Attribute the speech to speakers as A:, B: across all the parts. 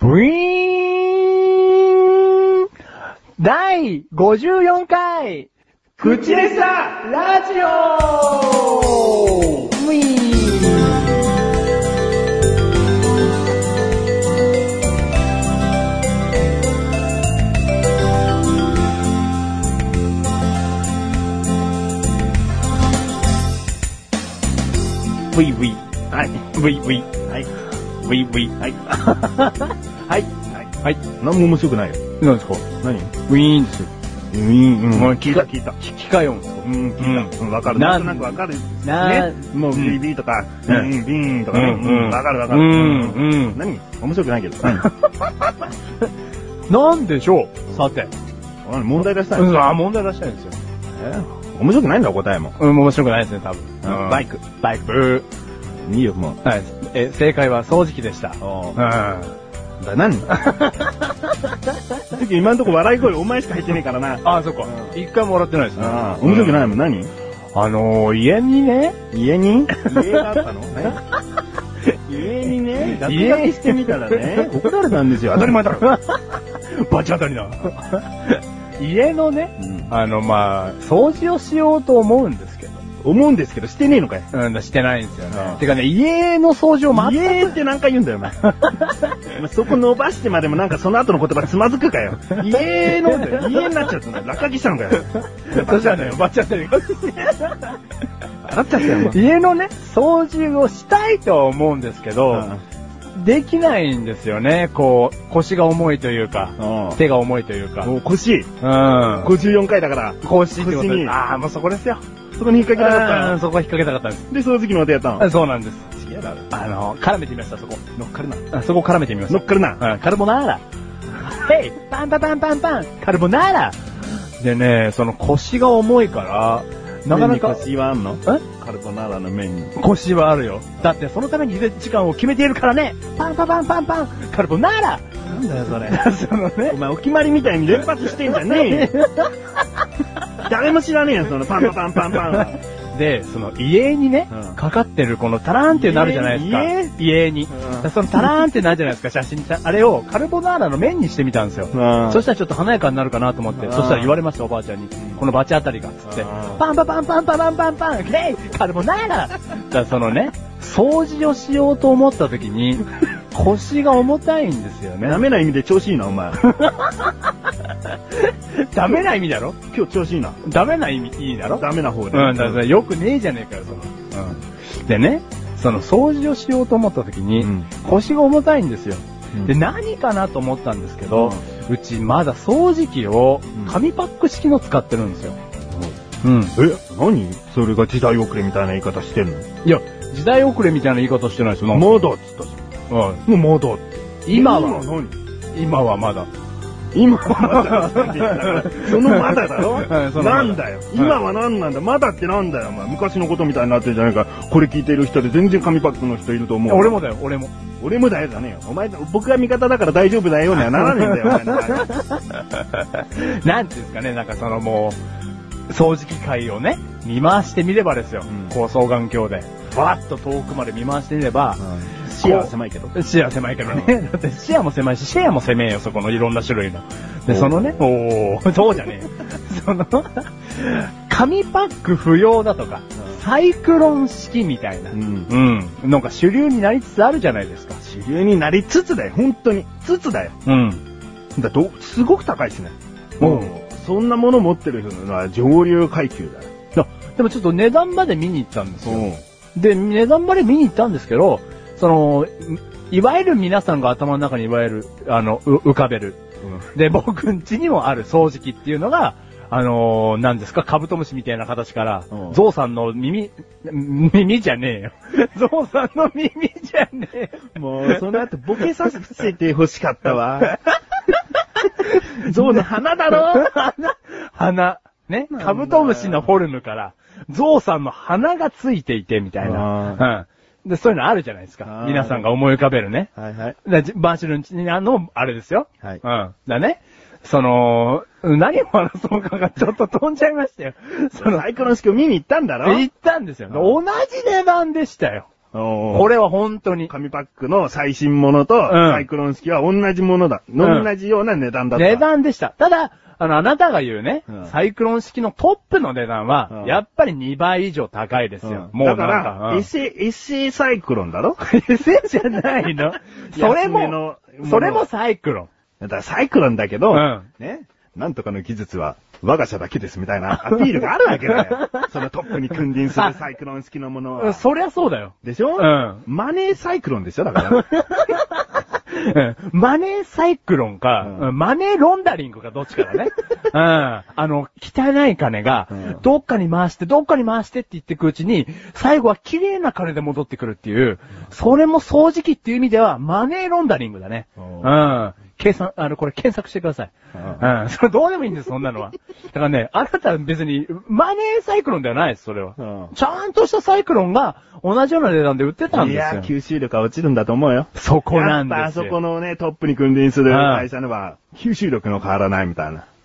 A: ブイーン第54回
B: 口でさ
A: ラジオブイーン
B: ブイブイ。
A: はい。
B: ブイブイ。
A: はい。
B: ブイブイ。
A: はい。はい。
B: はい。何も面白くないよ。
A: 何ですか
B: 何ウ
A: ウィーンですよ。
B: ィーン、
A: もう
B: うん。
A: 聞いた
B: 聞いた。
A: 機械音ですか
B: うん、聞いた。うん、わかる。
A: な
B: なんんとなくわかる。
A: な
B: ね。もう、
A: うん
B: ビビーとか、
A: う
B: うんん、ビーンとかね。
A: う
B: うん
A: うん
B: ん、わかるわかる。
A: うんうん
B: 何面白くないけど。
A: なんでしょうさて。
B: うん問題出したい。
A: うん、あ、問題出したいんですよ。
B: え面白くないんだ、答えも。
A: うん、面白くないですね、多分。
B: うん
A: バイク。バイク。ブ
B: いいよ、も
A: ー
B: う。
A: はい。え、正解は掃除機でした。
B: あ
A: あ、
B: あ。だ、 何次今んとこ笑い声お前しか入ってねえからな。
A: そっか
B: う。
A: 一回もらってないですね。
B: ああ、面白くないもん、何
A: あのー、家にね、
B: 家に家があった の家 にね、落書きしてみたらね、 怒られたんですよ。当たり前だろ。
A: バチ当たりな。家のね、
B: うん
A: あの、まあ、掃除をしようと思うんですけど、
B: 思うんですけど、してねえのかよ。
A: うん、してないんですよね
B: う。ん
A: てかね、家の掃除を待っ
B: 家って何回言うんだよ、お前。お前そこ伸ばしてまでもなんかその後の言葉つまずくかよ。家の、 家になっちゃったの。落書きしたのかよ。
A: たじゃないよ、バチ当たりな。
B: 払っちゃったよ、お前
A: 家のね、掃除をしたいとは思うんですけど、できないんですよね。こう、腰が重いと いうか、
B: うん
A: 手が重いというか。
B: もう腰、
A: うん。
B: 54回だから、
A: 腰ってこと
B: 腰
A: で
B: に
A: す。ああ、もうそこですよ。
B: そこに引っ掛けな
A: う
B: か
A: ん、
B: っ
A: そこは引っ掛けたかったんです
B: たの。で、掃除機の音やった
A: あ。
B: の。
A: そうなんです。
B: 違うだろ
A: あの、絡めてみました、そこ。
B: 乗っかるな。
A: あそこ絡めてみました
B: 乗っ。かるな。
A: うんカルボナーラ。ヘイパンパンパンパンパンカルボナーラでね、その腰が重いから、なかな
B: 麺
A: か
B: に、腰はあんの
A: え
B: カルボナーラの麺に。
A: 腰はあるよ。だってそのために茹で時間を決めているからねパンパンパンパンパンカルボナーラ
B: なんだよ、そ れ。
A: その
B: お
A: ね、
B: 前お決まりみたいに連発してんじゃねえよ。 誰も知らねえよ、そのパンパンパンパンパンは。
A: で、その家にね、
B: うん
A: かかってるこのタラーンってなるじゃないですか。家に。
B: うん
A: だそのタラーンってなるじゃないですか、写真に。あれをカルボナーラの麺にしてみたんですよ。
B: うん
A: そしたらちょっと華やかになるかなと思って、
B: うん
A: そしたら言われました、おばあちゃんに。このバチ当たりが、つって
B: うん。
A: パンパンパンパンパンパンパンパン、ヘイカルボナーラだからそのね、掃除をしようと思った時に、腰が重たいんですよ
B: 舐
A: ね。
B: めない意味で調子いいな、お 前。
A: ダメな意味だろ
B: 今日調子いいな。
A: ダメな意味、いいだろ
B: ダメな方で。
A: うん、だからよくねえじゃねえかよ、その。うん。でね、その掃除をしようと思った時に、
B: うん
A: 腰が重たいんですよ。
B: うん
A: で、何かなと思ったんですけど、うちまだ掃除機を
B: うん
A: 紙パック式の使ってるんですよ。うん。
B: え、何それが時代遅れみたいな言い方してんの
A: いや、時代遅れみたいな言い方してないですよ。なんか
B: まだっつったし。
A: はい
B: もうまだって。
A: 今は、
B: 何
A: 今はまだ。
B: 今はまだって。 そのまだだろ
A: うんそのまだ
B: なんだよ。今は何なんだまだってなんだよ、お前。昔のことみたいになってるじゃないか。これ聞いてる人で全然紙パックの人いると思う。
A: 俺もだよ、俺も。
B: 俺もだよじゃねえよ。お前、僕が味方だから大丈夫だよにはならねえんだよ、お前の場合は。
A: なんていうんですかね、なんかそのもう、掃除機械をね、見回してみればですよ。
B: うん
A: こう双眼鏡で。わーっと遠くまで見回してみれば、
B: 視野は狭いけど。
A: 視野狭いけどね。 だって視野も狭いし、シェアも狭いよ、そこのいろんな種類の。で、
B: お
A: そのね、おー、 そうじゃねえよ。 その、紙パック不要だとか、サイクロン式みたいな。
B: うん。
A: うん。なんか主流になりつつあるじゃないですか。
B: 主流になりつつだよ、本当に。つつだよ。
A: うん。
B: だど、すごく高いしね。
A: うん
B: もう、そんなもの持ってる人のは上流階級だよ。
A: あでもちょっと値段まで見に行ったんですよ。で、値段まで見に行ったんですけど、その、いわゆる皆さんが頭の中にいわゆる、あの、う浮かべる。で、僕ん家にもある掃除機っていうのが、あのー、何ですか、カブトムシみたいな形から
B: う、ん
A: ゾウさんの耳、耳じゃねえよ。 ゾウさんの耳じゃねえよ。
B: もう、その後ボケさせて欲しかったわ。ゾウの花だろ
A: 鼻、 鼻、ね
B: ん、だよ
A: カブトムシのフォルムから、ゾウさんの鼻がついていて、みたいな。うん。で、そういうのあるじゃないですか
B: あ。ー
A: 皆さんが思い浮かべるね。
B: はいはい。
A: だじバーシルンチニアの、あれですよ。
B: はい
A: うん。だね。その、何を話そうかがちょっと飛んじゃいましたよ。その、
B: サイクロン式を見に行ったんだろ
A: 行ったんですよ。
B: ん
A: 同じ値段でしたよ。こ
B: これ、
A: れは本当に。
B: 紙パックの最新ものと、
A: ん
B: サイクロン式は同じものだ。
A: うん
B: 同じような値段だった。
A: 値段でした。ただ、あの、あなたが言うね、
B: うん
A: サイクロン式のトップの値段
B: う
A: は
B: ん、
A: やっぱり2倍以上高いです
B: うん
A: よ。もうな
B: だ
A: ん
B: か
A: か、
B: ら、
A: うん
B: SA、SA サイクロンだろ
A: SL じゃないの それ
B: 安
A: も
B: めのも、の
A: それもサイクロン。
B: だからサイクロンだけど、
A: うん
B: ね。なんとかの技術は我が社だけですみたいなアピールがあるわけだ よ。そのトップに君臨するサイクロン式のもの
A: う
B: は
A: ん。そりゃそうだよ。
B: でしょ
A: うん
B: マネーサイクロンでしょ だから。
A: うんマネーサイクロンか、
B: うん
A: うんマネーロンダリングかどっちかだ ね。うん。あの、汚い金
B: う
A: が
B: ん、
A: どっかに回して、どっかに回してって言ってくうちに、最後は綺麗な金で戻ってくるっていう、それも掃除機っていう意味では、マネーロンダリングだね。
B: う
A: うんん。計算、あの、これ検索してください。
B: う
A: うん。それどうでもいいんです、そんなのは。だからね、あなたは別に、マネーサイクロンではないです、それは。
B: うん
A: ちゃんとしたサイクロンが、同じような値段で売ってたん
B: い
A: ですよ。
B: やー、吸収力は落ちるんだと思うよ。
A: そこなんですよ。
B: やっぱあそこのね、トップに君臨する会社のは、吸収力の変わらないみたいな。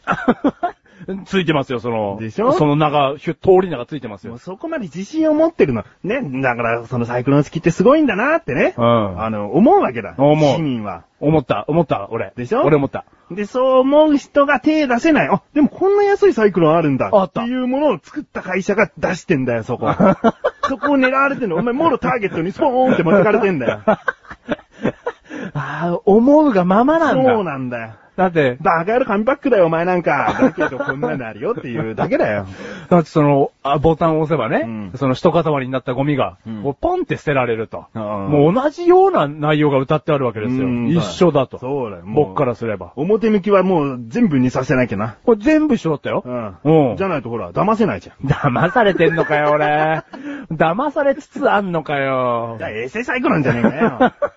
A: ついてますよ、その。
B: でしょ
A: その中、ひゅ通り中ついてます
B: もう
A: よ。
B: そこまで自信を持ってるの。ね、だから、そのサイクロン式ってすごいんだなってね。
A: うん
B: あの、思うわけだ。
A: 思う
B: 市民は。
A: 思った、思った、俺。
B: でしょ
A: 俺思った。
B: で、そう思う人が手出せない。あ、でもこんな安いサイクロンあるんだ。
A: あった
B: っていうものを作った会社が出してんだよ、そこ。 そこを狙われてんの。お前、もろターゲットにスポーンって持ってかれてんだよ。
A: ああ、思うがまま なんだ。
B: そうなんだよ。
A: だって、
B: バカやる紙パックだよ、お前なんか。だけど、こんなのあるよっていうだけだよ。
A: だってその、あボタンを押せばね、
B: うん
A: その一塊になったゴミが、
B: うん
A: こうポンって捨てられると、
B: うん
A: もう同じような内容が歌ってあるわけですよ。
B: うん
A: 一緒だと。
B: そうだよもう
A: 僕からすれば。
B: 表向きはもう全部にさせなきゃな。
A: これ全部一緒だったよ。
B: うん。
A: うん
B: じゃないとほら、騙せないじゃん。
A: 騙されてんのかよ、俺。騙されつつあんのかよ
B: じゃ。あ、衛星サイクロンじゃねえか よ。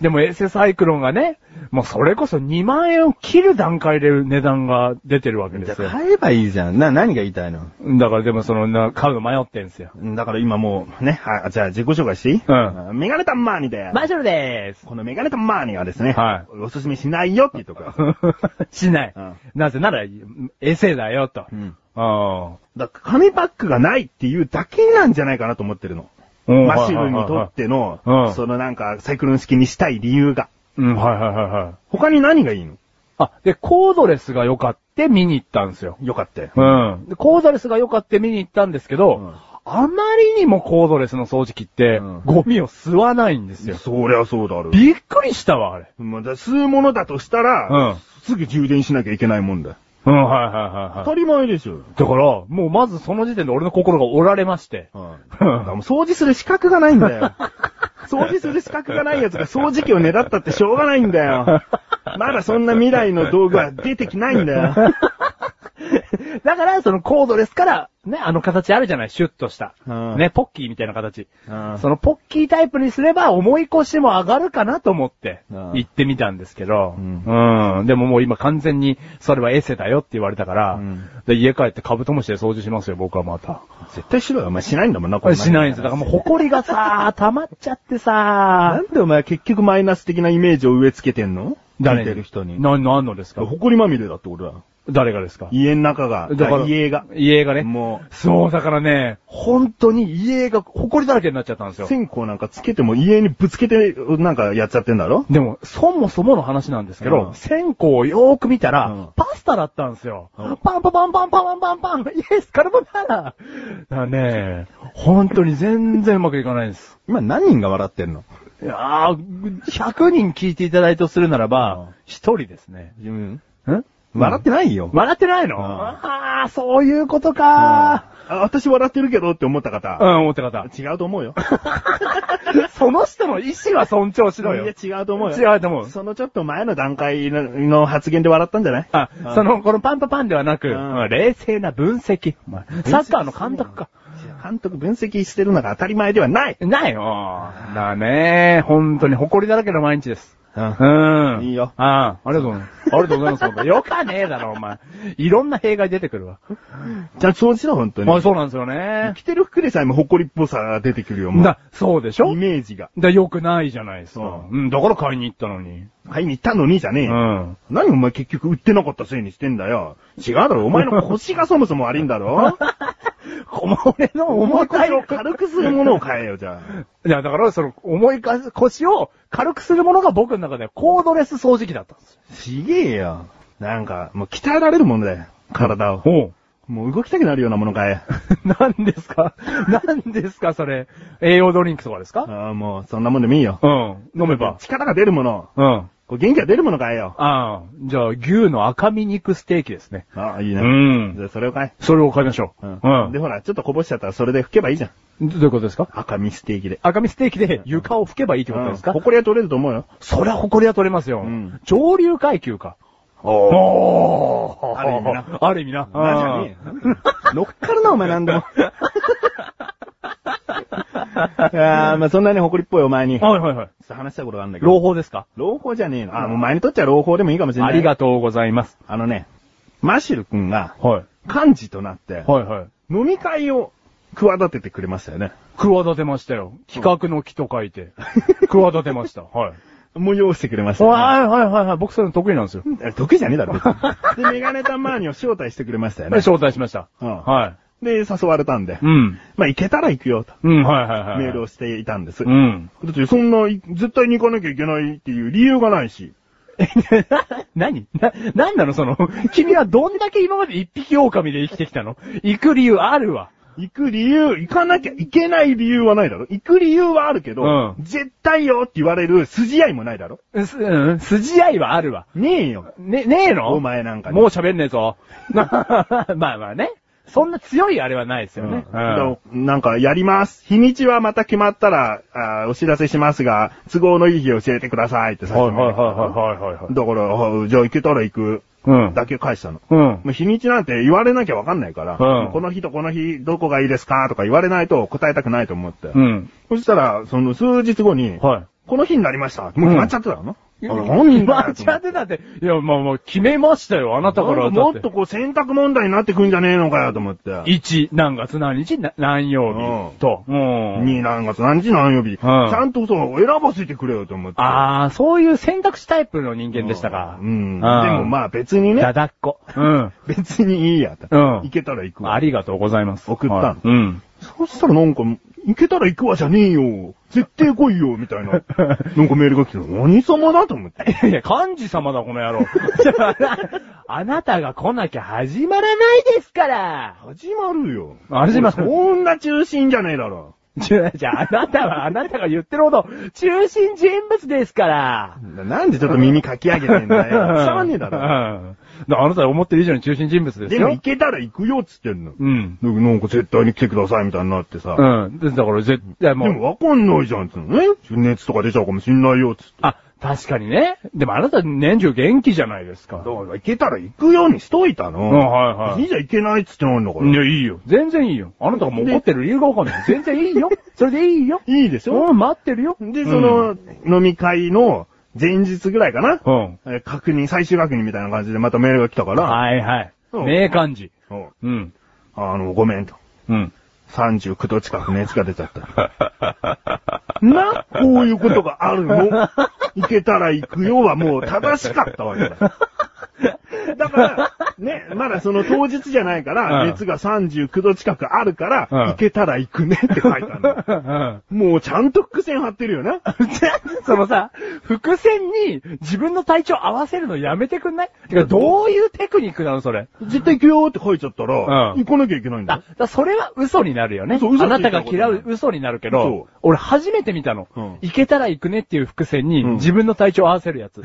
A: でも衛星サイクロンがね、もうそれこそ2万円を切る段階で値段が出てるわけですよ。
B: 買えばいいじゃん。な、何が言いたいの
A: だからでもその、な買うの迷ってんすよ。
B: だから今もう、ね、あ、じゃあ自己紹介していい
A: うん
B: あメガネタンマーニで。
A: マジョルで
B: このメガネタンマーニはですね、
A: は
B: おすすめしないよって言っと くわ。
A: ーす。 しない。
B: うん
A: なぜなら、衛星だよ、と。
B: うん。
A: あ
B: だから紙パックがないっていうだけなんじゃないかなと思ってるの。
A: あ。うん
B: マシルにとっ。ての
A: うん、
B: そのなんか、サイクロン式にしたい理由が。
A: うん、はいはいはいはい。
B: 他に何がいいの
A: あ、で、コードレスが良かって見に行ったんですよ。
B: よかったよ。
A: うん。で、コードレスが良かって見に行ったんですけど、
B: うん
A: あまりにもコードレスの掃除機って、
B: うん
A: ゴミを吸わないんですよ。
B: そりゃそうだろう。
A: びっくりしたわ、あれ。
B: まあ、だ吸うものだとしたら、
A: うん
B: すぐ充電しなきゃいけないもんだ。
A: うん、はいはいはいはい
B: 当。たり前でしょ。
A: だから、もうまずその時点で俺の心が折られまして。
B: だからもう掃除する資格がないんだ よ。掃除する資格がないやつが掃除機を狙ったってしょうがないんだよ。まだそんな未来の道具は出てきないんだ よ。
A: だから、そのコードレスから、ね、あの形あるじゃない、シュッとした。
B: うん
A: ね、ポッキーみたいな形。
B: うん
A: そのポッキータイプにすれば、重い腰も上がるかなと思って
B: うん、
A: 行ってみたんですけど、う
B: う
A: んん。でももう今完全に、それはエセだよって言われたから、
B: うん
A: で家帰ってカブトムシで掃除しますよ、僕はまた。
B: 絶対しろよ。お前しないんだもんな、こんの
A: しないんですよ。だからもう埃がさ、溜まっちゃって
B: な
A: さ
B: ん、でお前結局マイナス的なイメージを植え付けてんの
A: 誰
B: 見てる人に。
A: 何のあんのですか
B: 誇りまみれだって俺は。
A: 誰がですか
B: 家の中が。
A: だから、
B: 家が。
A: 家がね。
B: も
A: そう、だからね、本当に家が埃だらけになっちゃったんです
B: う、
A: よ。
B: 線香なんかつけても家にぶつけて、なんかやっちゃってんだろ
A: でも、そもそもの話なんですけど、
B: うん
A: 線香をよーく見たら、
B: うん
A: パスタだったんですよ。
B: うん
A: パンパパンパンパンパンパンパンイエスカルボナーラだからね、本当に全然うまくいかないんです。
B: 今何人が笑ってんの
A: いやー、100人聞いていただいたとするなら
B: うん
A: ば、1人ですね。
B: うん。
A: ん
B: 笑ってないよ。
A: 笑ってないの、
B: うん
A: ああ、そういうこと
B: あ
A: か
B: あ、私笑ってるけどって思った
A: ー。う
B: 方。
A: ん、思って方。
B: 違うと思うよ。
A: その人の意思は尊重しろよ。
B: いや、違うと思うよ。
A: 違うと思う
B: そのちょっと前の段階のの発言で笑ったんじゃない
A: あ、そ、の、このパンパパンではなく、
B: うん
A: まあ冷静な分析。お前サッカーの監督か。
B: うん監督分析してるのが当たり前ではない。
A: ないよ。だね本当に、誇りだらけの毎日です。うん。
B: いいよ
A: ああ、ありがとうございます。ありがとうございます本当。よかねえだろ、お前。いろんな弊害出てくるわ。
B: じゃあ、そうしろ、本当
A: まあ
B: に。
A: そうなんですよね。
B: 着てる服でさえも誇りっぽさが出てくるよ、もう。
A: だ、そうでしょ
B: イメージが。
A: だ、良くないじゃないですか。
B: う
A: うん、だから買いに行ったのに。
B: 買いに行ったのにじゃねえ
A: う
B: よ。
A: ん。
B: 何お前結局売ってなかったせいにしてんだよ。違うだろ、お前の腰がそもそも悪いんだろ
A: 俺の
B: 重
A: 重
B: い腰
A: たい。
B: を軽くするものを変えよう、じゃあ。
A: いや、だから、その、重いか腰を軽くするものが僕の中ではコードレス掃除機だったんですよ。
B: ちげえよ。なんか、もう鍛えられるもんだよ。体を。
A: ほう。
B: もう動きたくなるようなものかい。
A: 何です か何ですかそれ。栄養ドリンクとかですか
B: ああ、もう、そんなもんでもいいよ。
A: うん。飲めば。
B: 力が出るもの。
A: うん。
B: こう元気が出るものかいよ。
A: ああ、じゃあ、牛の赤身肉ステーキですね。
B: ああ、いいうね。
A: ん。
B: じゃあ、それを買え。
A: それを買いましょう。うん。
B: で、
A: ど
B: ほら、ちょっとこぼしちゃったらそれで拭けばいいじゃん。
A: ういうことですか
B: 赤身ステーキで。
A: 赤身ステーキで床を拭けばいいってことですか、
B: 誇りは取れると思うよ。
A: そりゃ誇りは取れますよ。
B: うん
A: 上流階級か。
B: お
A: おー
B: ある意味な。
A: ある意味な。
B: なじゃねえよ乗っかるな、お前なんで も。ああ、まあそんなに誇りっぽいお前に。
A: うんはいはいはい。
B: ちょっと話したことがあるんだけど。
A: 朗報ですか
B: 朗報じゃねえの。あ、もう前にとっちゃ朗報でもいいかもしれな
A: あ
B: い。
A: り
B: と
A: がとうございます。
B: う。あのね、マシル君が
A: はい。
B: 幹事となって、
A: はいはい。
B: 飲み会を企ててくれましたよね。
A: 企てましたよ。企画の木と書いて。企てました。 はい。
B: 催してくれましたよね。
A: はいはいはいはい。僕そういうの得意なんですよ。
B: え得意じゃねえだ ろ。別にで、メガネタマーニを招待してくれましたよね。
A: 招待しました。
B: うん
A: は
B: で、誘われたんで
A: い。う。ん。
B: まあ、行けたら行くよと。
A: うん、はいはいはい。
B: メールをしていたんです。
A: う
B: だ
A: ん。
B: って、そんな、い絶対に行かなきゃいけないっていう理由がないし。
A: 何な、 なんなのその、君はどんだけ今まで一匹狼で生きてきたの行く理由あるわ。
B: 行く理由、行かなきゃいけない理由はないだろ。行く理由はあるけど、
A: うん
B: 絶対よって言われる筋合いもないだろ。
A: す、うん、筋合いはあるわ。
B: ねえよ。
A: ね、ねえの
B: お前なんかに
A: もう喋んねえぞ。 まあまあね。そんな強いあれはないですよね。うん
B: うんなんか、やります。日にちはまた決まったら、あーお知らせしますが、都合のいい日を教えてくださいってさ
A: はいはいはいはいはいはい。
B: だから、あじゃあ行けたら行く。
A: うん。
B: だけ返したの。
A: うん。
B: もう日にちなんて言われなきゃわかんないから、
A: うん
B: この日とこの日どこがいいですかとか言われないと答えたくないと思って。
A: うん。
B: そしたら、その数日後に、
A: はい。
B: この日になりました。もう決まっちゃってたの、あれ何人だよ
A: マジャでだって、いや、まあまあ、決めましたよ、あなたから。だ
B: も
A: て
B: っとこう選択問題になってくんじゃねえのかよと思って。
A: 1、何月何日、な何曜日と。うん
B: 2何月何日何曜日、ちゃんとそう、選ばせてくれよと思って。
A: ああ、そういう選択肢タイプの人間でしたか。
B: うん。でも
A: あ、
B: まあ別に
A: だ
B: ね、
A: だっこ。うん。
B: 別にいいやと。
A: うん
B: 行けたら行くわ。
A: ありがとうございます。
B: 送ったの
A: はいうん。
B: そしたらなんか、行けたら行くわじゃねえよ。絶対来いよ、み たいな。なんかメールが来て、何様だと思って。
A: いや、幹事様だ、この野郎。あなたが来なきゃ始まらないですから。
B: 始まるよ。
A: 始まる
B: こんな中心じゃねえだろ。
A: じゃあ、じゃあ、あなたは、あなたが言ってるほど、中心人物ですから。
B: なんでちょっと耳かき上げてんだよ。しゃあねえだろ。
A: ろ。うん。あなた思ってる以上に中心人物です
B: でも
A: よ
B: 行。けたら行くよ、っつってんの。
A: うん。
B: なんか絶対に来てください、みたいになってさ。
A: うん。でだから、絶対
B: でも
A: もう。
B: わかんないじゃん、つうの。え熱とか出ちゃうかもしんないよ、つって。
A: あ、確かにね。でもあなた年中元気じゃないですか。
B: だから行けたら行くようにしといたの。
A: うん、はいはい
B: い。じゃん行けないっつってなんだから。
A: いや、いいよ。全然いいよ。あなたがもう怒ってる理由がわかんない。全然いいよ。それでいいよ。
B: いいでしょ
A: うん、待ってるよ。
B: で、その、飲み会の前日ぐらいかな、
A: うん。
B: えー確認、最終確認みたいな感じでまたメールが来たから、
A: はいはい。
B: うん
A: 名漢字。
B: うん
A: うん。
B: あの、ごめんと。
A: うん。
B: 39度近く熱が出ちゃった。 な、こういうことがあるの。行けたら行くよはもう正しかったわけだ。だから、ね、まだその当日じゃないから、
A: うん
B: 熱が39度近くあるから、
A: うん
B: 行けたら行くねって書いたの。
A: うん。
B: もうちゃんと伏線張ってるよな。
A: そのさ、伏線に自分の体調合わせるのやめてくんないてか、どういうテクニックなのそれ。
B: 絶対行くよって書いちゃったら、
A: うん
B: 行かなきゃいけないんだ
A: あ、
B: よ
A: だ。からそれは嘘になるよね。
B: そう嘘
A: あ
B: つい
A: な
B: て
A: た
B: る
A: が嫌う嘘になるけど
B: そう、
A: 俺初めて見たの。
B: うん
A: 行けたら行くねっていう伏線に
B: うん
A: 自分の体調を合わせ るやつ。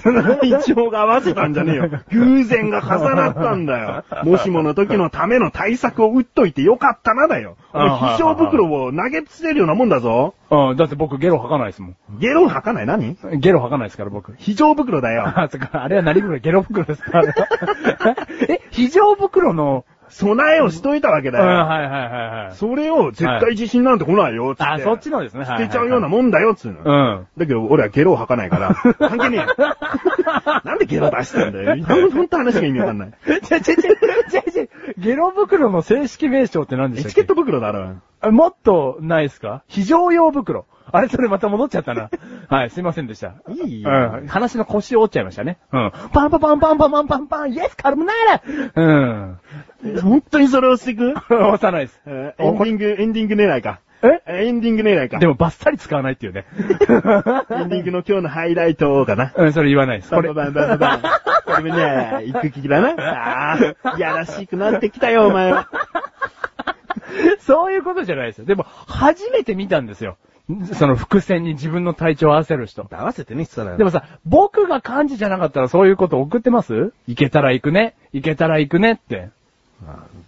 A: その
B: 一応が合わせたんじゃねえよ。偶然が重なったんだよ。もしもの時のための対策を打っといてよかったなだよ。
A: ああ
B: もう飛翔袋を投げつけるようなもんだぞ。
A: うん、だって僕ゲロ吐かないですも
B: ゲロ吐かない何
A: ん。ゲロ吐かないですから僕。
B: 非常袋だよ。
A: あ、そっか、あれは何袋ゲロ袋ですか え、非常袋の、
B: 備えをしといたわけだ
A: うん、
B: よ。
A: はいはいはいはい。
B: それを絶対地震なんて来ないよ、つって。
A: あ、そっちのですね。
B: 捨
A: はいはい
B: て
A: はい
B: ちゃうようなもんだよ、つうの。
A: うん。
B: だけど、俺はゲロを吐かないから、関係ねえ よ。なんでゲロ出したんだよ。ほんと話が意味わか んない。
A: ちょちょちょ、ちょちょ、ゲロ袋の正式名称って何でし
B: エ
A: たっ
B: チ
A: け
B: ケット袋だろ。
A: あもっとないですか非常用袋。あれ、それまた戻っちゃったな。 はい、すいませんでした。
B: いいよ。
A: うん。話の腰折っちゃいましたね。うん。パンパパンパンパンパンパンパン、イエスカルムナーラ
B: 本当にそれをしていく
A: うん。押さないです。
B: えーエンディング、エンディング狙いか。
A: え
B: えーエンディング狙いか。
A: でもバッサリ使わないって いうね。
B: エンディングの今日のハイライトかな。
A: うん、それ言わないです。
B: バ
A: こ
B: ン
A: れ
B: バン。バンバンバンバン。これね、行く気だな。ああ、いやらしくなってきたよ、お前は。
A: そういうことじゃないですよ。でも、初めて見たんですよ。その伏線に自分の体調を合わせる人。
B: 合わせてね、したら
A: でもさ、僕が漢字じゃなかったらそういうこと送ってますいけたら行くね。いけたら行くねって。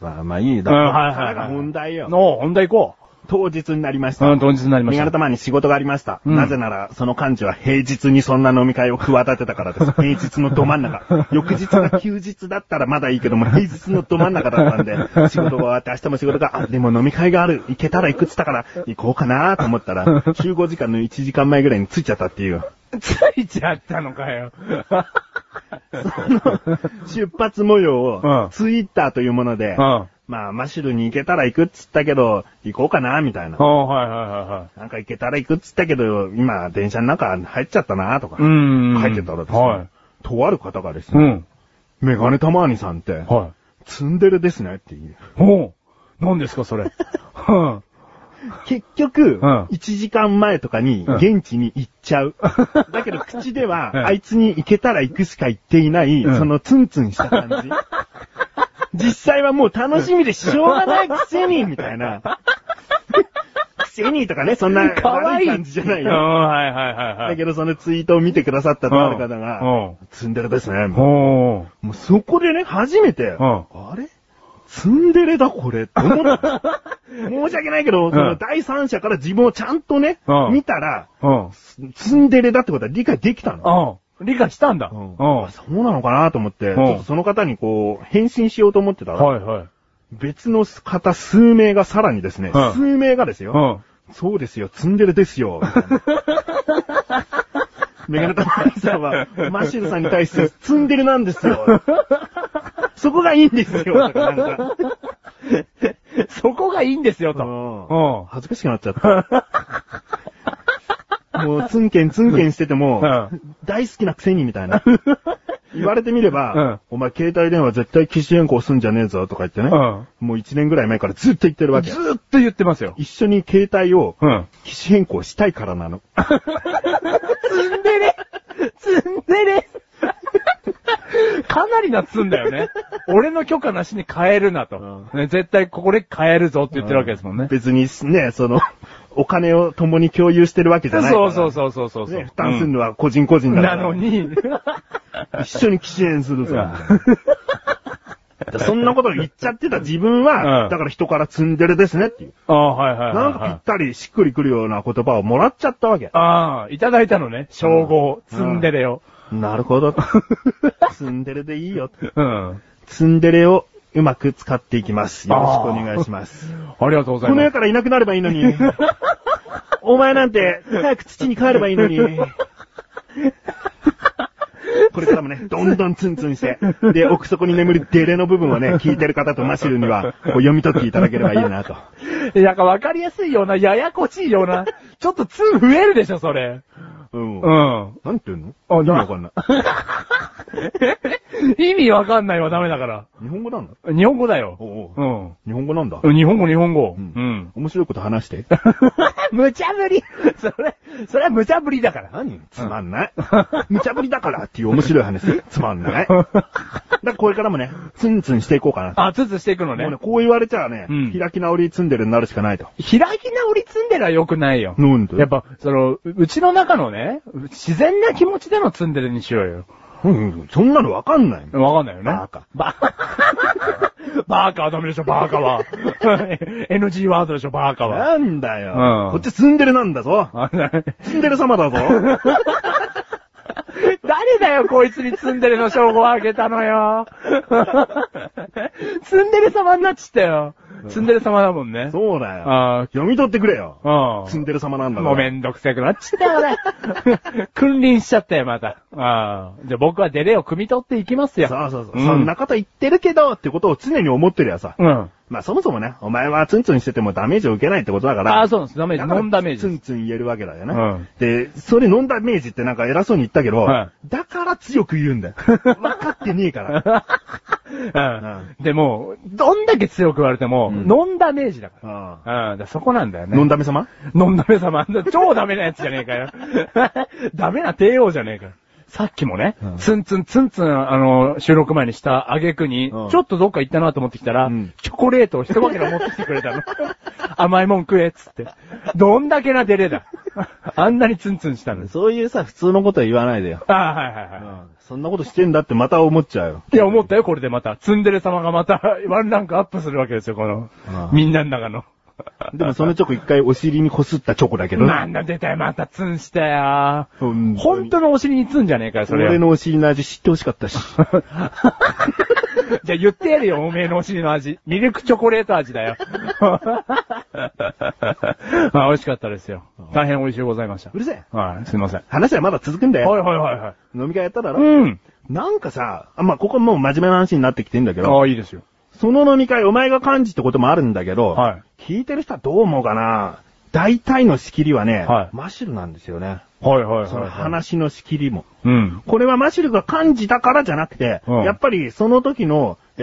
B: まあまあいい
A: だ
B: だ。
A: うんはいはいはい
B: だから問題よ。
A: の、本題行こ
B: 当日になりまし
A: う。
B: た。
A: うん、当日になりま
B: 身
A: し
B: 柄
A: た。
B: 玉に仕事がありました。
A: うん
B: なぜなら、その幹事は平日にそんな飲み会を企てたからです。 平日のど真ん中。翌日が休日だったらまだいいけども、平日のど真ん中だったんで、仕事が終わって明日も仕事が、あ、でも飲み会がある。行けたら行くっつったから、行こうかなと思ったら、集合時間の1時間前ぐらいに着いちゃったっていう。
A: ついちゃったのかよ。
B: 出発模様を
A: う、ん
B: ツイッターというもので、
A: うん。
B: まあ、マシュルに行けたら行くっつったけど、行こうかなみたいな
A: あ。はいはいはいはい。
B: なんか行けたら行くっつったけど、今、電車の中入っちゃったなとか。
A: ん
B: 書いてたらですね、
A: は
B: とある方がです
A: い。う
B: ね、
A: ん。
B: メガネたまわにさんって、
A: は
B: ツンデレですねっていう。
A: い。おう。何ですか、そ れ。うん。
B: 結局、
A: うん
B: 1時間前とかに
A: うん
B: 現地に行っち ゃう。だけど口では、
A: うん
B: あいつに行けたら行くしか言っていない、
A: うん
B: そのツンツンした感じ。 実際はもう楽しみでしょうがないくせに、みたいな。 くせにとかね、そんな
A: かわい
B: 悪い
A: い
B: 感じじゃない
A: うん、
B: よ。
A: はいはいはいは
B: だ
A: い。
B: けどそのツイートを見てくださったとある方が、
A: うん。
B: ツンデレですね。
A: おう。
B: もうそこでね、初めて、
A: ん
B: あれツンデレだこれって思った。 申し訳ないけど、
A: ん
B: その第三者から自分をちゃんとね、
A: うん
B: 見たら、
A: うん。
B: ツンデレだってことは理解できたの。
A: うん。理解したんだ。
B: う
A: うんん。
B: あそうなのかなと思っ
A: ん
B: て、ちょっとその方にこう、返信しようと思ってたら、
A: いはい。
B: 別の方数名がさらにですね、
A: うん
B: 数名がですよ、
A: うん。
B: そうですよ、ツンデレです よ。みたいなメガネタマリさんは、マシルさんに対してツンデレなんですよ。そこがいいんですよ。とかなんか
A: そこがいいんですよ、と。
B: うん恥ずかしくなっち ゃった。もう、ツンケンツンケンしてても、
A: うん
B: 大好きなくせにみたいな。言われてみれば、お前携帯電話絶対機種変更すんじゃねえぞとか言ってね、
A: うん。
B: もう一年ぐらい前からずっと言ってるわけ
A: ず。ーっと言ってますよ。
B: 一緒に携帯を
A: うん。
B: 機種変更したいからなの。
A: ツンデレツンデレかなりなツンだよね。俺の許可なしに変えるなと。ね、絶対ここで変えるぞって言ってるわけですもんね。
B: 別にね、その、お金を共に共有してるわけじゃないから。
A: そうそうそうそうそうそう。
B: ね、負担するのは個人個人だか
A: な
B: ら。
A: のに。
B: 一緒に寄進するぞ。
A: うん
B: みたいな そんなこと言っちゃってた自分は、
A: うん
B: だから人からツンデレですねっていう。
A: ああ、はいはいは
B: なん
A: い、
B: か
A: は
B: ぴ
A: い
B: っ。たりしっくりくるような言葉をもらっちゃったわけ。
A: ああ、いただいたのね。称号、ツンデレを。
B: なるほど。 ツンデレでいいよ。
A: うん。
B: ツンデレをうまく使っていきます。よろしくお願いします。
A: ありがとうござい
B: この
A: ま
B: 世
A: す。
B: からいなくなればいい のに。お前なんて、早く土に帰ればいいのに。これからもね、どんどんツンツンして、で、奥底に眠るデレの部分をね、聞いてる方とマシルには、こう読み取っていただければいいなと。
A: いや なんかわかりやすいような、ややこしいよう な。ちょっとツン増えるでしょ、それ。
B: うん。
A: うん。
B: なんて言うの
A: あ
B: 意味わかんない。
A: 意味わかんないはダメだから。
B: 日本語なの
A: 日本語だよ。
B: おう
A: う
B: 日本語なんだ。
A: ん。日本語、日本語。
B: う
A: うんん。
B: 面白いこと話して。
A: 無茶ぶりそれ、それは無茶ぶりだから。
B: 何つまんない。無茶ぶりだからっていう面白い話。つま んない。だからこれからもね、ツンツンしていこうかなと。
A: あ、つつしていくのね
B: もうね、。こう言われちゃね、
A: うん
B: 開き直りツンデレになるしかないと。
A: 開き直りツンデレは良くないよ。
B: なんで
A: やっぱ、その、ううちの中のね、自然な気持ちでのツンデレにしようよ。
B: うん、そんなのわかんない。
A: わかんないよね。
B: バカ。
A: バー バーカはダメでしょ、バーカは。NG ワードでしょ、バーカは。
B: なんだよ。
A: うん
B: こっちツンデレなんだぞ。
A: あな
B: ツンデレ様 だぞ。
A: 誰だよ、こいつにツンデレの 称号をあげたのよ。ツンデレ様になっちったよ。ツンデレ様だもんね。
B: そうだよ。
A: あ
B: 読み取ってくれよ。
A: あ。
B: ツンデレ様なんだか
A: も
B: ら。
A: うめんどくせえくなっちったよ、俺。 君臨しちゃったよ、また。ああ。じゃあ僕はデレを汲み取っていきますよ。
B: そうそうそう。
A: うん
B: そんなこと言ってるけど、ってことを常に思ってりゃさ。
A: うん。
B: まあそもそもね、お前はツンツンしててもダメージを受けないってことだから。
A: ああ、そうなんです。ダメージ。
B: だから
A: ノンダメージ
B: ツ
A: で
B: ンツン言えるわけだよね。
A: うん
B: で、それノンダメージってなんか偉そうに言ったけど、
A: は
B: だから強く言うん だよ。分かってねえから。
A: す。うん。でも、どんだけ強く言われても、
B: うん
A: ノンダメージだから。
B: あ
A: うん。だからそこなんだよ
B: あ
A: ね。
B: ノンダメ様
A: 飲んだ目様、超ダメなやつじゃねえかよ。 ダメな帝王じゃねえかよ。さっきもね、
B: うん
A: ツンツンツンツン、あの、収録前にした挙句に、
B: うん
A: ちょっとどっか行ったなと思ってきたら、
B: うん
A: チョコレートを一分けら持ってきてくれたの。 甘いもん食えっつって。どんだけなデレだ。 あんなにツンツンしたのです。
B: そういうさ、普通のことは言わないでよ。
A: ああ、はいはいは
B: そんなことしてんだってまた思っちゃうよ。
A: い。いや、思ったよ、これでまた。ツンデレ様がまた、 ワンランクアップするわけですよ、この
B: ああ、
A: みんなの中の。
B: でもそのチョコ一回お尻にこすったチョコだけどね
A: なんだ、出たよ、またツンしたよ。
B: 本
A: 本当のお尻にツンじゃねえかよ、それは
B: 俺。のお尻の味知ってほしかったし。
A: じゃあ言ってやるよ、おめえのお尻の味。ミルクチョコレート味だよ。 あ美味しかったですよ。大変美味しゅうございました
B: う。るせえ。
A: はい、すいません。
B: 話はまだ続くんだ
A: はい
B: よ。
A: はいはいはい。
B: 飲み会やっただろ、
A: うん。
B: なんかさ、あまあ、ここもう真面目な話になってきてんだけど、
A: ああ、いいですよ。
B: その飲み会お前が幹事ってこともあるんだけど、
A: はい
B: 聞いてる人はどう思うかな大体の仕切りはね、
A: はい
B: マシュルなんですよね。
A: はいはいはい、はい。
B: その。話の仕切りも。
A: うん。
B: これはマシュルが幹事だからじゃなくて、
A: うん
B: やっぱりその時の、え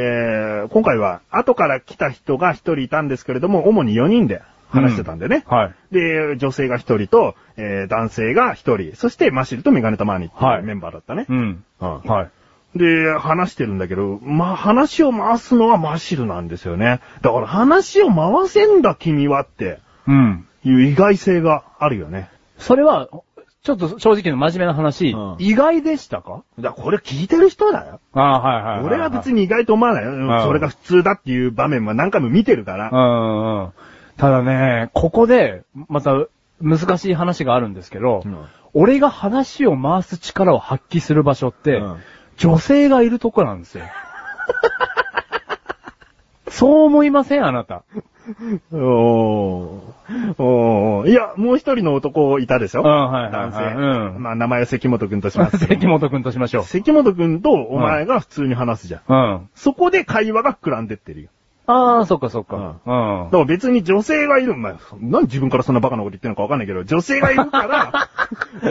B: ー、今回は後から来た人が一人いたんですけれども、主に4人で話してたんでね。
A: はい。
B: で、女性が一人と、えー、男性が一人、そしてマシルとメガネタマーニってい
A: はいう
B: メンバーだったね。
A: うん。
B: うん
A: はい。
B: で、話してるんだけど、まあ、話を回すのはマシルなんですよね。だから話を回せんだ君はって
A: うん。
B: いう意外性があるよね。
A: それは、ちょっと正直な真面目な話、
B: うん
A: 意外でしたか
B: だからこれ聞いてる人だよ。
A: ああ、はいはいはい、
B: 俺は別
A: に。
B: に意外と思わないようん
A: う。ん
B: それが普通だっていう場面は何回も見てるから。
A: うんうんうん。ただね、ここで、また、難しい話があるんですけど、
B: うん
A: 俺が話を回す力を発揮する場所って、
B: うん
A: 女性がいるとこなんです よ。そう思いませんあなた。
B: おー。おー。いや、もう一人の男いたでしょ
A: うんはいはいはい
B: 男性。
A: うん
B: まあ、名前は関本くんとしますけど。
A: 関本くんとしましょう。
B: 関本くんとお前が普通に話すじゃん。
A: うん。
B: そこで会話が膨らんでってるよ。
A: ああ、そっかそっか。うん。
B: だから別に女性がいる、まあ、なんで自分からそんなバカなこと言ってるのかわかんないけど、女性がいる から、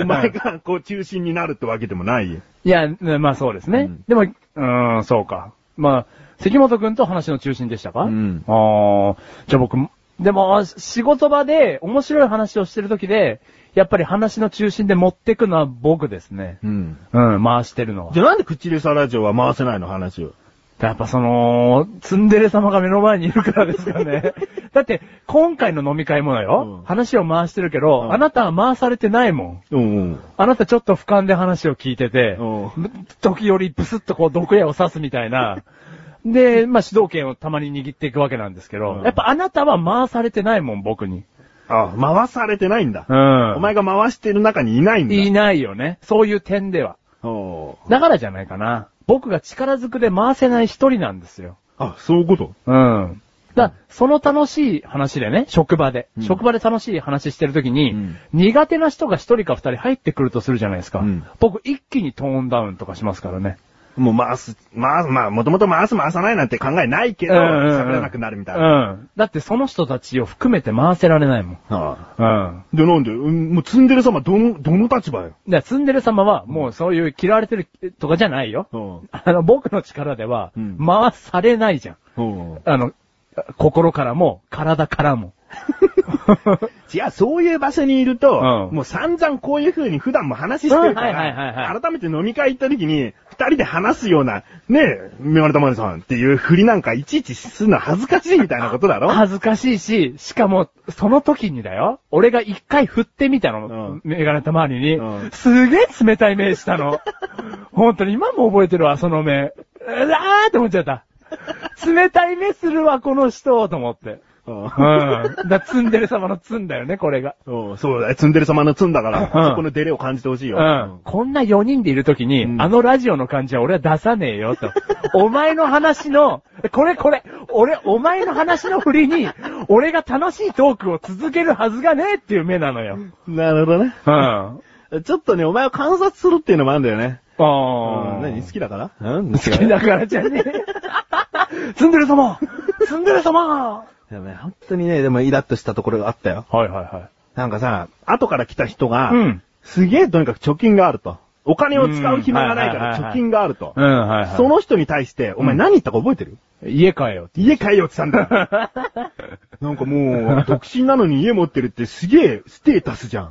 B: お前がこう中心になるってわけでもないよ。
A: いや、ねまあそうですね。
B: うん
A: でも、うーん、そうか。まあ、関本くんと話の中心でしたか
B: うん
A: ああ、じゃあ僕も、でも、仕事場で面白い話をしてるときで、やっぱり話の中心で持ってくのは僕ですね。
B: うん。
A: うん、回してるのは
B: じ。ゃあなんで口レサラジオは回せないの話を。
A: やっぱその、ツンデレ様が目の前にいるからですか ね。だって、今回の飲み会もだよ、
B: うん
A: 話を回してるけど、
B: うん
A: あなたは回されてないもん。
B: うんうん。
A: あなたちょっと俯瞰で話を聞いてて
B: おう、
A: 時よりブスッとこう毒矢を刺すみたいな。で、まあ、主導権をたまに握っていくわけなんですけど、
B: うん
A: やっぱあなたは回されてないもん、僕に。
B: あ、回されてないんだ
A: う。ん。
B: お前が回してる中にいないんだ。
A: いないよね。そういう点では。
B: おー
A: だからじゃないかな。僕が力ずくで回せない一人なんですよ。
B: あ、そういうこと
A: うん。だその楽しい話でね、職場で。
B: うん
A: 職場で楽しい話してるときに、
B: うん
A: 苦手な人が一人か二人入ってくるとするじゃないですか。
B: うん
A: 僕一気にトーンダウンとかしますからね。
B: もう回す、回す、まあ、もともと回す回さないなんて考えないけど、
A: うんうんうん
B: 喋らなくなるみたいな。
A: うん。だってその人たちを含めて回せられないもん。
B: は
A: うん。
B: あ、で、なんで、うんもう積んでる様、どの、どの立場よ。
A: だからツンデレ様は、もうそういう嫌われてるとかじゃないよ。
B: うん。
A: あの、僕の力では
B: うん、
A: 回されないじゃん。
B: うん。
A: あの、心からも、体から も。
B: いや、そういう場所にいると、
A: うん
B: もう散々こういう風に普段も話してるか
A: うんはいはいはいは
B: ら、
A: い
B: 改めて飲み会行った時に、二人で話すような、ねえ、メガネたまりさんっていう振りなんかいちいちするの恥ずかしいみたいなことだろ
A: 恥ずかしいし、しかも、その時にだよ、俺が一回振ってみたの、
B: うん
A: メガネたまわりに、
B: うん
A: すげえ冷たい目した の。本当に今も覚えてるわ、その目。うわーって思っちゃった。冷たい目するわ、この人、と思って。うん。だ、ツンデレ様のツンだよね、これが。
B: うんそうだよ、積んでる様の積んだから、
A: うん
B: そこのデレを感じてほしいうよ。
A: ん。こんな4人でいるときに、
B: う ん
A: あのラジオの感じは俺は出さねえよ、と。お前の話の、これこれ、俺、お前の話の振りに、俺が楽しいトークを続けるはずがねえっていう目なのよ。
B: なるほどね。
A: うん。あ
B: ちょっとね、お前を観察するっていうのもあるんだよね。
A: あ。
B: 何好きだからうん好
A: 好きだからじゃねえ。 ツンデレ様ツンデレ様はい
B: やね、本当にね、でもイラッとしたところがあったよ。
A: はいは
B: なんかさ、後から来た人が、
A: うん
B: すげえとにかく貯金があると。お金を使う暇がないか
A: うんはいはいはいは
B: ら
A: い
B: 貯金があると。
A: うん、はいはい。
B: そ、の人に対して、お前何言ったか覚えてる、
A: 家かよって。
B: 家買えよって言ったんだよ。 なんかもう、独身なのに家持ってるってすげえステータスじゃ ん。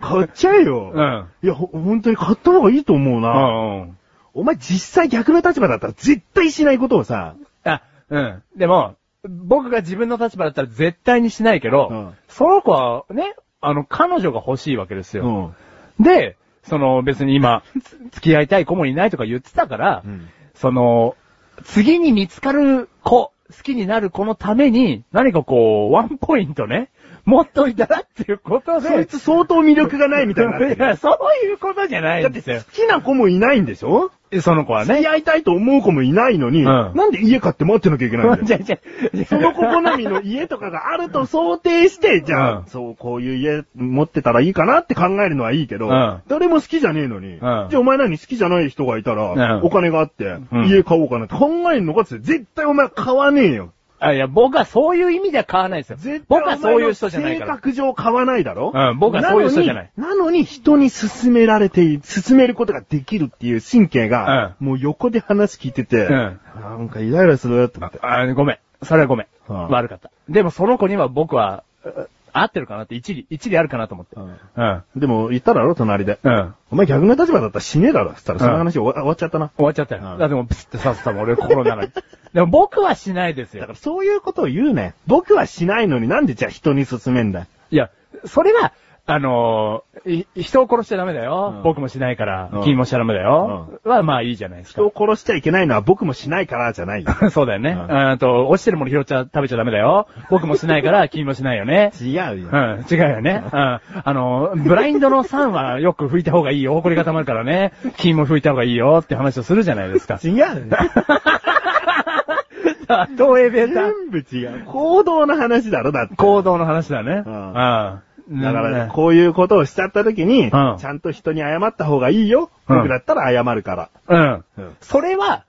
B: 買っちゃえよ。
A: うん
B: いや、ほ本当に買った方がいいと思う
A: う
B: な。
A: んうん。
B: お前実際逆の立場だったら絶対しないことをさ、
A: あ、うん。でも、僕が自分の立場だったら絶対にしないけど、
B: うん
A: その子はね、あの、彼女が欲しいわけです
B: う
A: よ。
B: ん
A: で、その別に今、 つ付き合いたい子もいないとか言ってたから、
B: うん
A: その、次に見つかる子、好きになる子のために、何かこう、ワンポイントね、持っといたらっていうことで、
B: そいつ相当魅力がないみたいになって る
A: いや、そういうことじゃない
B: だ
A: ん
B: って
A: ですよ
B: 好。きな子もいないんでしょ
A: その子は
B: 付
A: ね
B: き。合いたいと思う子もいないのに、
A: ん
B: なんで家買って待ってなきゃいけないんだ よ。
A: じゃじゃ、
B: その子好みの家とかがあると想定して、じゃあ、
A: うん
B: そう、こういう家持ってたらいいかなって考えるのはいいけど、
A: うん
B: 誰も好きじゃねえのに、
A: ん
B: じゃあお前何好きじゃない人がいたら、
A: うん
B: お金があって、
A: ん
B: 家買おうかなって考えるのかって、絶対お前買わねえよ。
A: あ、いや、僕はそういう意味では買わないですよ。
B: 絶対
A: 僕はそういう人じゃないか
B: お前
A: ら
B: の。性格上買わないだろ
A: うん僕はそういう人じゃない
B: なのに、なのに人に勧められている、勧めることができるっていう神経が、もう横で話聞いてて、
A: うん
B: なんかイライラするなって思って。
A: あ、ごめん。それはごめん。
B: うん
A: 悪かった。でもその子には僕は、う合ってるかなって、一理、一理あるかなと思って。
B: う
A: うんん。うん。
B: でも言っただろ、隣で。
A: 終
B: お前逆の立場だったら死ねえだろ。つったら、その話終わ終わっちゃったな。
A: わっちゃったよ。
B: うん
A: だってもう、プスって刺すたもん、俺心の中に。でも僕はしないです
B: だ
A: よ
B: か。らそういうことを言うね。僕はしないのになんでじゃあ人に勧めんだよ。
A: いや、それは、あのーい人を殺しちゃダメだよ。
B: うん
A: 僕もしないから、
B: うん
A: 君もしちゃダメだよ。は、まあいいじゃないですか
B: 人。を殺しちゃいけないのは僕もしないからじゃないよ。
A: そうだよね。
B: うん
A: うんと、落ちてるもの拾っちゃ、食べちゃダメだよ。僕もしないから、君もしないよね。
B: 違うよ。
A: うん、違うよね。うん。あの、ブラインドの3はよく拭いた方がいいよ。埃が溜まるからね。金も拭いた方がいいよって話をするじゃないですか。
B: 違うよ。
A: どうエベーター
B: 全部違 う。行動の話だろ、だって。
A: 行動の話だね。
B: うん
A: うん。
B: だから、
A: ね
B: こういうことをしちゃった時に、ち
A: ん
B: ゃんと人に謝った方がいいよ。
A: うん
B: 僕だったら謝るから。
A: うん。
B: うん
A: それは、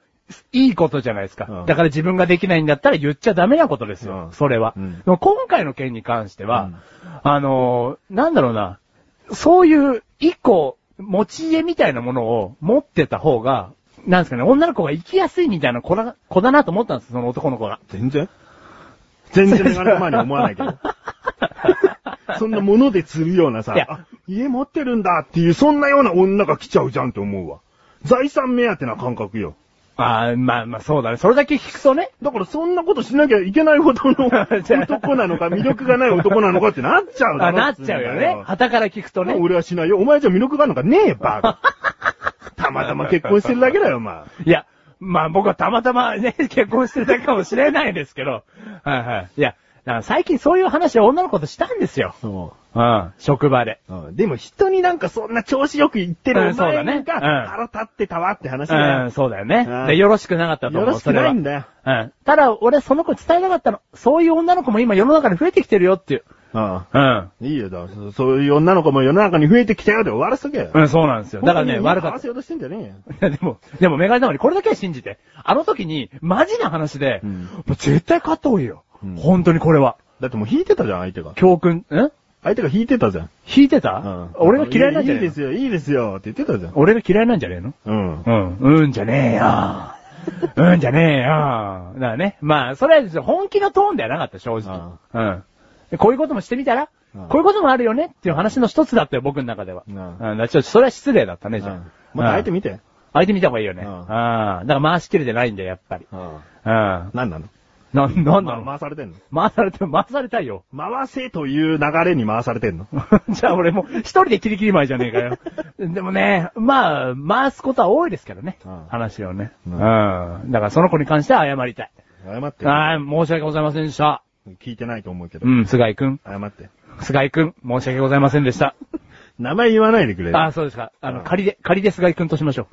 A: いいことじゃないですか、
B: うん
A: だから自分ができないんだったら言っちゃダメなことですよ。
B: うん
A: それは、
B: うん
A: でも今回の件に関しては、
B: うん
A: あのーなんだろうな、そういう一個、持ち家みたいなものを持ってた方が、なんですかね、女の子が生きやすいみたいな子だ子だなと思ったんですその男の子 が。
B: 全然全然メガネ玉に思わない けど。そんなもので釣るようなさ
A: いや、
B: あ家持ってるんだっていう、そんなような女が来ちゃうじゃんって思うわ。財産目当てな感覚よ。
A: あーまあまあそうだね。それだけ聞くとね、
B: だからそんなことしなきゃいけないほど の男なのか、魅力がない男なのかってなっちゃうだ
A: あ
B: ろ
A: なっちゃうよね。旗から聞くとね。
B: 俺はしないよ。お前じゃ魅力があるのかねえ、バ カ。たまたま結婚してるだけだよ、お前。
A: いや、まあ僕はたまたまね、 結婚してるだけかもしれないですけど。はいはい。いや、だから最近そういう話を女の子としたんですよ。うん。職場で。
B: うんでも人になんかそんな調子よく言って
A: う
B: る
A: ん
B: お
A: そうだ
B: 前
A: ね
B: が
A: うん
B: 腹立ってたわって話だ
A: う
B: よ
A: ん、。そうだよね
B: うん。
A: で、よろしくなかったと思う。
B: よろしくないんだよ
A: それは。うん。ただ、俺その子伝えなかったの。そういう女の子も今世の中に増えてきてるよっていう。
B: うん
A: うん。
B: いいよ、だからそそういう女の子も世の中に増えてきたよで終わらせとけよ。
A: うん、そうなんですよ。だからね、悪
B: 合
A: かっ
B: わせようとしてんじゃねえ
A: た。
B: よ。
A: でも、でもメガネ玉にこれだけは信じて。あの時に、マジな話で、
B: うん
A: もう絶対買った方がいいよ
B: うん。
A: 本当にこれは。
B: だってもう引いてたじゃん、相手が。
A: 教訓、ん
B: 相手が引いてたじゃん。
A: 引いてた、
B: うん
A: 俺が嫌いなんじゃねえ
B: いい
A: の
B: ですよ、いいですよって言ってたじゃん。
A: 俺が嫌いなんじゃねえの
B: うん。
A: うん。うんじゃねえよ。うんじゃねえよ。だからね。まあ、それは本気のトーンではなかった、正直。うん。でこういうこともしてみたら、
B: うん
A: こういうこともあるよねっていう話の一つだったよ、僕の中では。
B: う
A: うんん。だからちょっとそれは失礼だったね、じゃあ。
B: また相手
A: うん
B: 見て。
A: 相手見た方がいいよね。
B: う
A: うんん。だから回しきれてないんだよ、やっぱり。
B: うん。
A: うん。な、
B: 何なの
A: なんなの、
B: ま回されてんの
A: 回されて、回されたいよ。
B: 回せという流れに回されてんの
A: じゃあ俺も一人でキリキリ前じゃねえかよ。でもね、まあ、回すことは多いですけどね。
B: うん
A: 話をね、
B: う
A: うんん。だからその子に関しては謝りたい。
B: 謝ってよ。
A: はい、申し訳ございませんでした。
B: 聞いてないと思うけど
A: う。ん、菅井くん。
B: 謝って。
A: 菅井くん、申し訳ございませんでした。
B: 名前言わないでくれる。
A: ああ、そうですか。あ
B: う
A: の、
B: ん
A: 仮で、仮で菅井くんとしましょ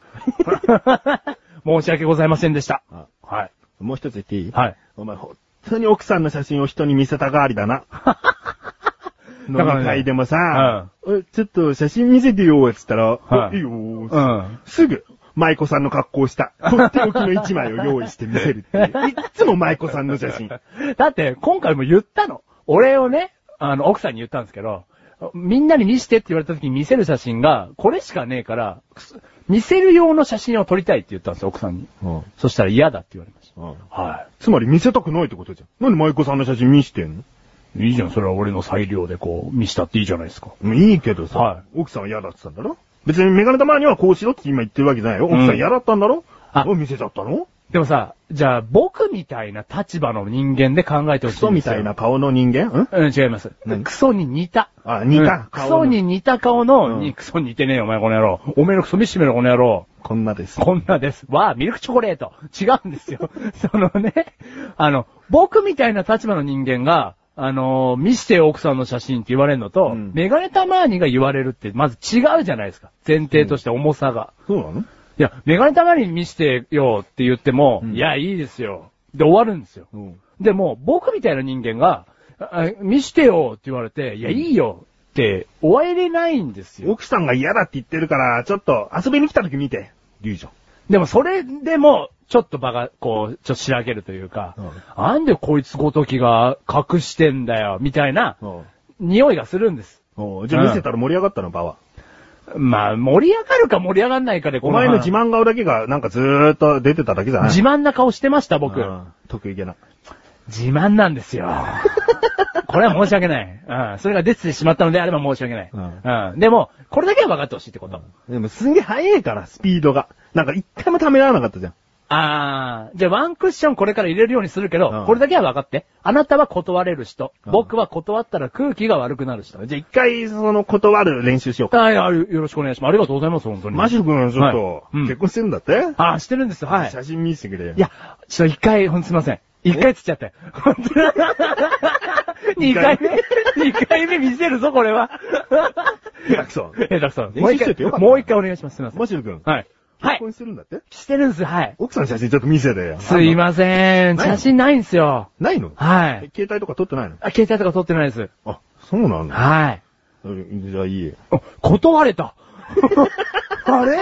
A: う。申し訳ございませんでした
B: うん。
A: はい。
B: もう一つ言っていい
A: はい。
B: お前、本当に奥さんの写真を人に見せたがわり だな。飲み
A: だからね
B: 会でもさ、えちょっと写真見せてよ、つったら、
A: はい
B: い、いいよー、
A: うん。
B: すぐ、舞子さんの格好をした、とっておきの一枚を用意して見せる っていう。いっつも舞子さんの写真。
A: だって、今回も言ったの。お礼をね、あの、奥さんに言ったんですけど、みんなに見してって言われた時に見せる写真が、これしかねえから、くす見せる用の写真を撮りたいって言ったんですよ、奥さんに。そしたら嫌だって言われまし
B: うん
A: た。は
B: つまり見せたくないってことじゃん。なんで舞子さんの写真見してんの
A: い。いいじゃん、それは俺の裁量でこう、見したっていいじゃないですか。
B: もういいけどさ、
A: は
B: 奥さんは嫌だって言ったんだろ別にメガネ玉にはこうしろって今言ってるわけじゃないよ。奥さん嫌だったんだろ、
A: あ
B: お見せちゃったの
A: でもさ、じゃあ僕みたいな立場の人間で考えてほ
B: ク
A: しい
B: ソ
A: んで
B: み
A: すよ。
B: たいな。顔の人間ん
A: うん、違います。
B: 何
A: クソに似た。
B: あ、似た、
A: うんク
B: 顔の
A: ソに似た顔の、
B: うん
A: クソに似てねえよ、お前この野郎。おめえのクソ見してみろ、この野郎。
B: こんなです。
A: こんなです。わあ、ミルクチョコレート。違うんですよ。 そのね、あの、僕みたいな立場の人間が、あのー見してよ奥さんの写真って言われるのと、
B: うん
A: メガネタマーニが言われるって、まず違うじゃないですか。前提として重さが。
B: そうなの
A: いや、メガネタマーニ見してよって言っても、
B: うん
A: いや、いいですよ。で終わるんですよ。
B: うん。
A: でも、僕みたいな人間が、あ見してよって言われて、いや、いいよって、終われないんですよ。
B: 奥さんが嫌だって言ってるから、ちょっと遊びに来た時見て。リュウジョン。
A: でもそれでも、ちょっと場が、こう、ちょっとしらげるというか、
B: うん
A: なんでこいつごときが隠してんだよ、みたいな、
B: おう
A: 匂いがするんです。
B: おうじゃあ見せたら盛り上がったの、場は。
A: まあ、盛り上がるか盛り上がんないかで、こ
B: お前の自
A: 慢。
B: 慢顔だけが、なんかずーっと出てただけじゃない
A: 自慢な顔してました、僕。
B: うん得意げな。
A: 自慢なんです よ。これは申し訳ない。うん。それが出てしまったのであれば申し訳ない。
B: うん
A: うん。でも、これだけは分かってほしいってこと。
B: でもすんげえ速いから、スピードが。なんか一回もためらわなかったじゃん。
A: あー、じゃあワンクッションこれから入れるようにするけど、
B: うん
A: これだけは分かって。あなたは断れる人。
B: うん
A: 僕は断ったら空気が悪くなる人。
B: じゃあ一回、その、断る練習しようか。
A: はい、あよよろしくお願いします。ありがとうございます、本当に。
B: マシュ君、ちょっと
A: は、いうん
B: 結婚してるんだって
A: あ、してるんです、はい。
B: 写真見せてくれよ。
A: いや、ちょっと一回、ほんとすいません。一回つっちゃって。ほんと二回目二回目見せるぞ、これは。
B: 下手くそ。
A: え、だくさん。
B: 練習しといてよかったな
A: もう一回お願いします、すいません。
B: マシュ君、
A: はい。は
B: 結
A: い。
B: 婚してるんだって
A: してるんです、はい。
B: 奥さんの写真ちょっと見せてよ。
A: すい
B: ん。
A: ません。
B: ないの
A: 写真ないんですよ。
B: ないの
A: はい。
B: 携帯とか撮ってないの
A: あ、携帯とか撮ってないです。
B: あ、そうなんだ。
A: はい。
B: うんじゃあいいよ。
A: あ断れ たあれ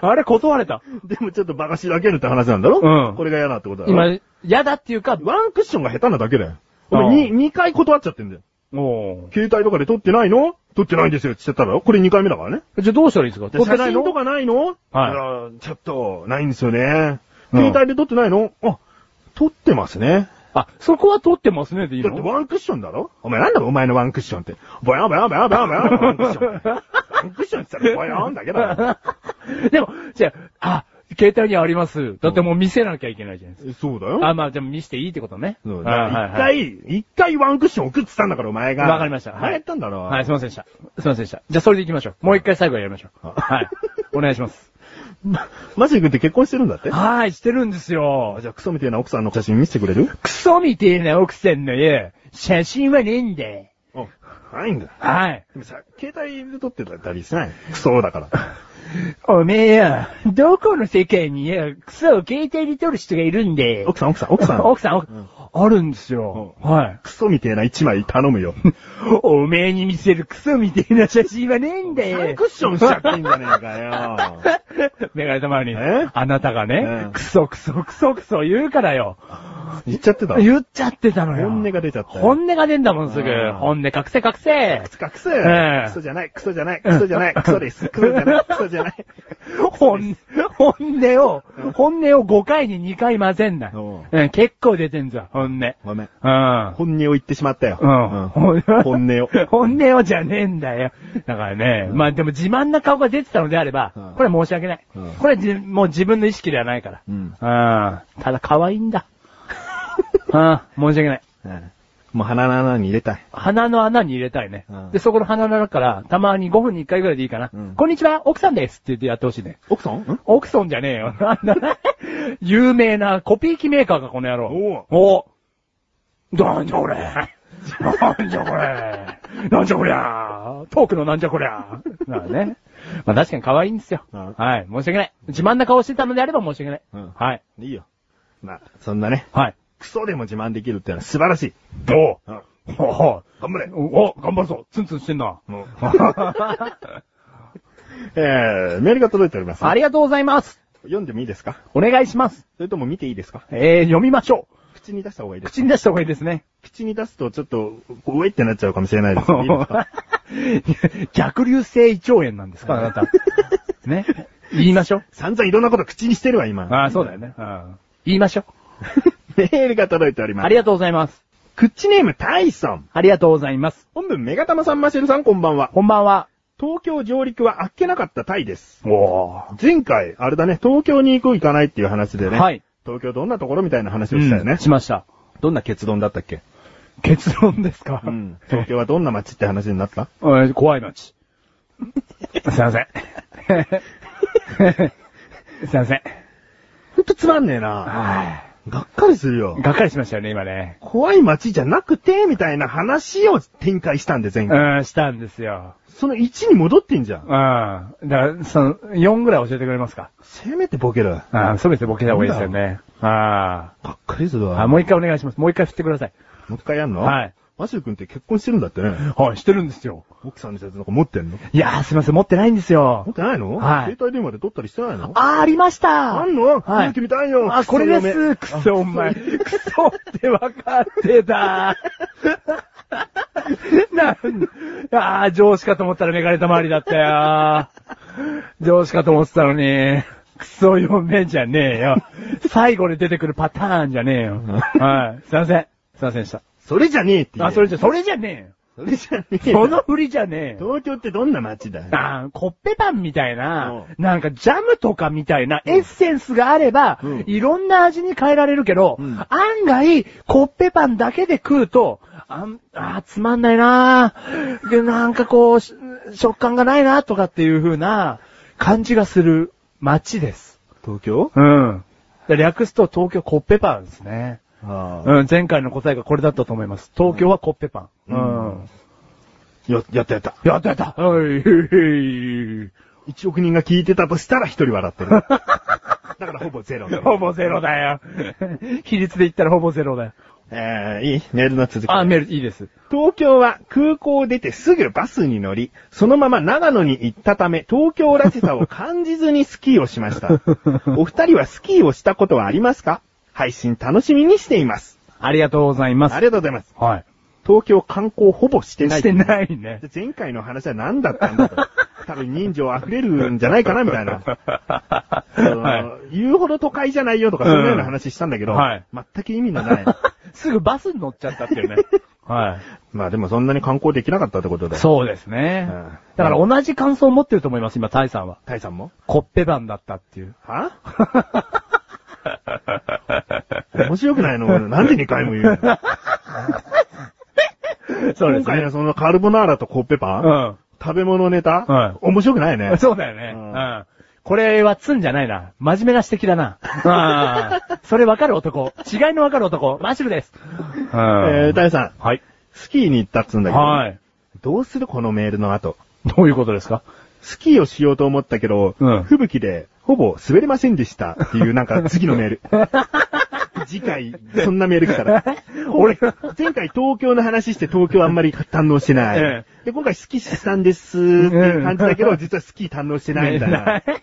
A: あれ断れた。
B: でもちょっとバカしらけるって話なんだろ
A: うん
B: これが嫌なってことだろ
A: 今、嫌だっていうか、
B: ワンクッションが下手なだけだよ。
A: ああ
B: 俺に、2回断っちゃってんだよ。
A: も
B: 携帯とかで撮ってないの撮ってないんですよって言っちゃったら、これ2回目だからね。
A: う。じゃあどうしたらいいんですか
B: 写
A: 撮ってないの
B: 真とかないの
A: はい
B: いや。ちょっと、ないんですよね。
A: うん
B: 携帯で撮ってないのあ、撮ってますね。
A: あ、そこは撮ってますねでいい
B: だって
A: の
B: ワンクッションだろお前なんだろお前のワンクッションって。ぼやんぼやんぼやんぼやんぼやんワンクッション。ワンクッションって言ったらぼやんだけだ よ。
A: でも、じゃあ、あ、携帯にあります。だってもう見せなきゃいけないじゃないです
B: えそうだ
A: か。
B: よ。
A: あ、まあ、じゃあ見せていいってことね。
B: そう
A: あ
B: だ
A: はい
B: 一
A: はい
B: 回、一回ワンクッション送ってたんだから、お前が。
A: わかりましたはい
B: 前やったんだろ。
A: はい、すいませんでした。すいませんでした。じゃあそれで行きましょう。もう一回最後やりましょう。
B: あ
A: はい。お願いし ます。
B: まマジ君って結婚してるんだってあ
A: はい、してるんですよ
B: じ。ゃあクソみたいな奥さんの写真見せてくれる
A: クソみてえな奥さんの家、写真はねえんだよ。
B: あ、ないんだ。
A: はい。
B: でもさ、携帯で撮ってたり しないクソだから。
A: おめえや、どこの世界にや、クソを携帯で撮る人がいるんで。
B: 奥さん、奥さん、奥さん。
A: 奥さん、奥
B: うん
A: あるんですよ。はい。
B: クソみたいな一枚頼むよ。
A: おめえに見せるクソみたいな写真はねえんだ
B: ワン
A: よ
B: ク。ッションしちゃってんじゃねえか よ。
A: メガネたまに
B: え、
A: あなたがね
B: うん、
A: クソクソクソクソ言うからよ。
B: 言っちゃってた。
A: 言っちゃってたのよ。
B: 本音が出ちゃったよ。
A: 本音が出んだもん、すぐ
B: うん。
A: 本音隠せ隠せ
B: ク。ソかクソ、
A: ええ
B: クソじゃない、クソじゃない、クソじゃない、クソです。クソじゃない、クソじゃない。
A: 本、本音を、本音を5回に2回混ぜんな。
B: おう
A: うん、結構出てんぞ、本音。
B: ごめん。
A: うん。
B: 本音を言ってしまったよ。
A: うん。
B: うん本音 を。
A: 本音をじゃねえんだよ。だからね、まあでも自慢な顔が出てたのであれば
B: うん、
A: これは申し訳ない
B: うん。
A: これはじもう自分の意識ではないから。
B: う
A: うんん。ただ可愛いん だ。うん、申し訳ない。
B: うんもう鼻の穴に入れたい。
A: 鼻の穴に入れたいね
B: うん。
A: で、そこの鼻の穴から、たまに5分に1回ぐらいでいいかな
B: うん。
A: こんにちは、奥さんですって言ってやってほしいね。
B: 奥さんん
A: オクソンじゃねえよ。なんだ有名なコピー機メーカーがこの野郎。おおなんじゃこれなんじゃこれなんじゃこりゃトークのなんじゃこりゃなあね。まあ確かに可愛いんですよ。
B: うん
A: はい。申し訳ない。自慢な顔してたのであれば申し訳ない。
B: うん
A: はい。
B: いいよ。まあ、そんなね、
A: はい。
B: クソでも自慢できるってのは素晴らしい。
A: お
B: うん
A: ほほ
B: 頑張れ。
A: お、頑張るぞツンツンしてんな。
B: もう えー、メールが届いておりま す。
A: ありがとうございます。
B: 読んでもいいですか
A: お願いします。
B: それとも見ていいですか
A: えー、読みましょ。
B: 口に出した方がいいうです
A: 口に出した方がいいですね。
B: 口に出すとちょっと、うえってなっちゃうかもしれないです けど。いいですか
A: 逆流性胃腸炎なんですかあな た。ね。言いましょう。
B: 散々いろんなこと口にしてるわ、今。
A: ああ、そうだよね。言いましょ
B: メールが届いており
A: う。
B: ます。
A: ありがとうございます。
B: クッチネームタイソン。
A: ありがとうございます。
B: 本文メガタマさんマシェルさんこんばんは。
A: こんばんは。
B: 東京上陸はあっけなかったタイです。
A: お
B: 前回、あれだね、東京に行く行かないっていう話でね。
A: はい。
B: 東京どんなところみたいな話をしたよね。
A: しました。
B: どんな結論だったっけ
A: 結論ですか
B: うん。東京はどんな街って話になった
A: えー怖い街。すいません。すいません。
B: ほんとつまんねえな。
A: は
B: がっかりするよ
A: い。。がっかりしましたよね、今ね。
B: 怖い街じゃなくて、みたいな話を展開したんで、前回。
A: うん、したんですよ。
B: その1に戻ってんじゃ。
A: うんん。だから、その、4ぐらい教えてくれますか
B: せめてボケる。
A: ああ、すべてボケた方がいいですよね。あ
B: がっかりする
A: あ。
B: わ。
A: あ、もう一回お願いします。もう一回振ってください。
B: もう一回やんの
A: はい。
B: マシュル君って結婚してるんだってね。
A: はい、してるんですよ。
B: 奥さんのやつなんか持ってんの
A: いやー、すいません、持ってないんです
B: 持っ
A: よ。
B: てないの
A: はい
B: 携帯電話で撮ったりしてないの
A: あー、ありました
B: あんの
A: はい
B: 早く見たいよ。
A: あ、これで
B: クソ嫁
A: す。くそ、お前。くそって分かってた。 なんああ、上司かと思ったらメガネたまわりだったよ。上司かと思ってたのに。くそ嫁じゃねえよ。最後に出てくるパターンじゃねえよ。はい。すいません。すいませんでした。
B: それじゃねえって言え
A: あ、それじゃ、それじゃね
B: それじゃね
A: え
B: え。
A: よ。その振りじゃねえよ。
B: 東京ってどんな街だよ。
A: ああ、コッペパンみたいな、なんかジャムとかみたいなエッセンスがあれば、
B: うん
A: いろんな味に変えられるけど、
B: うん
A: 案外、コッペパンだけで食うと、あん、あーつまんないなぁで、なんかこう、し食感がないなとかっていう風な感じがする街です。
B: 東京
A: うん。で略すと東京コッペパンですね。
B: ああ。
A: うん、前回の答えがこれだったと思います。東京はコッペパン。うん。
B: うや、やったやった。
A: やったやったはい、へ い。
B: 1億人が聞いてたとしたら1人笑って る。だから ほぼゼロ。
A: ほぼゼロだよ。比率で言ったらほぼゼロだよ。
B: えー、いいメールの続き。
A: あ、メールいいです。
B: 東京は空港を出てすぐバスに乗り、そのまま長野に行ったため、東京らしさを感じずにスキーをしま した。お二人はスキーをしたことはありますか配信楽しみにしています。
A: ありがとうございま
B: ありがとうございます。
A: は
B: 東京観光ほぼして
A: い。
B: ない。
A: してないね。
B: 前回の話は何だったんだと。多分人情溢れるんじゃないかな、みたいな。あの
A: は
B: 言うほど都会じゃないよとか、
A: うん
B: そんなような話したんだけど、
A: はい
B: 全く意味のない。
A: すぐバスに乗っちゃったって いうね。は
B: まあでもそんなに観光できなかったってこと
A: い。
B: で。う。
A: そうですね
B: うん。
A: だから同じ感想を持ってると思います、今、タイさんは。
B: タイさんも
A: コッペパンだったっていう。
B: は面白くないの俺なんで2回も言うの
A: そうで
B: 今
A: す
B: 回
A: ね。
B: のそのカルボナーラとコッペパン、
A: う
B: 食べ物ネタ、
A: は
B: 面白くないね
A: ん。。 そうだよね。
B: う
A: うんん。これはツンじゃないな。真面目な指摘だ な。うんそれわかる男。違いのわかる男。マシュルです。
B: えー、タイさん、
A: はい。
B: スキーに行ったっつうんだけど、
A: はい。
B: どうするこのメールの後。
A: どういうことですか
B: スキーをしようと思ったけど、
A: うん
B: 吹雪で、ほぼ滑れませんでしたっていう、なんか次のメール。次回、そんなメール来たら。
A: 俺が、
B: 前回東京の話して東京あんまり堪能してない。
A: え
B: で、今回スキーしたんですっていう感じだけど、実はスキー堪能してないみたいな。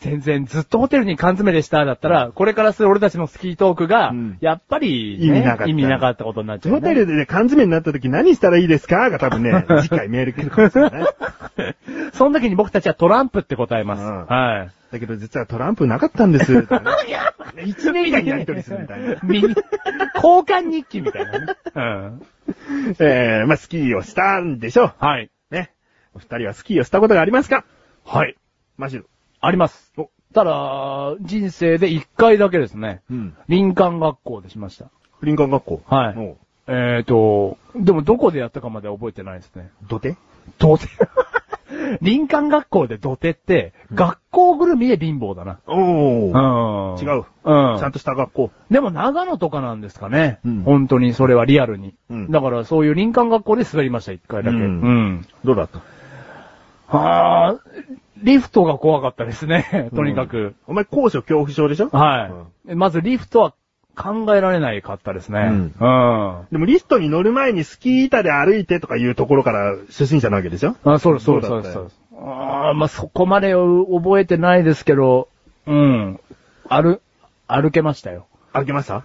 A: 全然ずっとホテルに缶詰でしただったら、これからする俺たちのスキートークが
B: うん、
A: やっぱりね、
B: 意味なかった
A: 意味なかったことになっちゃう、
B: ホテルでね、缶詰になった時何したらいいですかが多分ね、次回メール来るかもしれない。
A: その時に僕たちはトランプって答えます。
B: うん
A: はい。
B: だけど実はトランプなかったんです。とかね一年以内にやり取りするみたいな。
A: み交換日記みたいなね。うん。
B: えー、まあスキーをしたんでしょう。
A: はい。
B: ね。お二人はスキーをしたことがありますか
A: はい。
B: マシュル。
A: あります
B: お。
A: ただ、人生で一回だけですね。
B: うん。林
A: 林間学校でしました。
B: 間学校。
A: はい
B: おう
A: えーと、でもどこでやったかまでは覚えてないですね。
B: 土手
A: 土手。 林間学校で土手って、学校ぐるみで貧乏だな。
B: お
A: う
B: ー。
A: ん
B: 違う。
A: うん。
B: ちゃんとした学校。
A: でも長野とかなんですかね。
B: うん
A: 本当にそれはリアルに。
B: うん
A: だからそういう林間学校で滑りました、一回だけ。
B: うん
A: うん
B: どうだった
A: あーリフトが怖かったですね。 とにかく。
B: お前高所恐怖症でしょ
A: はい。まずリフトは考えられないかったですね。
B: うん
A: うん
B: でもリストに乗る前にスキー板で歩いてとかいうところから初心者なわけでしょ
A: あ、そうです、そうです、そうう
B: どだ
A: です。
B: っ
A: そ
B: たよ
A: うですああ、まあ、そこまで覚えてないですけど、うん。歩、歩けましたよ。
B: 歩けました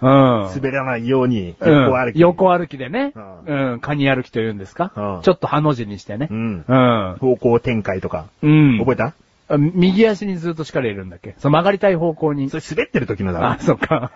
A: うん。
B: 滑らないように
A: うん
B: 横歩き。
A: 横歩きでね。
B: う
A: うん。カニ歩きというんです
B: うん
A: かちょっとハの字にしてね
B: う。ん。
A: うん。
B: 方向展開とか。
A: うん。
B: 覚えた
A: あ右足にずっと力入れるんだっけその曲がりたい方向に
B: そ。れ滑ってる時のだろ
A: あ、。そっ か。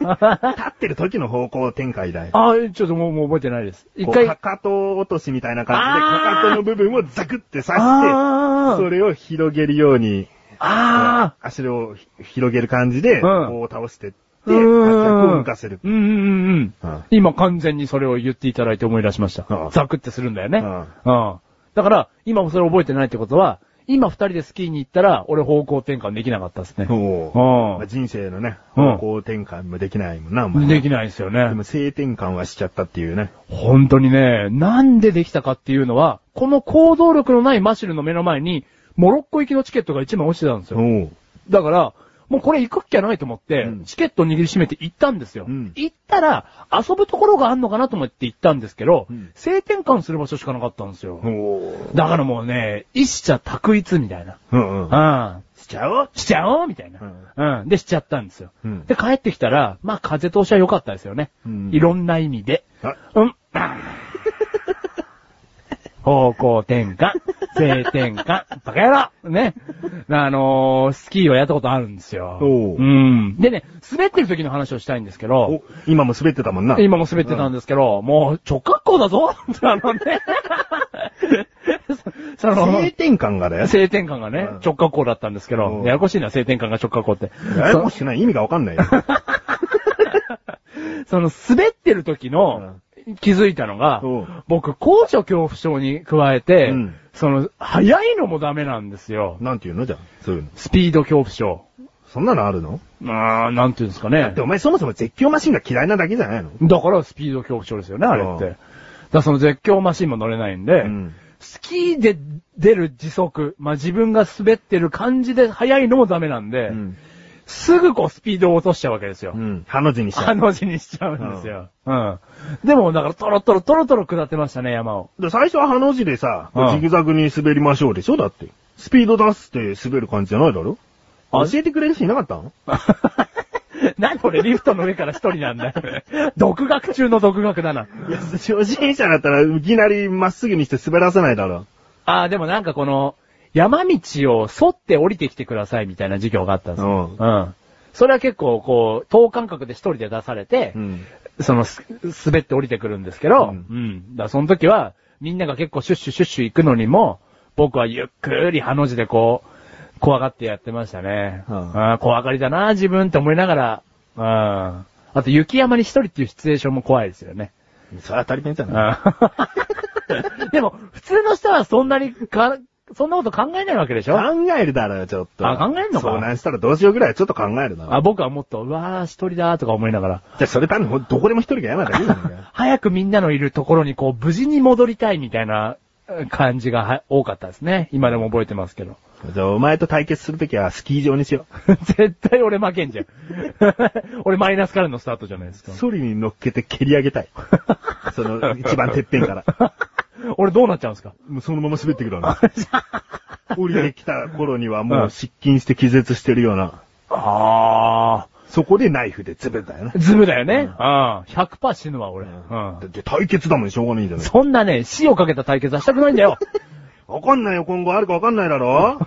B: 立ってる時の方向展開だよ。
A: あ、ちょっともうもう覚えてないです。一
B: こう
A: 回。
B: か
A: あ
B: かと落としみたいな感じで、
A: あー
B: かかとの部分をザクって刺して、
A: あ
B: そ
A: ー。
B: れを広げるように、
A: あ
B: 足をひ広げる感じで、
A: ん
B: こう倒してって、
A: う
B: 脚
A: ん
B: を動かせる
A: ー。。うんうんうんうん。
B: うん
A: 今完全にそれを言っていただいて思い出しました
B: ああ。
A: ザクってするんだよね。
B: あ
A: うんだから、今もそれ覚えてないってことは、今二人でスキーに行ったら、俺方向転換できなかったですね。
B: お
A: うん
B: まあ人生のね、
A: うん
B: 方向転換もできないもんな、お前
A: できないですよ
B: で
A: ね
B: も。性転換はしちゃったっていうね。
A: 本当にね、なんでできたかっていうのは、この行動力のないマシルの目の前に、モロッコ行きのチケットが一枚落ちてたんですよ。
B: おう。
A: だから、もうこれ行くっきゃないと思って、
B: うん
A: チケットを握りしめて行ったんですよ。
B: うん
A: 行ったら、遊ぶところがあんのかなと思って行ったんですけど、
B: うん
A: 性転換する場所しかなかったんですよ。
B: おう。
A: だからもうね、一社択一みたいな。
B: うんう
A: う
B: ん。
A: ん。
B: しちゃおう
A: しちゃおうみたいな、うん。で、しちゃったんですよ。
B: うん
A: で、帰ってきたら、まあ、風通しは良かったですよね。
B: うん
A: いろんな意味で。
B: あ
A: うん。 あー方向転換、性転換、バカ野郎ね。あのー、スキーはやったことあるんですよ。
B: おう
A: うん。でね、滑ってる時の話をしたいんですけど
B: お、今も滑ってたもんな。
A: 今も滑ってたんですけど、もう直角行だぞあの ね。そその
B: 性転換がだよ。
A: 性転換がね、
B: うん
A: 直角行だったんですけ
B: うん
A: ど、ややこしいな、性転換が直角行って。
B: ややこしくない意味がわかんな いよ。
A: その、滑ってる時の、気づいたのが
B: うん、
A: 僕、高所恐怖症に加えて
B: うん、
A: その、速いのもダメなんですよ。
B: なんていうのじゃあそういうの。
A: スピード恐怖症。
B: そんなのあるの
A: あー、なんていうんですかね。
B: だってお前そもそも絶叫マシンが嫌いなだけじゃないの
A: だから、スピード恐怖症ですよね、あれって。
B: う
A: だ
B: ん
A: からその絶叫マシンも乗れないんで、
B: うん
A: スキーで出る時速、まあ、自分が滑ってる感じで速いのもダメなんで、
B: うん。
A: すぐこうスピードを落としちゃうわけですよ。
B: うん。ハの字にしちゃ
A: ハ
B: う。
A: の字にしちゃうんですよ。うん。でも、だから、トロトロトロトロ下ってましたね、山を。
B: で最初はハの字でさ
A: う、ん
B: ジグザグに滑りましょうでしょだって。スピード出して滑る感じじゃないだろ教
A: あ
B: えてくれる人いなかったの
A: なんで俺リフトの上から一人なんだよ。独学中の独学だな。
B: いや、初心者だったら、いきなりまっすぐにして滑らせないだろ。
A: ああ、でもなんかこの、山道を沿って降りてきてくださいみたいな授業があったんですよ。
B: う
A: うん。それは結構こう、等間隔で一人で出されて、
B: ん。
A: その、す滑って降りてくるんですけど、
B: う
A: うんん。だからその時は、みんなが結構シュッシュシュッシュ行くのにも、僕はゆっくりハの字でこう、怖がってやってましたね。
B: うん
A: あー怖がりだな、自分って思いながら。うん。あと、雪山に一人っていうシチュエーションも怖いですよね。
B: それは当たり前じゃ
A: う
B: ない。
A: んでも、普通の人はそんなにか、そんなこと考えないわけでしょ
B: 考えるだろよ、ちょっと。
A: あ考えんのか
B: 遭難したらどうしようぐらいはちょっと考えるな。
A: あ僕はもっと、うわー、一人だーとか思いながら。
B: じゃあ、それ単にどこでも一人が嫌な だけじゃないか。
A: 早くみんなのいるところにこう、無事に戻りたいみたいなえー感じがは多かったですね。今でも覚えてますけど。
B: じゃあ、お前と対決するときはスキー場にしよ
A: 絶対俺負けんじゃん。 俺マイナスからのスタートじゃないです
B: う。
A: か。
B: ソリに乗っけて蹴り上げたい。その、一番てっぺんから。
A: 俺どうなっちゃうん ですか
B: もうそのまま滑ってくるわな。降りてきた頃にはもう失禁して気絶してるような。
A: あ
B: そこでナイフで潰れたよな
A: ー。。ズムだよね。うん。100%死ぬわ、俺。う
B: だっ
A: ん。
B: て対決だもん、しょうがないじゃない。
A: そんなね、死をかけた対決はしたくないんだよ。
B: わかんないよ、今後あるかわかんないだ ろ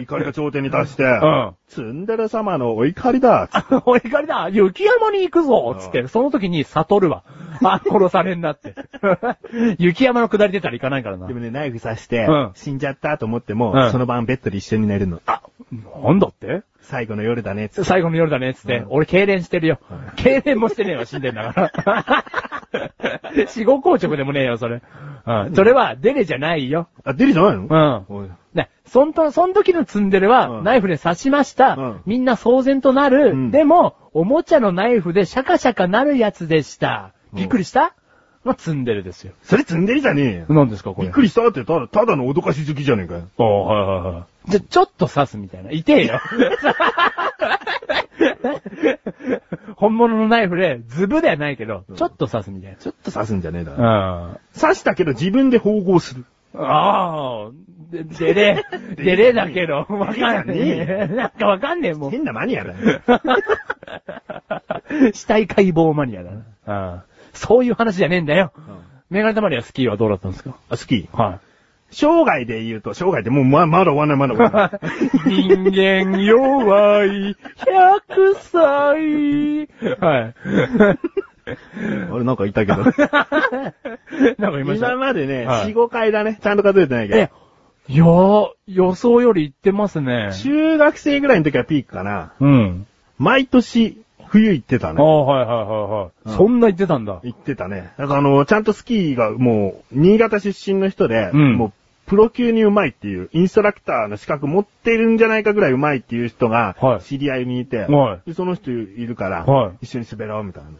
B: 怒りが頂点に達して、
A: ん
B: ツンデレ様のお怒りだ、つって
A: お怒りだ雪山に行くぞつっ
B: う
A: て、その時に悟るわ。あ、殺されんなって。 雪山の下り出たら行かないからな
B: で。もね、ナイフ刺して、
A: うん
B: 死んじゃったと思っても、
A: うん
B: その晩ベッドで一緒に寝るの。あ、
A: なんだって
B: 最後の夜だね、つって。
A: 最後の夜だね、っつって。
B: うん
A: 俺、痙攣してるよ。痙攣もしてねえよ、死んでんだ から。死後硬直でもねえよ、それ。うん。それは、デレじゃないよ。
B: あ、出るじゃないの
A: うん。
B: おい
A: ね、そんと、そん時のツンデレ
B: う
A: は、
B: ん
A: ナイフで刺しました。
B: うん
A: みんな騒然とな
B: う
A: る。
B: ん
A: でも、おもちゃのナイフでシャカシャカなるやつでした。びっくりした、がツンデレですよ。
B: それ積んでるじゃねえよ。
A: 何ですか、こ
B: びっ
A: れ。
B: くりしたってただ、ただの脅かし好きじゃねえかよ。
A: ああ、はいはいはい。じゃ、ちょっと刺すみたいな。痛えよ。本物のナイフで、ズブではないけど、ちょっと刺すみたい
B: ちょっと刺すんじゃねえだろ。
A: な。
B: 刺したけど自分で縫合する。
A: うん。ああ、で、でれ、でれだけど、わかんねえ。なんかわかんねえ、も う。
B: 変なマニアだよ。
A: 死体解剖マニアだな。ああそういう話じゃねえんだよ。メガネたまりはスキーはどうだったんですか
B: あ、好き。
A: はい。
B: 生涯で言うと、生涯でもうま、まだ終わんない、まだ終わんない。
A: 人間弱い、100歳。 はい。
B: あれ、なんか言ったけ ど。
A: なんかいました
B: 今。までね、
A: はい
B: 4、5回だね。ちゃんと数えてないけど
A: え。、いやー、予想よりいってますね。
B: 中学生ぐらいの時はピークかな。
A: うん。
B: 毎年、冬行ってた
A: ああ、
B: ね。
A: はいはいはいは
B: う
A: い。
B: ん
A: そんな言ってたんだ。
B: 行ってたね。だからあの、ちゃんとスキーがもう、新潟出身の人で、
A: うん
B: もう、プロ級にうまいっていう、インストラクターの資格持ってるんじゃないかぐらいうまいっていう人が
A: は、い
B: 知り合いにいて、
A: はい
B: でその人いるから、
A: はい
B: 一緒に滑ろうみたいな。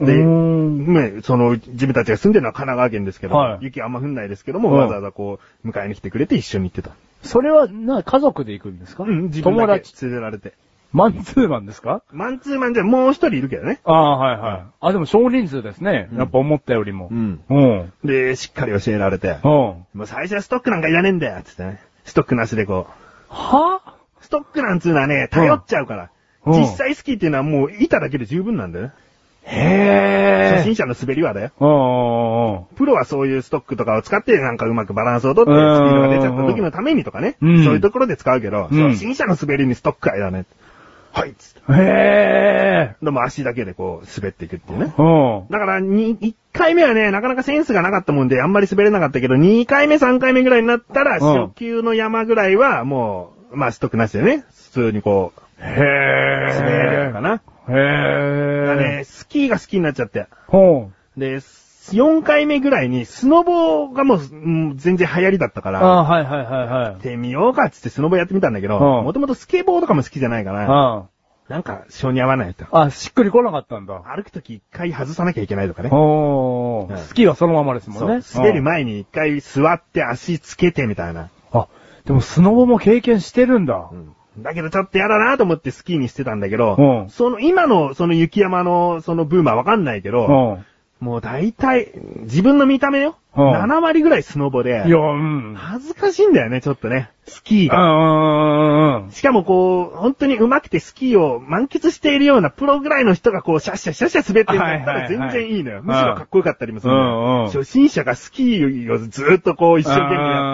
A: う
B: で、
A: ーん
B: ね、その、自分たちが住んでるのは神奈川県ですけど、
A: はい
B: 雪あんま降んないですけども、
A: うん
B: わざわざこう、迎えに来てくれて一緒に行ってた。
A: それは、な、家族で行くんですか
B: うん、自分
A: 友
B: だけ
A: 達。
B: 連れられて。
A: マンツーマンですか
B: マンツーマンじゃもう一人いるけどね。
A: ああ、はいはい。あ、でも少人数ですね。やっぱ思ったよりも。
B: ん。
A: うん。
B: で、しっかり教えられて、
A: うん。
B: もう最初はストックなんかいらねえんだよ、つってね。ストックなしでこ
A: は
B: う。ストックなんつうのはね、頼っちゃうから。
A: うん
B: 実際スキーっていうのはもう板だけで十分なんだよね。
A: へ
B: 初
A: え。
B: 心者の滑りはだよ。
A: うんうんうんうん。
B: プロはそういうストックとかを使ってなんかうまくバランスをとってス
A: う
B: ピ
A: ん
B: ードが出ちゃった時のためにとかね。そう
A: うん
B: いうところで使うけど、
A: うん
B: 初心者の滑りにストックはいらねえ。はい、つって。
A: へえ。
B: でも足だけでこう滑っていくっていうね。
A: うん。
B: だから、に、1回目はね、なかなかセンスがなかったもんで、あんまり滑れなかったけど、2回目、3回目ぐらいになった
A: う
B: ら、
A: ん
B: 初級の山ぐらいは、もう、まあ、ストックなしでね、普通にこう、
A: へえ。
B: 滑れるかな。だから
A: へ
B: ね、スキーが好きになっちゃって。
A: ー。ほう。
B: で、4回目ぐらいに、スノボがもう、うん全然流行りだったか
A: あ
B: ら、
A: あ、はいはいはいは
B: やっ
A: い。
B: てみようかっつってスノボやってみたんだけど、
A: うん
B: もともとスケボーとかも好きじゃないから、
A: あ
B: なんか、性に合わないと。
A: あ。あ、しっくり来なかったんだ。
B: 歩くとき1回外さなきゃいけないとかね。
A: お
B: うん
A: ー。スキーはそのままですも
B: そ
A: んね
B: う。。滑る
A: うん
B: 前に一回座って足つけてみたいな。
A: あ、でもスノボも経験してるんだ。
B: だけどちょっとやだなと思ってスキーにしてたんだけど、
A: うん
B: その今のその雪山のそのブームはわかんないけ
A: う
B: ど、
A: ん。
B: もう大体、自分の見た目よ、
A: うん
B: 7割ぐらいスノボで
A: い、や、うん。
B: 恥ずかしいんだよね、ちょっとね。スキー
A: う
B: が。
A: んうんうんうん。
B: しかもこう、本当に上手くてスキーを満喫しているようなプロぐらいの人がこう、シャッシャッシャッシャッ滑ってるんだったら
A: はいはいは
B: 全
A: い
B: 然いいのよ。
A: うん
B: むしろかっこよかったりもするのよ
A: うんうん
B: 初心者がスキーをずーっとこう、一生懸命や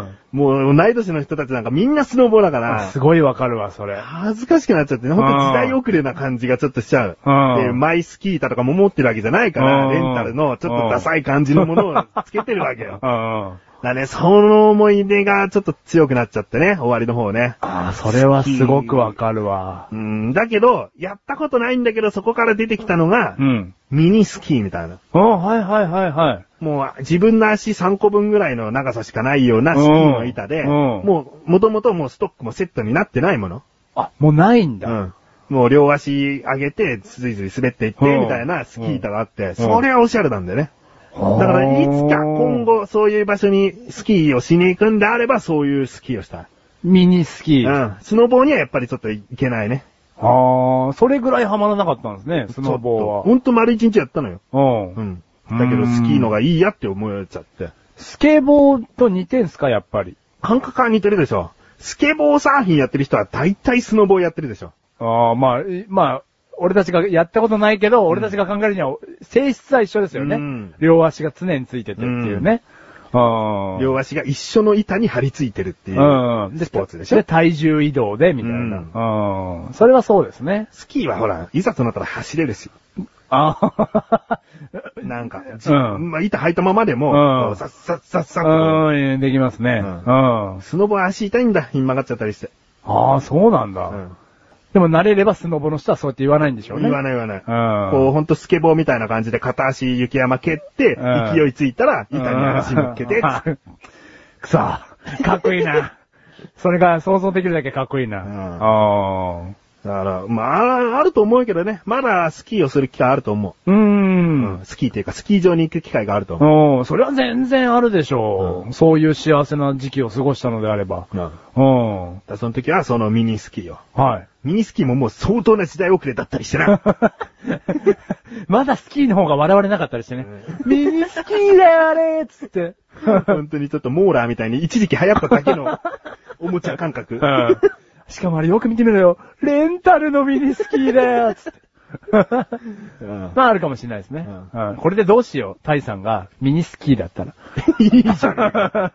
B: ってるって、
A: って
B: もう同い年の人たちなんかみんなスノボだから、
A: すごいわかるわ、それ。
B: 恥ずかしくなっちゃってね、ほんと時代遅れな感じがちょっとしちゃう。
A: うん
B: で、マイスキー板とかも持ってるわけじゃないから、
A: うん
B: レンタルのちょっとダサい感じのものをつけてるわけよ。だか
A: うんうん。
B: らね、その思い出がちょっと強くなっちゃってね、終わりの方ね。
A: ああ、それはすごくわかるわ。
B: うん、だけど、やったことないんだけど、そこから出てきたのが
A: う、ん。
B: ミニスキーみたいな。
A: うん、はいはいはいはい。
B: もう自分の足3個分ぐらいの長さしかないようなスキーの板で、
A: うん
B: もう、もともともうストックもセットになってないもの。
A: あ、もうないん
B: う
A: だ。
B: ん。もう両足上げて、ずいずい滑っていって、
A: うん
B: みたいなスキー板があって、それはオシャレなんだよね。だから、いつか今後、そういう場所にスキーをしに行くんであれば、そういうスキーをしたい。
A: ミニスキ
B: う
A: ー。
B: ん。スノボーにはやっぱりちょっといけないね。
A: ああ、それぐらいハマらなかったんですね、スノボ
B: ほんと丸一日やったのよ。
A: ーは。う。
B: うんん。だけど、スキーのがいいやって思えちゃって。
A: スケボーと似てんすか、やっぱり。
B: 感覚は似てるでしょ。スケボーサーフィンやってる人は大体スノボーやってるでしょ。
A: ああ、まあ、いまあ、俺たちがやったことないけど、俺たちが考えるには、性質は一緒ですよね。
B: うん
A: 両足が常についててっていうね。ああ。
B: 両足が一緒の板に張り付いてるっていう
A: うん。
B: スポーツでし
A: そ
B: ょ
A: れ。体重移動で、みたいな。うん。それはそうですね。
B: スキーはほら、いざとなったら走れるし。
A: ああ。
B: なんか、じ
A: うん
B: まあ、板履いたままで
A: う
B: も、
A: ん
B: さっさっさっさっと。
A: うん、できますね。
B: う
A: うんん。
B: スノボは足痛いんだ。ひん曲がっちゃったりして。
A: ああ、そうなんだ。
B: うん
A: でも慣れればスノボの人はそうやって言わないんでしょうね。
B: 言わ
A: ない。
B: ない言わない。
A: うん。
B: こう、ほんとスケボーみたいな感じで片足雪山蹴って、
A: うん
B: 勢いついたら板に足乗っけ
A: う
B: て、
A: ん くそ。かっこいいな。それが想像できるだけかっこいいな。
B: うん
A: ああ。
B: だから、まあ、あると思うけどね。まだスキーをする機会あると思
A: うー
B: う。
A: ん。
B: スキーっていうか、スキー場に行く機会があると思う。
A: うん、それは全然あるでしょう、そういう幸せな時期を過ごしたのであれば。
B: うん。だか
A: うん。
B: らその時は、そのミニスキーを。
A: はい。
B: ミニスキーももう相当な時代遅れだったりしてな。
A: まだスキーの方が笑われなかったりしてね。ミニスキーだよ、あれーっつ って。
B: 本当にちょっとモーラーみたいに一時期流行っただけのおもちゃ感覚。
A: しかもあれよく見てみろよ。レンタルのミニスキーだよ、 つって。
B: うん
A: まああるかもしれないですね。うんこれでどうしよう、タイさんがミニスキーだったら。
B: いいじゃん。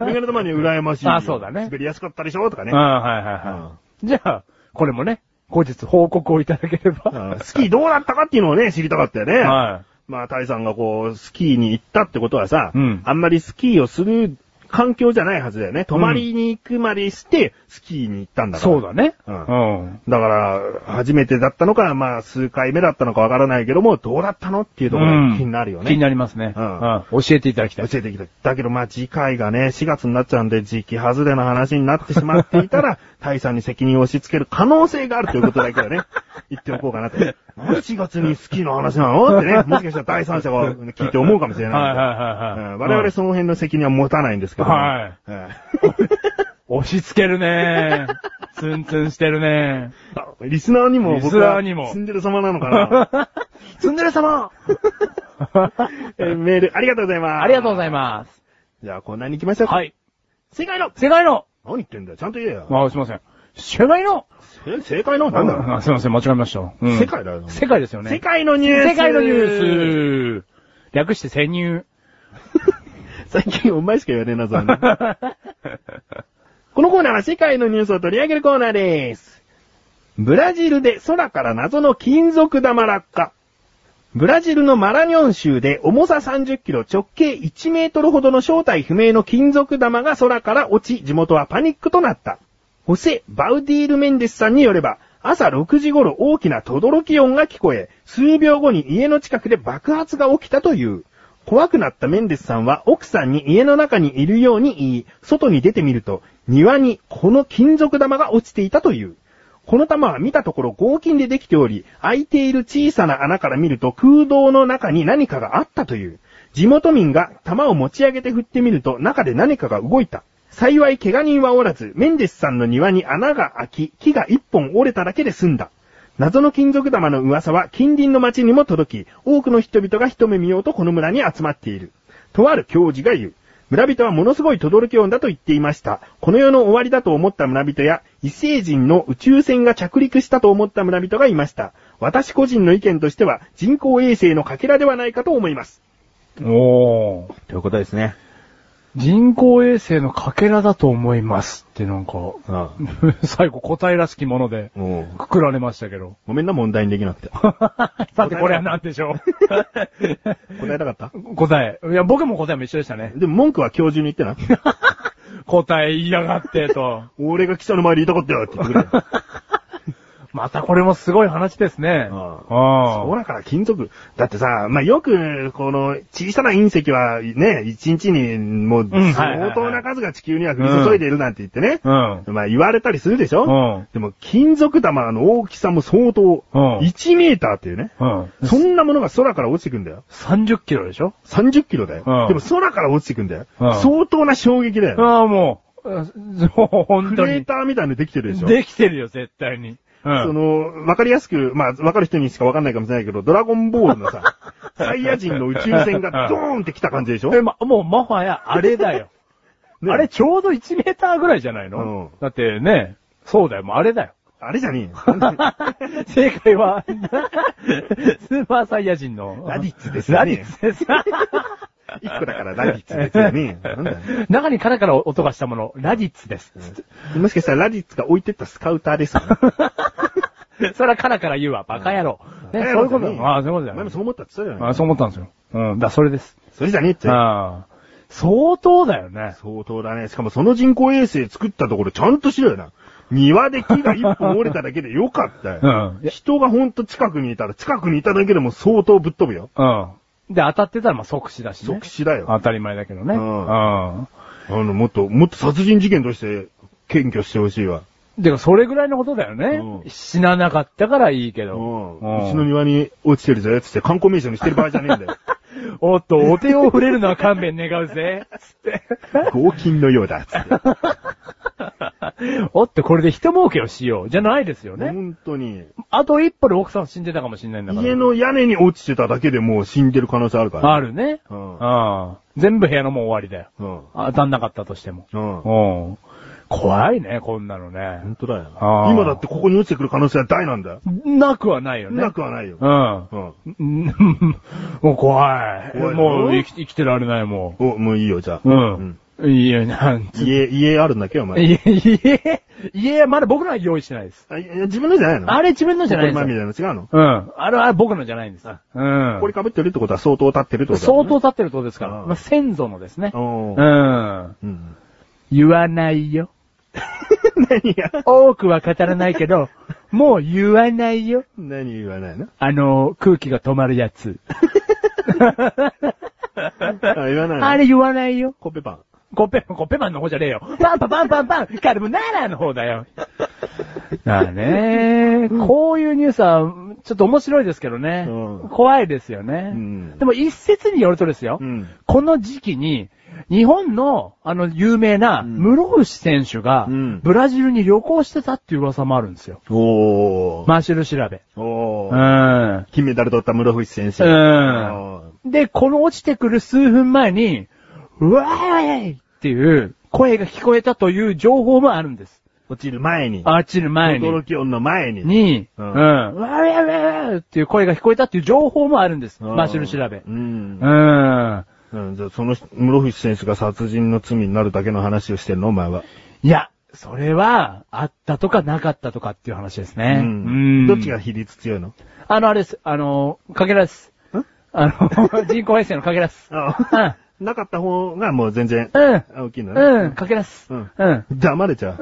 B: メガネ玉には羨ましい。
A: あそうだね
B: 滑りやすかったでしょとかね
A: うん、。はいはいはい。じゃあ、これもね、後日報告をいただければ。
B: うんスキーどうだったかっていうのをね、知りたかったよね。
A: は
B: まあ、タイさんがこう、スキーに行ったってことはさ、
A: うん
B: あんまりスキーをする環境じゃないはずだよね。泊まりに行くまでして、スキーに行ったん
A: い。
B: だから。
A: そうだね。
B: う
A: うん。
B: だから、初めてだったのか、まあ、数回目だったのかわからないけども、どうだったのっていうところ
A: う
B: が
A: ん
B: 気になるよね。
A: 気になりますね。
B: うん
A: うん教えていただきたい。
B: 教えてきた。だけどまあ次回がね、4月になっちゃうんで、時期外れの話になってしまってい たら、タイさんに責任を押し付ける可能性があるということだけはね、言っておこうかなと。 なんで4月に好きな話なのってね、もしかしたら第三者が聞いて思うかもしれ
A: はいはい
B: ない。
A: はいは
B: う
A: い。
B: ん我々その辺の責任は持たないんですけども。
A: はい
B: うん
A: 押し付けるねー。ツンツンしてるね
B: あリスナーにも僕
A: リスナ
B: は
A: ーにも
B: 住んでる様 なのか な
A: ツンデレ 様
B: えーメールありがとうございま す。
A: ありがとうござい
B: す。
A: ます。
B: じゃあこんなに行きましょうか。
A: はい。
B: 正解の
A: 世界の
B: 何言ってんだよ。ちゃんと言えよ。
A: あ、すいません。世界の
B: え正解のなんだ
A: あすいません、間違えました。うん
B: 世界だよ。
A: 世界ですよね。
B: 世界のニュース
A: 世界のニュース略して潜入。
B: 最近お前しか言わねえな、そんな。このコーナーは世界のニュースを取り上げるコーナーです。ブラジルで空から謎の金属玉落下。ブラジルのマラニョン州で重さ30キロ直径1メートルほどの正体不明の金属玉が空から落ち、地元はパニックとなった。ホセ・バウディール・メンデスさんによれば、朝6時頃大きな轟き音が聞こえ、数秒後に家の近くで爆発が起きたという。怖くなったメンデスさんは奥さんに家の中にいるように言い、外に出てみると、庭にこの金属玉が落ちていたという。この玉は見たところ合金でできており、開いている小さな穴から見ると空洞の中に何かがあったという。地元民が玉を持ち上げて振ってみると中で何かが動いた。幸い怪我人はおらず、メンデスさんの庭に穴が開き、木が一本折れただけで済んだ。謎の金属玉の噂は近隣の町にも届き、多くの人々が一目見ようとこの村に集まっている。とある教授が言う。村人はものすごい轟き音だと言っていました。この世の終わりだと思った村人や、異星人の宇宙船が着陸したと思った村人がいました。私個人の意見としては、人工衛星のかけらではないかと思います。
A: おー。
B: ということですね。
A: 人工衛星のかけらだと思いますってなんか、 最後答えらしきもので、くくられましたけ ど。
B: ごめんな、問題にできなくて。
A: さて、これは何でしょう
B: 答えたかった
A: 答え。いや、僕も答えも一緒でしたね。
B: でも文句は教授に言 ってな。
A: 答え言いやがって、 と。
B: 俺が記者の前で言いたかったよって言ってくれた。
A: またこれもすごい話ですね。
B: あ
A: あ
B: 空から金属。だってさ、まあ、よく、この、小さな隕石はね、一日に、もう、
A: うん
B: 相当な数が地球には降り注いでいるなんて言ってね。
A: うん。
B: まあ、言われたりするでしょ
A: うん
B: でも、金属玉の大きさも相当、
A: うん
B: 1メーターっていうね。
A: うん。
B: そんなものが空から落ちてくんだよ。
A: 30キロでしょ
B: 30キロだよ。
A: うん
B: でも空から落ちてくんだよ。
A: うん
B: 相当な衝撃だよ、
A: ああ、もう、あそう、本
B: ク
A: 当
B: レー
A: に。
B: ターみたいにできてるでしょ
A: できてるよ、絶対に。うん。
B: その、わかりやすく、まあ、わかる人にしかわかんないかもしれないけど、ドラゴンボール のさ、サイヤ人の宇宙船がドーンって来た感じでしょ
A: え、ま、もう、まはや、あれだよ。
B: ね
A: あれ、ちょうど1メーターぐらいじゃないの、
B: うん
A: だってね、そうだよ、もうあれ だよ。
B: あれじゃねえよ。
A: 正解は、 スーパーサイヤ人の。
B: ラディッツですね
A: ラディッツです。
B: 一個だからラディッツですよね。なんだよ
A: 中にカラカラ音がしたもの、ラディッツです。
B: もしかしたらラディッツが置いてったスカウターですよね。
A: それはカラカラ言うわ、バカ野郎。ね、そういうことだよ。ああ、 そういうことだ
B: お前も
A: よ。
B: そう思ったって言ったじゃ
A: あ
B: ない
A: あ、そう思ったんですよ。うん、だ、それです。
B: それじゃねえって。
A: ああ。相当だよね。
B: 相当だね。しかもその人工衛星作ったところちゃんとしろよな。庭で木が一本折れただけでよかったよ。
A: うん。
B: 人がほんと近くにいたら、近くにいただけでも相当ぶっ飛ぶよ。
A: うん。で、当たってたら、まあ、即死だしね。
B: 即死だよ。
A: 当たり前だけどね。
B: う
A: うん
B: あの、もっと、もっと殺人事件として検挙してほしいわ。
A: でもそれぐらいのことだよね。
B: うん
A: 死ななかったからいいけ
B: う
A: ど。
B: ん。
A: うん
B: うちの庭に落ちてるぜ、つって観光名所にしてる場合じゃねえんだよ。
A: おっと、お手を触れるのは勘弁願う ぜ。つって。
B: 合金のようだ、つって。
A: おっと、これで人儲けをしよう。じゃないですよね。
B: 本当に。
A: あと一歩で奥さん死んでたかもしれないんだから。
B: 家の屋根に落ちてただけでもう死んでる可能性あるから。
A: あるね。
B: う。
A: うんん。全部部屋のもん終わりだよ。
B: うん。
A: 当たんなかったとしても。
B: うん。
A: うん。怖いね、こんなのね
B: 本。当だよ
A: あ。ー
B: 今だってここに落ちてくる可能性は大なんだよ。
A: なくはないよね。
B: なくはないよ。
A: うん。
B: うん。
A: うん もう怖い。
B: 怖い
A: もう生き生きてられないも
B: お、もういいよ、じゃ
A: う。う
B: あ。
A: ん。いや、なんつ。
B: 家、家あるんだっけ、お前。
A: いや、 いや、いや、まだ僕のは用意してないです。
B: あいや自分のじゃないの
A: あれ自分のじゃない
B: ここ
A: で
B: 今
A: す
B: み
A: よ。
B: たいなの違うの
A: うん。あれは僕のじゃないんです。うん
B: こ。れ被ってるってことは相当立ってるってことだ
A: 相当
B: 立
A: 経ってるとですから。
B: うん
A: まあ、先祖のですね。う。
B: うんん。
A: 言わないよ。
B: 何が
A: 多くは語らないけ ど、もう言わないよ。
B: 何言わないの
A: あの、空気が止まるやつ。
B: あ言わないの
A: あれ言わないよ。
B: コッペパン。
A: コッペパン、コッペパンの方じゃねえよ。パンパンパンパンパン、カルボナーラの方だよ。だねこういうニュースは、ちょっと面白いですけどね。
B: うん
A: 怖いですよね、
B: うん
A: でも一説によるとですよ、
B: うん
A: この時期に、日本の、あの、有名な、
B: ん
A: 室伏選手が、
B: うん
A: ブラジルに旅行してたっていう噂もあるんですよ。
B: おー。
A: マーシル調べ。
B: お
A: う
B: ー。
A: ん。
B: 金メダル取った室伏先生。
A: うん
B: あ
A: で、この落ちてくる数分前に、うわーいっていう声が聞こえたという情報もあるんです。
B: ー落ちる前に。
A: あっちの前に
B: 驚。き音の前に。
A: に、う。
B: うんん
A: うわーいわーいわーいっていう声が聞こえたっていう情報もあるんです。
B: うん
A: マシュル調べ
B: う。ん
A: う。ん。
B: うんじゃあその室伏選手が殺人の罪になるだけの話をしてるの、お前は。
A: いや、それは、あったとかなかったとかっていう話です
B: う
A: ね。うん。
B: どっちが比率強いの
A: あの、あれです。あの、かけらです。
B: ん
A: あ の、人工衛星のかけらです。
B: あなかった方がもう全然
A: うん。うん。
B: 大きいんだね。
A: うん。かけらです。
B: うん
A: うん。
B: 黙れ ちゃう。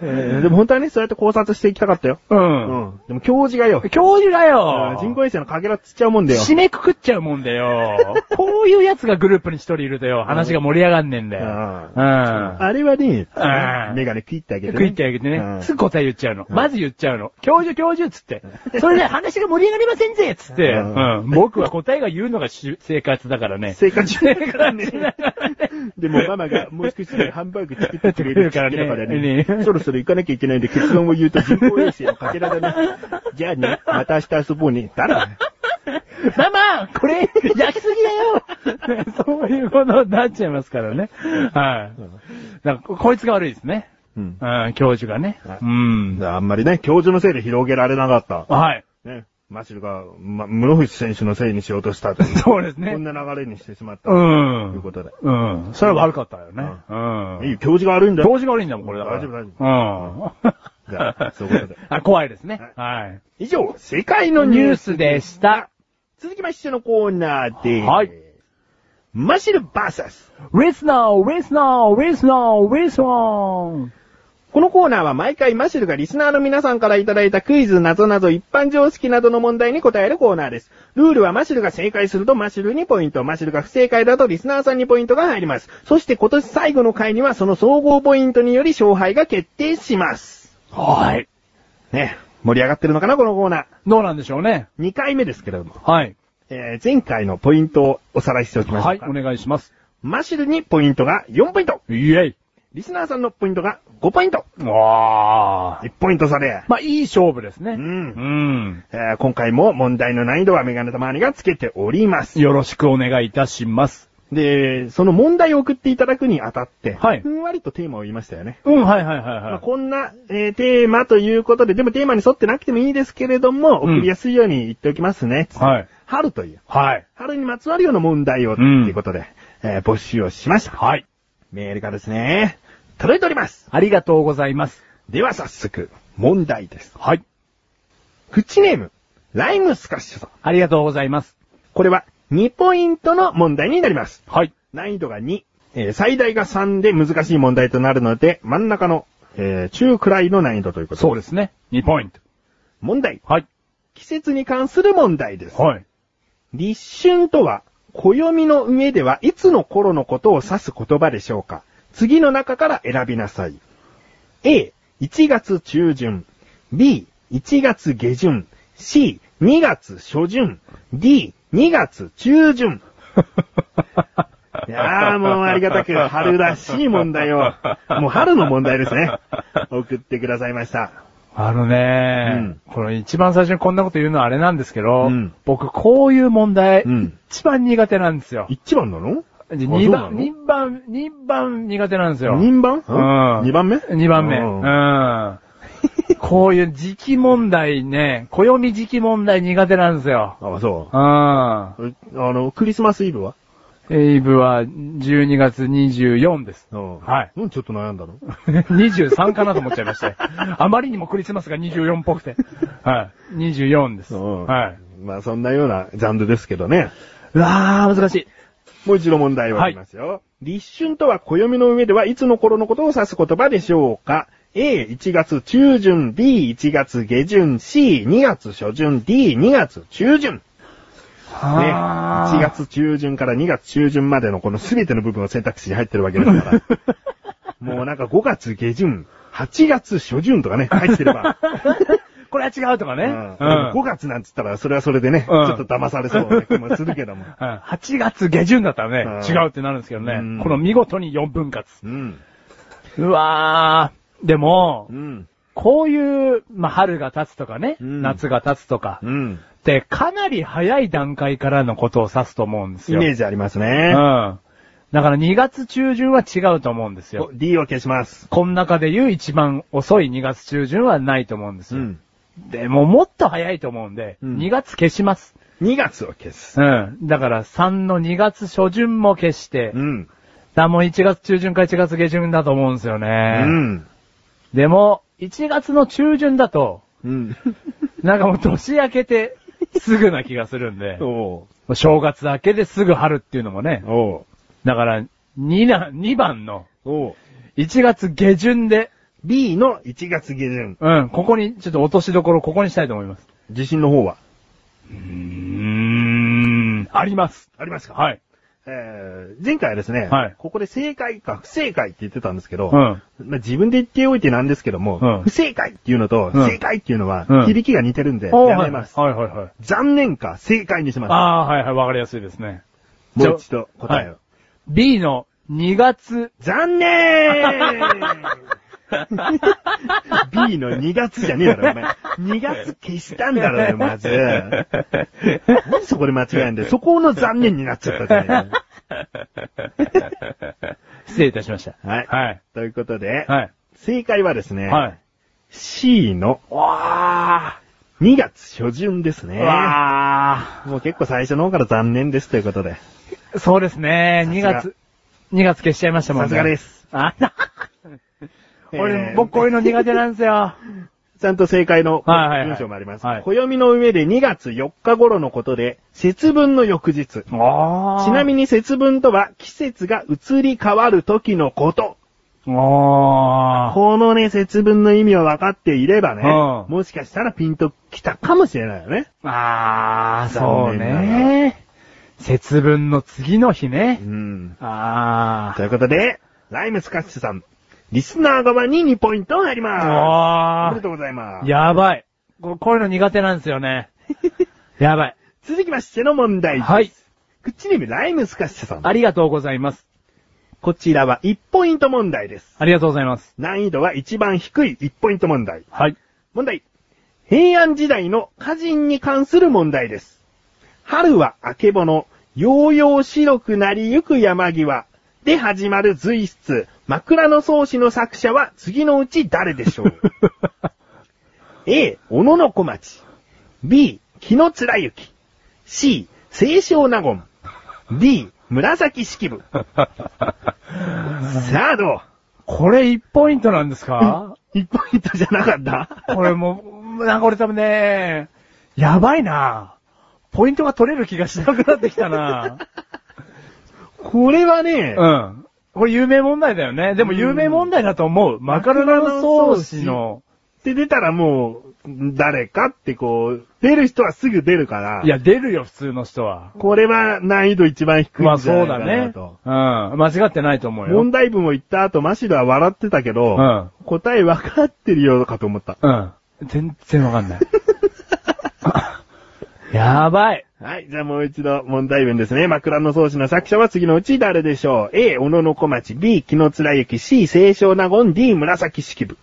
B: えーでも本当はね、そうやって考察していきたかったよ。
A: う。
B: うんん。でも教授がよ、
A: 教授だよ
B: 人工衛星のかけらつっちゃうもんだよ。
A: 締めくくっちゃうもんだよ。こういうやつがグループに一人いるとよ、話が盛り上がんねんだよ。うん。
B: あれはね
A: うん、
B: メガネ食いってあげて
A: 食いってあげて
B: う
A: ね、
B: ん
A: すぐ答え言っちゃうの。まず言っちゃうの。教授教授っつって。それで話が盛り上がりませんぜっつって。
B: う
A: うんん。僕は答えが言うのがし生活だからね。
B: 生活しながらね
A: 生活しながらね
B: でもママがもう少しでハンバーグ作ってくれるって言 ってたからね。
A: ね
B: そろそろ行かなきゃいけないんで結論を言うと人工衛星のかけらだね。 じゃあね、また明日遊ぼうね。だら。
A: ママこれ、焼きすぎだよ そういうことになっちゃいますからね。はい。だから、こいつが悪いですね。
B: うん。
A: うん、教授がね
B: はい。
A: うん。
B: あんまりね、教授のせいで広げられなかった。
A: はい。
B: ね、マシルが、ま、室伏選手のせいにしようとした という。
A: そうです
B: こん
A: ね。
B: な流れにしてしまった。
A: う。
B: というんことで。
A: うん。それは悪かったよね。うん。
B: いいよ、教授が悪いんだ
A: 教
B: よ。
A: 授が悪いんだもん、これだから。
B: 大丈夫大丈
A: 夫。うん。
B: じゃあ、そういうことで。
A: あ、怖いですね。はい。
B: 以上、世界
A: の
B: の
A: ニ
B: ニ
A: ュ
B: ュ
A: ー
B: ー
A: ス
B: ス
A: で
B: で
A: し
B: したた。続きましてのコーナーです。
A: はい。
B: マシルバーサス。
A: リスナー、リスナー、リスナー、リスナー。
B: このコーナーは毎回マシルがリスナーの皆さんからいただいたクイズ、謎々、一般常識などの問題に答えるコーナーです。ルールはマシルが正解するとマシルにポイント、マシルが不正解だとリスナーさんにポイントが入ります。そして今年最後の回にはその総合ポイントにより勝敗が決定します。
A: はい。
B: ね、盛り上がってるのかな、このコーナー。
A: どうなんでしょうね。
B: 2回目ですけれども、
A: はい。
B: えー前回のポイントをおさらいしておきましょ
A: は
B: う
A: い、
B: か。
A: お願いします。
B: マシルにポイントが4ポイント。
A: イェイ。
B: リスナーさんのポイントが5ポイント。
A: わー。
B: 1ポイント差で。
A: まあ、いい勝負ですね。
B: ん
A: うん。
B: えー今回も問題の難易度はメガネたまにがつけております。
A: よろしくお願いいたします。
B: で、その問題を送っていただくにあたって、
A: はい
B: ふんわりとテーマを言いましたよね。
A: うん、はいはいはい
B: まあ、
A: は
B: こんな、えーテーマということで、でもテーマに沿ってなくてもいいですけれども、
A: うん
B: 送りやすいように言っておきますね。
A: い。はい。
B: 春という、
A: はい。
B: 春にまつわるような問題を、と
A: うん
B: いうことで、えー募集をしました。
A: はい。
B: メールがですね、届いております。
A: ありがとうございます。
B: では早速、問題です。
A: はい。
B: 口ネーム、ライムスカッシュさん。
A: ありがとうございます。
B: これは2ポイントの問題になります。
A: はい。
B: 難易度が2、えー最大が3で難しい問題となるので、真ん中の、えー中くらいの難易度ということ
A: そう
B: で
A: ですね。2ポイント。
B: す。問題。
A: はい。
B: 季節に関する問題です。
A: はい。
B: 立春とは、暦の上ではいつの頃のことを指す言葉でしょうか次の中から選びなさい。A、1月中旬。B、1月下旬。C、2月初旬。D、2月中旬。いやーもうありがたく春らしい問題を。もう春の問題ですね。送ってくださいました。
A: あのね、この一番最初にこんなこと言うのはあれなんですけど、
B: うん
A: 僕こういう問題、
B: うん
A: 一番苦手なんですよ。
B: 1番なの
A: で
B: そう
A: 二
B: な
A: 番、
B: の
A: 二番、二番苦手なんですよ。
B: ?2 番
A: うん
B: ?2 番目
A: 二番目。
B: うん
A: うん。こういう時期問題ね、暦時期問題苦手なんですよ。
B: あ、そう
A: う。ん。
B: あの、クリスマスイブは
A: エイブは12月24です。 はい
B: うん、ちょっと悩んだの
A: 23かなと思っちゃいまして。あまりにもクリスマスが24っぽくて。はい。24です。はい。
B: まあ、そんなようなジャンルですけどね。
A: うわー、難しい。
B: もう一度問題を言いますよ。立春とは暦の上ではいつの頃のことを指す言葉でしょうか ?A、1月中旬、B、1月下旬、C、2月初旬、D、2月中旬。ね。1
A: あー。
B: 月中旬から2月中旬までのこの全ての部分を選択肢に入ってるわけですから。 もうなんか5月下旬、8月初旬とかね、入ってれ ば。
A: これは違うとかね。
B: う
A: うんん。
B: 5月なんつったら、それはそれでね、
A: うん
B: ちょっと騙されそうな気もするけど も。
A: うん8月下旬だったらね、
B: う
A: 違
B: ん
A: うってなるんですけど
B: うん
A: ね。この見事に4分割。
B: うん。
A: うわー。でも
B: う、ん。
A: こういう、まあ、春が経つとかね、
B: うん
A: 夏が経つとか、
B: うん。
A: ってかなり早い段階からのことを指すと思うんです
B: イ
A: よ。
B: メージあります
A: う
B: ね。
A: ん。だから2月中旬は違うと思うんですよ
B: お。D を消します。
A: この中で言う一番遅い2月中旬はないと思うんですよ。
B: ん。
A: でももっと早いと思うんで、
B: うん
A: 2月消します。
B: 2月を消す。
A: うん。だから3の2月初旬も消して、だか
B: ん。
A: らもう1月中旬か1月下旬だと思うんですよ
B: う
A: ね。
B: ん。
A: でも、1月の中旬だ と、
B: うん。
A: なんかもう年明けてすぐな気がするんで、も
B: おう。
A: う正月明けですぐ春っていうのもね、
B: おう。
A: だから2な、2番の
B: おう。
A: 1月下旬で、
B: B の1月下旬。
A: うん、ここに、ちょっと落としどころここにしたいと思います。
B: 地震の方は
A: うーん、あります。
B: ありますか
A: はい。
B: えー、前回はですね、
A: はい
B: ここで正解か不正解って言ってたんですけど、
A: うん
B: まあ、自分で言っておいてなんですけども、
A: うん
B: 不正解っていうのと、
A: うん
B: 正解っていうのは、
A: うん
B: 響きが似てるんで、
A: おー
B: やめます。
A: はいはいはいはい。
B: 残念か正解にします。
A: ああー、はいはい、わかりやすいですね。
B: もう一度答えを。
A: はい B の2月、
B: 残念 !B の2月じゃねえだろ、お前。2月消したんだろうよ、まず。何そこで間違えんだよ。そこの残念になっちゃったじゃ ないか。
A: 失礼いたしました。
B: はい
A: はい。
B: ということで、
A: はい。
B: 正解はですね、
A: はい。
B: C の
A: わ
B: 2月初旬ですね
A: ー。。わ
B: もう結構最初の方から残念ですということで。
A: ー。そうですね、2月、2月消しちゃいましたもんね。
B: さすがです。
A: あな、
B: え
A: 俺、
B: ー
A: 僕こういうの苦手なんですよ。
B: ちゃんと正解の
A: はいはいはい
B: 文章もあります。
A: はい
B: 暦の上で2月4日頃のことで、節分の翌日。
A: あ
B: ちなみ
A: に、
B: に節分とは季節が移り変わる時のこと。
A: あ
B: このね、節分の意味を分かっていればね、
A: うん
B: もしかしたらピンときたかもしれないよね。
A: ー。あー、そう
B: 残念
A: ね。節分の次の日ね。
B: うん。
A: あ
B: ということで、ライムスカッシュさん、リスナー側に2ポイント入ります。おめ
A: あ
B: でとうございます。
A: やばい。ここういうの苦手なんですよ ね。やばい。
B: 続きましての問題です。
A: はい。
B: 口ネームライムスカッシュさん。
A: ありがとうございます。
B: こちらは1ポイント問題です。
A: ありがとうございます。
B: 難易度は一番低い1ポイント問題。
A: はい。
B: 問題。平安時代の歌人に関する問題です。春はあけぼの、ようよう白くなりゆく山際。で始まる随筆、枕草子の作者は次のうち誰でしょう ?A、小野の小町。B、木野貫之。C、清少納言。D、紫式部。さあど
A: これ1ポイントなんですか
B: う ?1 ポイントじゃなかった
A: これもう、なんか俺多分ね、やばいな。ポイントが取れる気がしなくなってきた な。
B: これはね、
A: うん。これ有名問題だよね。でも有名問題だと思う。マカロナのソースの
B: って出たらもう、誰かってこう、出る人はすぐ出るから。
A: い、や、出るよ、普通の人は。
B: これは難易度一番低
A: ま
B: いん
A: あ
B: じゃ
A: そ
B: ないうか
A: だ
B: な
A: ね。
B: と。
A: うん。間違ってないと思うよ。
B: 問題文を言った後、マシルは笑ってたけど、
A: うん
B: 答え分かってるよかと思った。
A: うん。全然わかん ない。やばい。
B: はい、じゃあもう一度問題文ですね。枕草子の作者は次のうち誰でしょう ?A、小野の小町、B、木の貫之、C、清少納言、D、紫式部。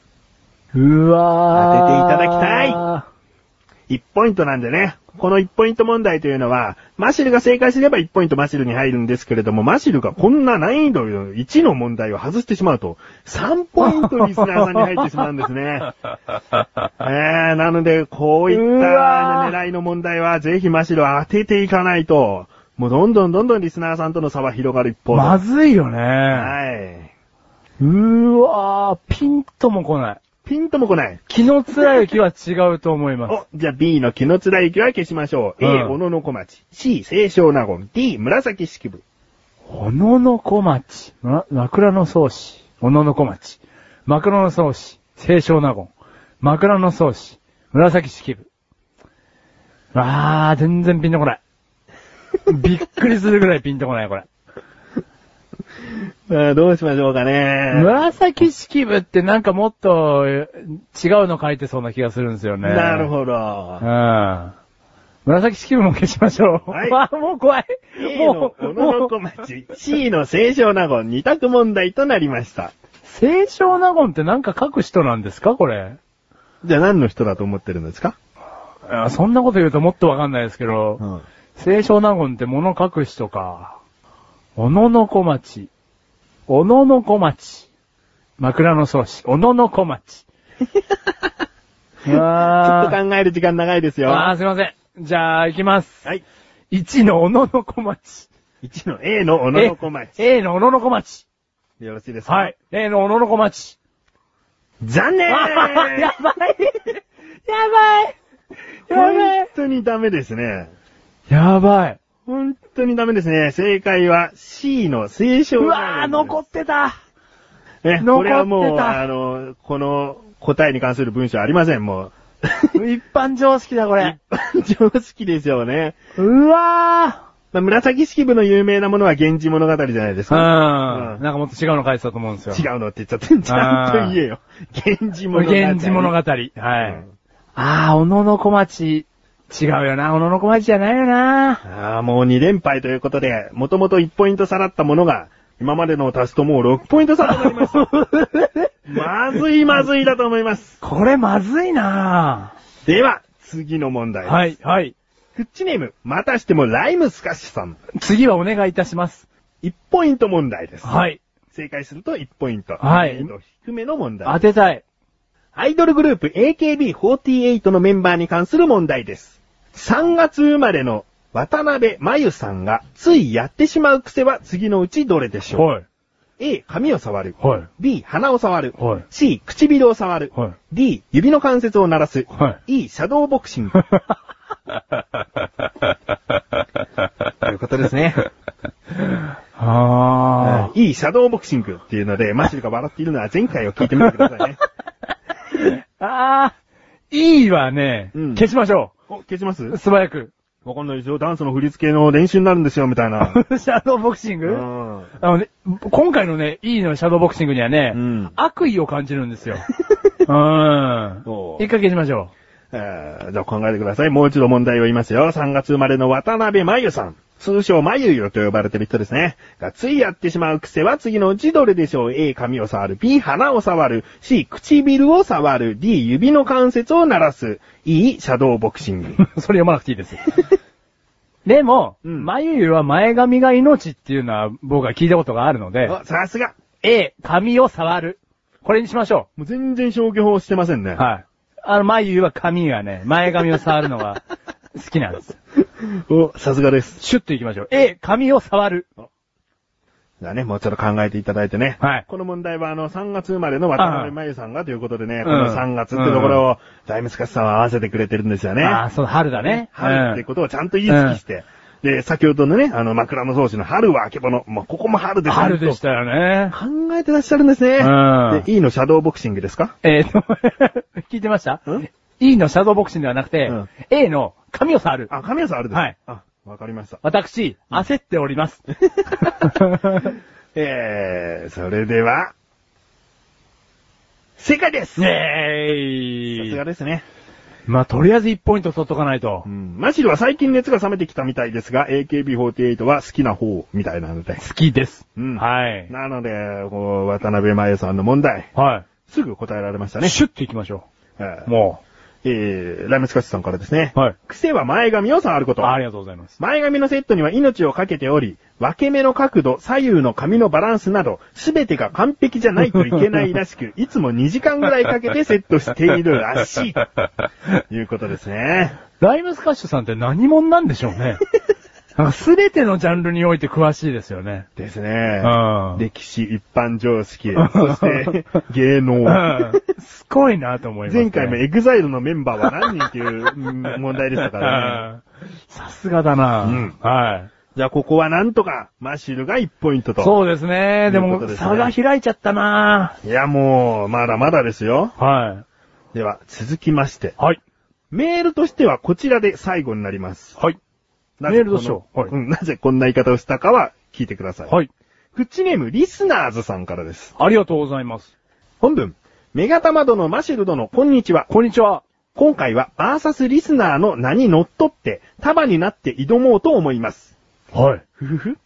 A: うわー。
B: 当てていただきたい1ポイントなんでね。この1ポイント問題というのは、マシルが正解すれば1ポイントマシルに入るんですけれども、マシルがこんな難易度1の問題を外してしまうと、3ポイントリスナーさんに入ってしまうんで すね。えー、なので、こういっ
A: う
B: た
A: わー
B: 狙いの問題は、ぜひマシルは当てていかないと、もうどんどんどんどんリスナーさんとの差は広がる一方 で。
A: まずいよね。
B: はい。
A: うわー、ピンとも来ない。
B: ピンとも来ない。
A: 気の貫きは違うと思います。
B: お、じゃあ B の木の貫之は消しましょう。A、
A: うん
B: 小野の小町。C、清少納言。D、紫式部。
A: 小野の小町、ま枕の草子、小野の小町、枕の草子、清少納言、枕の草子、紫式部。あー、全然ピンとこない。びっくりするぐらいピンとこない、これ。
B: あーどうしましょうかね。
A: 紫式部ってなんかもっとえ違うの書いてそうな気がするんですよね。
B: な
A: ど。
B: るほど。
A: うん。紫式部も消しましょう。
B: はい
A: あ、もう怖い
B: A。の
A: も
B: 小
A: う、
B: 野
A: も
B: の
A: う
B: 小町、C の清少納言二択問題となりました。
A: 清少納言ってなんか書く人なんですかこれ。
B: じゃあ何の人だと思ってるんですか
A: あそんなこと言うともっとわかんないですけど、
B: ん。
A: 清少納言って物書く人か。小野の小町。小野の小町。枕草子。小野の小 町。う
B: ちょ
A: わ
B: っと考える時間長いですよ。
A: あ
B: は
A: ーすいません。じゃあ、行きます。
B: い。
A: 1の小野の小町。
B: 1の A の小野の小町。
A: A の小野の小町。
B: よろしいですか
A: はい。。A の小野の小町。
B: 残念
A: あーやばいやばいやば
B: 本
A: い
B: 当にダメですね。
A: やばい。
B: 本当にダメですね。正解は C の清少
A: う
B: 納言。
A: わー、残ってた残っ
B: ね、
A: てた
B: これはもう、あの、この答えに関する文章ありません、もう。
A: 一般常識だ、これ。
B: 常識ですよね。
A: うわ
B: まあ、紫式部の有名なものは源氏物語じゃないです
A: ー。うん。
B: か。
A: なんかもっと違うの書いてたと思うんですよ。
B: 違うのって言っちゃって、ちゃんと言えよ。源氏物語。
A: 源氏物語。。はい。あー、小野の小町。違うよな。小野の小町じゃないよ な。
B: ああ、もう2連敗ということで、もともと1ポイント差だったものが、今までのを足すともう6ポイント差となり ました。まずいまずいだと思います。
A: これまずいな
B: では、次の問題。い。
A: はい、はい。
B: フッチネーム、またしてもライムスカッシュさん。
A: 次はお願いいたします。
B: 1ポイント問題です。
A: はい。
B: 正解すると1ポイント。
A: はい
B: 難易度低めの問題。
A: 当てたい。
B: アイドルグループ AKB48 のメンバーに関する問題です。3月生まれの渡辺真由さんがついやってしまう癖は次のうちどれでしょう
A: はい。
B: ?A、髪を触る。
A: はい。
B: B、鼻を触る。
A: はい
B: C、唇を触る。
A: は
B: D、指の関節を鳴らす。
A: は
B: E、シャドーボク シング。ということですね。
A: あ
B: いいシャドーボクシングっていうので、マシルが笑っているのは前回を聞いてみてくださ いね。
A: ー。あー。いいわね。
B: うん
A: 消しましょ
B: お、消します
A: う。素早く。
B: わかんないですよ。ダンスの振り付けの練習になるんですよ、みたい な。
A: シャドーボクシング、
B: うん
A: あのね、今回のね、いいのシャドーボクシングにはね、
B: うん
A: 悪意を感じるんです よ。うん。
B: そう
A: 一回消しましょ
B: えーじゃあ考えてください。もう一度問題を言いますよ。3月生まれの渡辺真由さん。通称真由よと呼ばれてる人ですね。がついやってしまう癖は次のうちどれでしょう ?A、髪を触る。B、鼻を触る。C、唇を触る。D、指の関節を鳴らす。E、シャドーボクシン グ。
A: う。 それ読まなくていいです。でも、
B: うん
A: 眉毛は前髪が命っていうのは僕は聞いたことがあるので、
B: あさすが。
A: A、髪を触る。これにしましょ
B: もう全然消去法してませんね。
A: う。はい。あの、眉は髪がね、前髪を触るの が好きなんです。
B: お、さすがです。
A: シュッといきましょう。A、髪を触る。
B: じゃあね、もうちょっと考えていただいてね。
A: はい
B: この問題はあの、3月生まれの渡辺真由さんがということでね、この3月って
A: うん
B: ところを、大イムスカスさんは合わせてくれてるんですよね。
A: ああ、そう、春だね。
B: はい。ってことをちゃんと意識して、で、先ほどのね、あの、枕草子の春はあけぼの。まあ、ここも春です
A: 春でし。たよね。
B: 考えてらっしゃるんですね。
A: うん
B: で、E のシャドーボクシングですか
A: えっと、 聞いてました
B: ん
A: ?E のシャドーボクシングではなくて、
B: うん
A: A の髪を触る。
B: あ、神谷さんあるですか
A: はい
B: あ、わかりました。
A: 私、焦っており ます。
B: えー、それでは、正解です
A: ね
B: さ
A: え
B: すがですね。
A: まあ、とりあえず1ポイント取っとかないと
B: う。ん。マシルは最近熱が冷めてきたみたいですが、AKB48 は好きな方みたいなので。
A: 好きです。
B: うん
A: はい。
B: なので、こう、渡辺真由さんの問題、
A: は
B: すぐ答えられました
A: い。
B: ね。
A: シュッと行きましょ
B: え
A: う。
B: ー
A: も
B: えー、ライムスカッシュさんからですね。
A: はい
B: 癖は前髪を触るこ
A: う。
B: と。
A: ありがとうございます。
B: 前髪のセットには命をかけており、分け目の角度、左右の髪のバランスなど、すべてが完璧じゃないといけないら しく、いつも2時間ぐらいかけてセットしているらしい。と いうことですね。
A: ライムスカッシュさんって何者なんでしょう ね。なんか全てのジャンルにおいて詳しいですよね。
B: ですね。
A: うん
B: 歴史一般 常識、そして芸
A: う
B: 能。
A: ん。 すごいなと思います、ね。
B: 前回もエグザイルのメンバーは何人っていううん問題でしたからね。
A: うん さすがだな、
B: うん
A: はい。
B: じゃあここはなんとかマッシュルが1ポイントと。
A: そうですね。で
B: という
A: も
B: ことですね
A: 差が開いちゃったない
B: やもう、まだまだですよ。
A: は
B: では、続きまして
A: い。。はい。
B: メールとしてはこちらで最後になります。
A: はい。
B: なぜ
A: メールどうしよう
B: この
A: はい
B: んなぜこんな言い方をしたかは聞いてください。い。
A: はい。
B: フッチネームリスナーズさんからです。
A: ありがとうございます。
B: 本文。メガタマ殿、マシル殿、こんにちは。
A: こんにちは。
B: 今回はバーサスリスナーの名に乗っ取って束になって挑もうと思います。
A: はい。
B: ふふふ。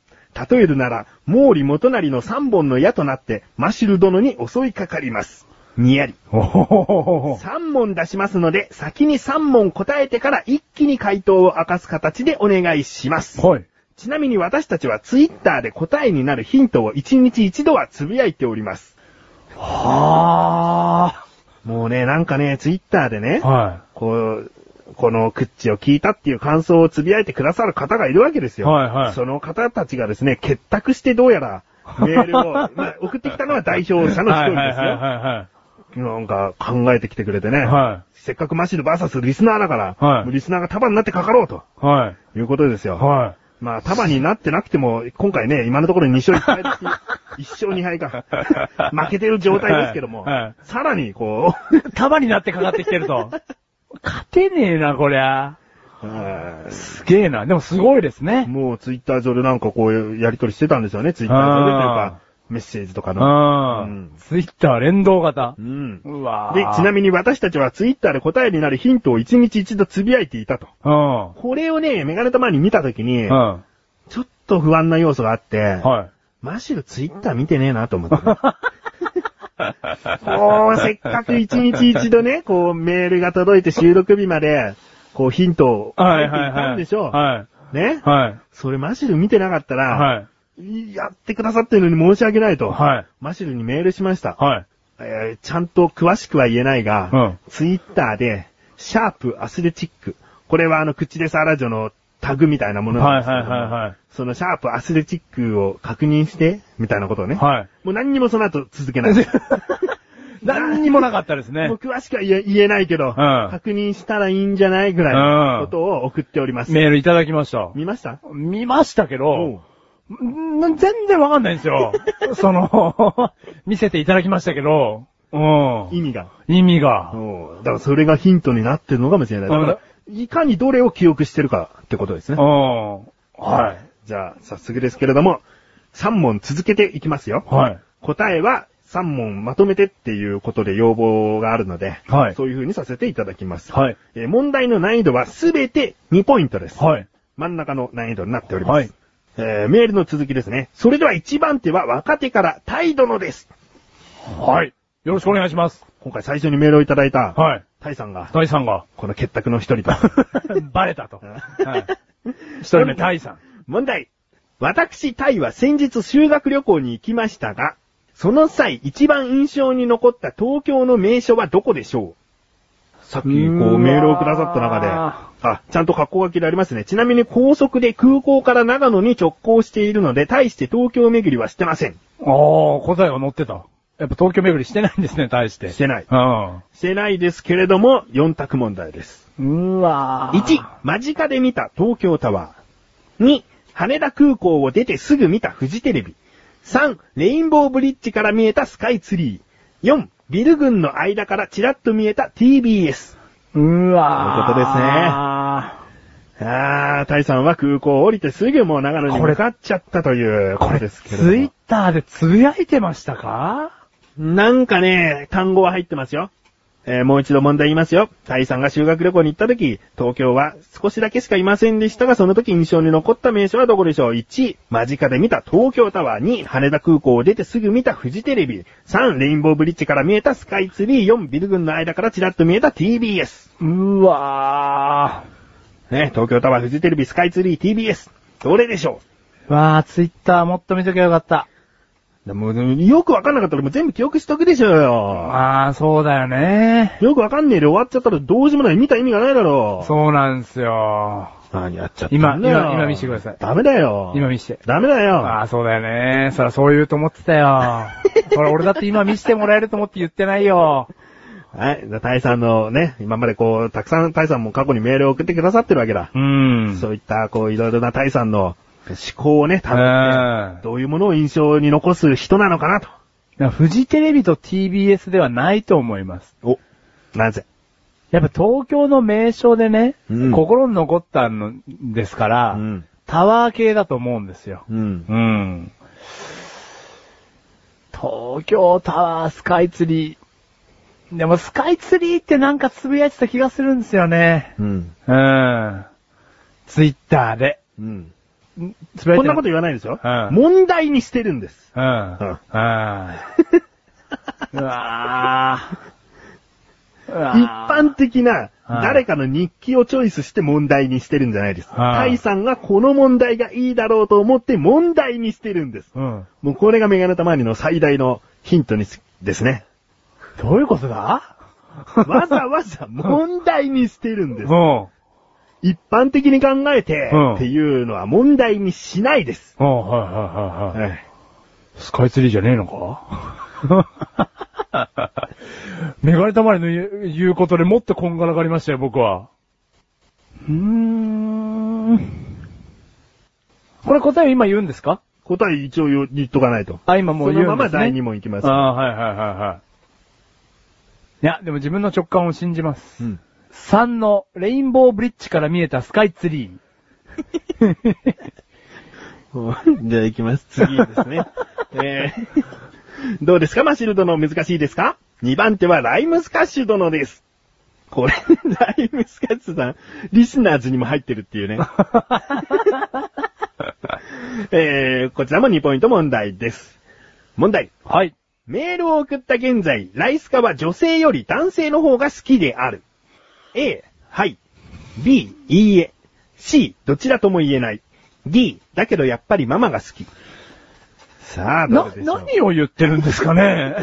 B: 例えるなら、毛利元成の三本の矢となって、マシル殿に襲いかかります。にやり。
A: おほほほほ
B: 三問出しますので、先に三問答えてから一気に回答を明かす形でお願いします。
A: はい。
B: ちなみに私たちはツイッターで答えになるヒントを1日1度はつぶやいております。
A: は
B: もうね、なんかね、ツイッターでね
A: ー。、は
B: こう、このクッチを聞いたっていう感想をつぶやいてくださる方がいるわけですよ。
A: はいはい
B: その方たちがですね、結託してどうやら、メー ルを、まあ、送ってきたのは代表者
A: い。
B: の一
A: はい
B: 人
A: はい
B: です
A: はい
B: よ。
A: は
B: なんか考えてきてくれてね。
A: い。は
B: せっかくマシルバーサスリスナーだから、
A: はい
B: もうリスナーが束になってかかろうと
A: い。はい。
B: いうことですよ。
A: は
B: まあ、束になってなくても、今回ね、今のところ2勝1敗 です。1勝2敗か。負けてる状態ですけども、
A: はいはい
B: さらにこ
A: い。束になってかかってきてると。勝てねえな、こりゃ。
B: う、はい
A: すげえな。でもすごいですね。
B: もうツイッター上でなんかこういうやりとりしてたんですよね、ツイッター上でというか、メッセージとか
A: う
B: の。
A: ん。ツイッター連動型
B: う。ん。で、
A: うわ
B: ちな
A: に。
B: みに私たちはツイッターで答えになるヒントを1日1度つぶやいていたと。
A: うん。
B: これをね、メガネたまに見たときに、
A: うん。
B: ちょっと不安な要素があって、
A: はい。
B: マシルツイッター見てねえなと思って。こう、せっかく一日一度ね、こう、メールが届いて収録日まで、こう、ヒントを書
A: はいい
B: てい
A: はい
B: た
A: はい。
B: んでしょう。
A: はい。
B: ね
A: はい。
B: それマシル見てなかったら、
A: はい。
B: やってくださってるのに申し訳ないと、
A: はい。
B: マシルにメールしました。
A: はい。
B: えーちゃんと詳しくは言えないが、
A: うん
B: ツイッターで、シャープアスレチック。これはあの、口でさラジオのタグみたいなものなんですけども
A: はいはいはいはい
B: そのシャープアスレチックを確認して、みたいなことをね。
A: はい。
B: もう何にもその後続 けない。
A: 何にもなかったですね
B: もう。詳しくは言え言えないけど、確認したらいいんじゃないぐらいのことを送っております。
A: メールいただきました。
B: 見ました
A: 見ましたけ
B: おう
A: ど、ん全然わかんないんですよ。その、見せていただきましたけど、うん。
B: 意味が。
A: 意味が。
B: おうだからそれがヒントになってるのかもしれない。だから、いかにどれを記憶してるかってことです
A: う
B: ね。
A: ん。はい。
B: じゃあ、早速ですけれども、3問続けていきますよ。
A: はい。
B: 答えは3問まとめてっていうことで要望があるので、
A: はい
B: そういう風にさせていただきます。
A: はい。
B: えー問題の難易度はすべて2ポイントです。
A: はい。
B: 真ん中の難易度になっております。
A: はい。
B: えーメールの続きですね。それでは1番手は若手から態度のです。
A: はい。よろしくお願いします。
B: 今回最初にメールをいただいた、
A: はい。
B: タイさんが、
A: タイさんが、
B: この結託の一人と。
A: バレたと。はい。一人目、タイさん。
B: 問題。私、タイは先日修学旅行に行きましたが、その際一番印象に残った東京の名所はどこでしょうさっきこう
A: うーわー
B: メールをくださった中で、あ、ちゃんと格好書きでありますね。ちなみに高速で空港から長野に直行しているので、大して東京巡りはしてません。
A: ああ、答えが載ってた。やっぱ東京巡りしてないんですね、対して。
B: してない
A: うん。
B: してないですけれども、4択問題です。
A: うわ
B: 1、間近で見た東京タワー。 2、羽田空港を出てすぐ見たフジテレビ。3、レインボーブリッジから見えたスカイツリー。4、ビル群の間からちらっと見えた TBS。
A: うわ
B: ということですねあー、タイさんは空港を降りてすぐもう長野に向かっちゃったということですけれども
A: ツイッターでつぶやいてましたか
B: なんかね、単語は入ってますよ。えーもう一度問題言いますよ。タイさんが修学旅行に行った時、東京は少しだけしかいませんでしたが、その時印象に残った名所はどこでしょう ?1、間近で見た東京タワー。2、羽田空港を出てすぐ見たフジテレビ。3、レインボーブリッジから見えたスカイツリー。4、ビル群の間からちらっと見えた TBS。
A: うわ
B: ね、東京タワー、フジテレビ、スカイツリー、TBS。どれでしょ
A: ー。わー、ツイッターもっと見ときゃよかった。
B: うでもよくわかんなかったらもう全部記憶しとくでしょうよ。
A: あー、そうだよね。
B: よくわかんねえで終わっちゃったらどうしようもない。見た意味がないだろう。
A: そうなんですよ。
B: 何やっちゃった
A: 今、
B: んだ
A: 今
B: よ、
A: 今見してください。
B: ダメだよ。
A: 今見して。
B: ダメだよ。
A: あー、そうだよね。そらそう言うと思ってた よ。ほら、俺だって今見してもらえると思って言ってないよ。
B: はい。じゃあタイさんのね、今までこう、たくさんタイさんも過去にメールを送ってくださってるわけだ。
A: うん。
B: そういった、こう、いろいろなタイさんの思考を
A: う
B: ね、多分
A: ん。
B: ね、どういうものを印象に残す人なのかなと。
A: だからフジテレビと TBS ではないと思います。
B: お、なぜ
A: やっぱ東京の名所でね、
B: うん
A: 心に残ったのですから、
B: うん。
A: タワー系だと思うんですよ。
B: うん。
A: うん。東京タワー、スカイツリー。でもスカイツリーってなんかつぶやいてた気がするんですよね。
B: うん。
A: うん。ツイッターで。
B: うん。
A: つぶやいて
B: こんなこと言わないですよ。
A: うん
B: 問題にしてるんです。
A: うん。
B: うん
A: うん。うわぁ。うわ
B: 一
A: ぁ
B: 般的な、
A: うん
B: 誰かの日記をチョイスして問題にしてるんじゃないです。
A: うん
B: タイさんがこの問題がいいだろうと思って問題にしてるんです。
A: うん。
B: もうこれがメガネたまわりの最大のヒントにすで すね。
A: どういうことだ
B: わざわざ問題にしてるん
A: う
B: です。
A: ん。
B: 一般的に考えて
A: うん
B: っていうのは問題にしないです。
A: うん、はいはいはいはい。
B: はい
A: スカイツリーじゃねえの かメガネたまりの言う言うことでもっとこんがらがりましたよ、僕は。うーん。これ答え今言うんですか
B: 答え一応言う言っとかないと。
A: あ、今もう
B: そ
A: 言
B: の
A: う
B: ま
A: んで、
B: ます
A: ね、
B: 第2問いきます。
A: ああー、はいはいはいはい。いや、でも自分の直感を信じます。
B: うん
A: 3のレインボーブリッジから見えたスカイツリー。
B: じゃあ行きます。次ですね。えーどうですかマシル殿難しいですか ?2 番手はライムスカッシュ殿です。これ、 ライムスカッシュさん、リスナーズにも入ってるっていうね。えーこちらも2ポイント問題です。問題。
A: はい。
B: メールを送った現在、ライスカは女性より男性の方が好きである。A、はい。B、いいえ。C、どちらとも言えない。D、だけどやっぱりママが好き。さあ、ど
A: な
B: う、でしょう
A: 何を言ってるんですか ね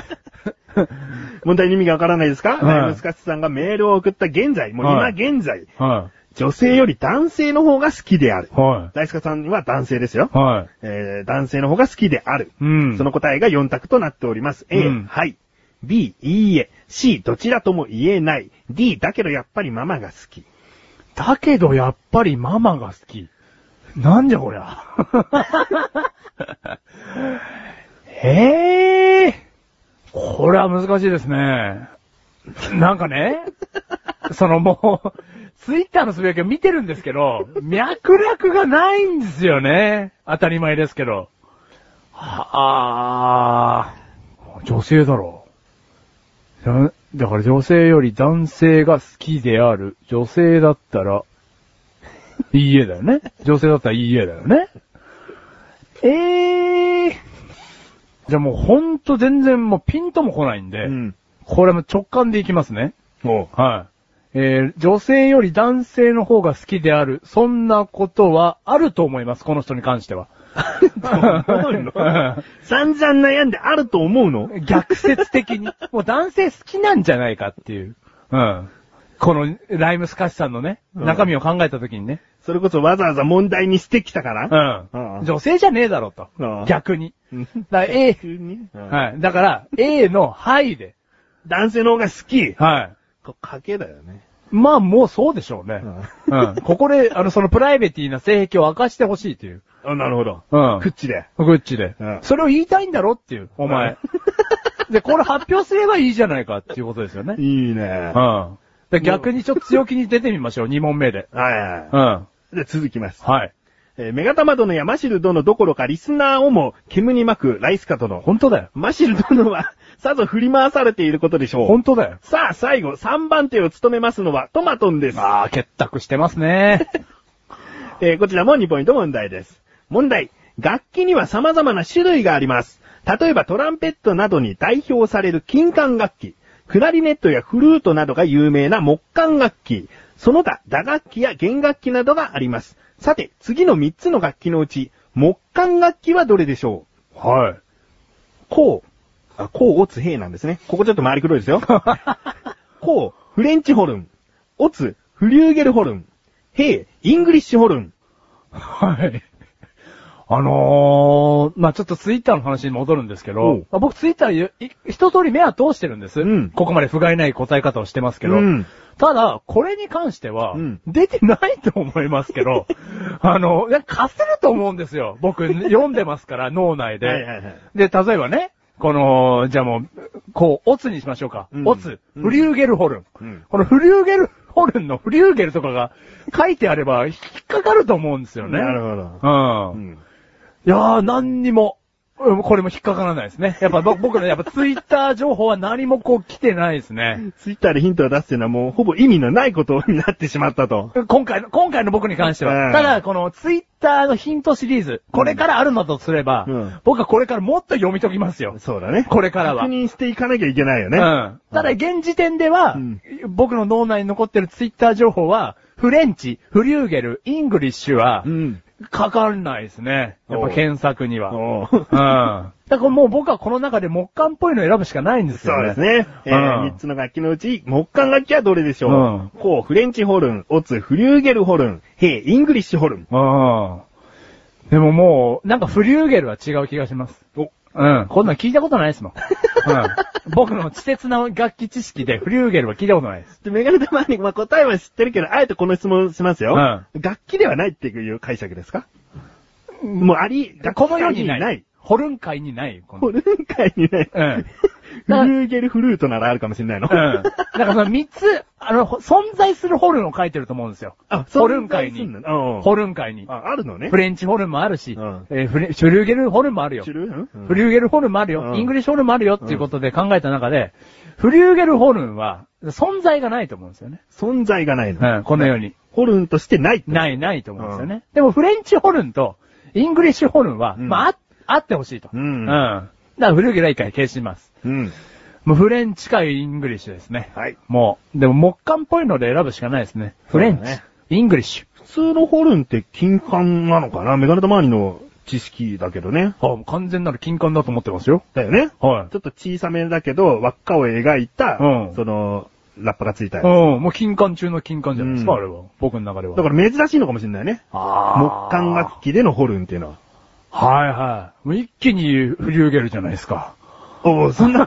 B: 問題に意味がわからないです
A: は
B: か、
A: い
B: ライムスカッシュさんがメールを送った現在、もう今
A: はい
B: 現在、
A: は
B: 女性より男性の方が好きである
A: い。。は
B: ライスカさんは男性ですよ
A: い。。はい。
B: えー男性の方が好きである。
A: うん。
B: その答えが4択となっております。A、
A: うん
B: はい。B、いいえ。C、どちらとも言えない。D、だけどやっぱりママが好 き。
A: だけどやっぱりママが好き。なんじゃこりゃ。 へえ。これは難しいですね。なんかね、そのもう、ツイッターのつぶやきを見てるんですけど、脈絡がないんですよね。当たり前ですけど。はあー、女性だろう。だだから女性より男性が好きである。女性だったら、いいえだよね。女性だったらいいえだよね。ええー。じゃあもうほんと全然もうピンとも来ないんで、
B: うん。
A: これも直感でいきますね。
B: も
A: はい。えー、女性より男性の方が好きである。そんなことはあると思います。この人に関しては。
B: う、思うの散々悩んであると思うの
A: 逆説的に。もう男性好きなんじゃないかっていう。うん。この、ライムスカシさんのね、
B: うん
A: 中身を考えた時にね。
B: それこそわざわざ問題にしてきたか
A: う
B: ら。
A: ん。
B: うん
A: 女性じゃねえだろと。
B: うん
A: 逆に。
B: うん
A: だから A、
B: 急にはい
A: はい。だから、A の、はいで。
B: 男性の方が好き。
A: はい。
B: こう賭けだよね。
A: まあもうそうでしょうね。
B: う
A: うん。ここで、あの、そのプライベティな性癖を明かしてほしいという。
B: あ、なるほど。
A: うん
B: クッチで。
A: グッチで
B: うん。
A: それを言いたいんだろっていう、お
B: うん
A: 前。 で、これ発表すればいいじゃないかっていうことですよね。
B: いいね。
A: う
B: は
A: ん。で逆にちょっと強気に出てみましょう、2問目で。
B: いは
A: うん。
B: い。じゃあ続きます。
A: はい。
B: えーメガタマドのやマシル殿どころかリスナーをも煙に巻くライスカ殿。
A: 本当だよ。
B: マシル殿はさぞ振り回されていることでしょう。
A: 本当だよ。
B: さあ、最後、3番手を務めますのはトマトンです。
A: ああ、結託してますね。
B: えーこちらも2ポイント問題です。問題。楽器には様々な種類があります。例えばトランペットなどに代表される金管楽器、クラリネットやフルートなどが有名な木管楽器、その他打楽器や弦楽器などがあります。さて、次の3つの楽器のうち、木管楽器はどれでしょう
A: はい。
B: こう。あ、こう、おつ、へいなんですね。ここちょっと回りくどいです よ。こう、フレンチホルン。おつ、フリューゲルホルン。へい、イングリッシュホルン。
A: はい。あのー、まあ、ちょっとツイッターの話に戻るんですけ
B: お
A: ど
B: う、
A: まあ僕ツイッターゆい一通り目は通してるんです。
B: うん
A: ここまで不甲斐ない答え方をしてますけど、
B: うん
A: ただ、これに関しては、
B: うん
A: 出てないと思いますけ ど、あの、いやかすると思うんですよ。僕、読んでますから、脳内で。
B: はいはいはい
A: で、例えばね、この、じゃあもう、こう、オツにしましょうか。
B: うん
A: オツ、
B: うん
A: フリューゲルホルン。
B: うん
A: このフリューゲルホルンのフリューゲルとかが書いてあれば引っかかると思うんですよね。
B: なるほど。
A: うん。いやー、何にも、うんこれも引っかからないですね。やっぱぼ僕のやっぱツイッター情報は何もこう来てないですね。
B: ツイッターでヒントを出すっていうのはもうほぼ意味のないことになってしまったと。
A: 今回の、今回の僕に関して
B: うん
A: は。ただ、このツイッターのヒントシリーズ、これからあるのとすれば、
B: うん
A: 僕はこれからもっと読み解きますよ。
B: そうだね。
A: これからは
B: 確認していかなきゃいけないよね。
A: うん。ただ、現時点では、
B: うん
A: 僕の脳内に残ってるツイッター情報は、フレンチ、フリューゲル、イングリッシュは、
B: ん。
A: かかんないですね。やっぱ検索には。うん。
B: おう
A: だからもう僕はこの中で木管っぽいの選ぶしかないんですよ
B: そう
A: ね。
B: です。ね。え
A: うん
B: 3つの楽器のうち、木管楽器はどれでしょう、
A: うん
B: こう、フレンチホルン、オツ、フリューゲルホルン、ヘイ、イングリッシュホルン。
A: うん。でももう、なんかフリューゲルは違う気がします。
B: お、
A: うん。こんなん聞いたことないですもん。うん。僕の稚拙な楽器知識でフリューゲルは聞いたことないです。
B: で、メガネたまに、まあ、答えは知ってるけど、あえてこの質問しますよ。
A: う
B: 楽器ではないっていう解釈ですか、もうあり、楽器
A: この世に
B: 界
A: ない。ホルン界にない。この
B: ホルン界にない。
A: うん。
B: フ ルーゲルフルートならあるかもしれないの。
A: うん。だからその三つ、あの、ほ存在するホルンを書いてると思うんですよ。
B: あ、
A: ホルン界に。ホ
B: ホル
A: ルン界に。
B: あ、あるのね。
A: フレンチホルンもあるし、
B: うん
A: えーフレシュルーゲルホルンもあるよ。
B: シュルーうん
A: フリューゲルホルンもあるよ。
B: うん
A: イングリッシュホルンもあるよっていうことで考えた中で、フリューゲルホルンは存在がないと思うんですよね。
B: 存在がないの。
A: うん、この世に。
B: ホルンとしてない。
A: ない、ないと思うんですよね。でもフレンチホルンとイングリッシュホルンは、
B: うん
A: まああ、あってほしいと。
B: うん
A: だからフリューゲルは一回消します。
B: うん。
A: もうフレンチかイングリッシュですね。
B: はい。
A: もう、でも木管っぽいので選ぶしかないですね。フレンチ、
B: そうだね
A: イングリッシュ。
B: 普通のホルンって金管なのかなメガネタ周りの知識だけどね。
A: あ、もう完全なる金管だと思ってますよ。
B: だよね。
A: はい
B: ちょっと小さめだけど、輪っかを描いた、
A: うん
B: その、ラッパがついたやつ。
A: うん、もう金管中の金管じゃないですか、
B: うん
A: あれは。僕の中では。
B: だから珍しいのかもしれないね。
A: あ
B: 木管楽
A: 器。
B: 器でのホルンっていうのは。
A: はいはい。もう一気に振り上げるじゃないです か。
B: おお そんな。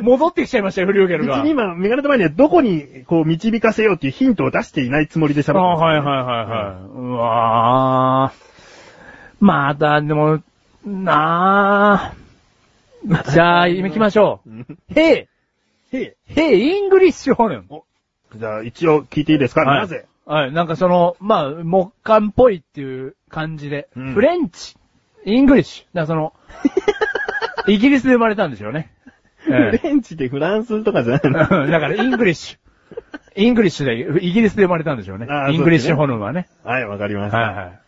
A: 戻ってきちゃいましたよ、振り上げるが。
B: 別に今、メガネ玉にはどこに、こう、導かせようっていうヒントを出していないつもりで喋って
A: あ
B: ます、
A: はいはいはいはい。うわー。また、でも、なー。 じゃあ、今行きましょう。へ
B: い。へ
A: い、へい、イングリッシュホルン。
B: えじゃあ、一応聞いていいですか、
A: はい
B: なぜ
A: はい、なんかその、まあ、木管っぽいっていう感じで、
B: うん
A: フレンチ、イングリッシュ。だからそ の、イギリスで生まれたんですよね。ええ
B: フレンチってフランスとかじ ゃない
A: だ
B: の
A: からイングリッシュ。イングリッシュで、イギリスで生まれたんでしょうね
B: あー。
A: イングリッシュホルンはね。
B: はい、わかりま
A: は
B: し
A: い
B: た。
A: はい。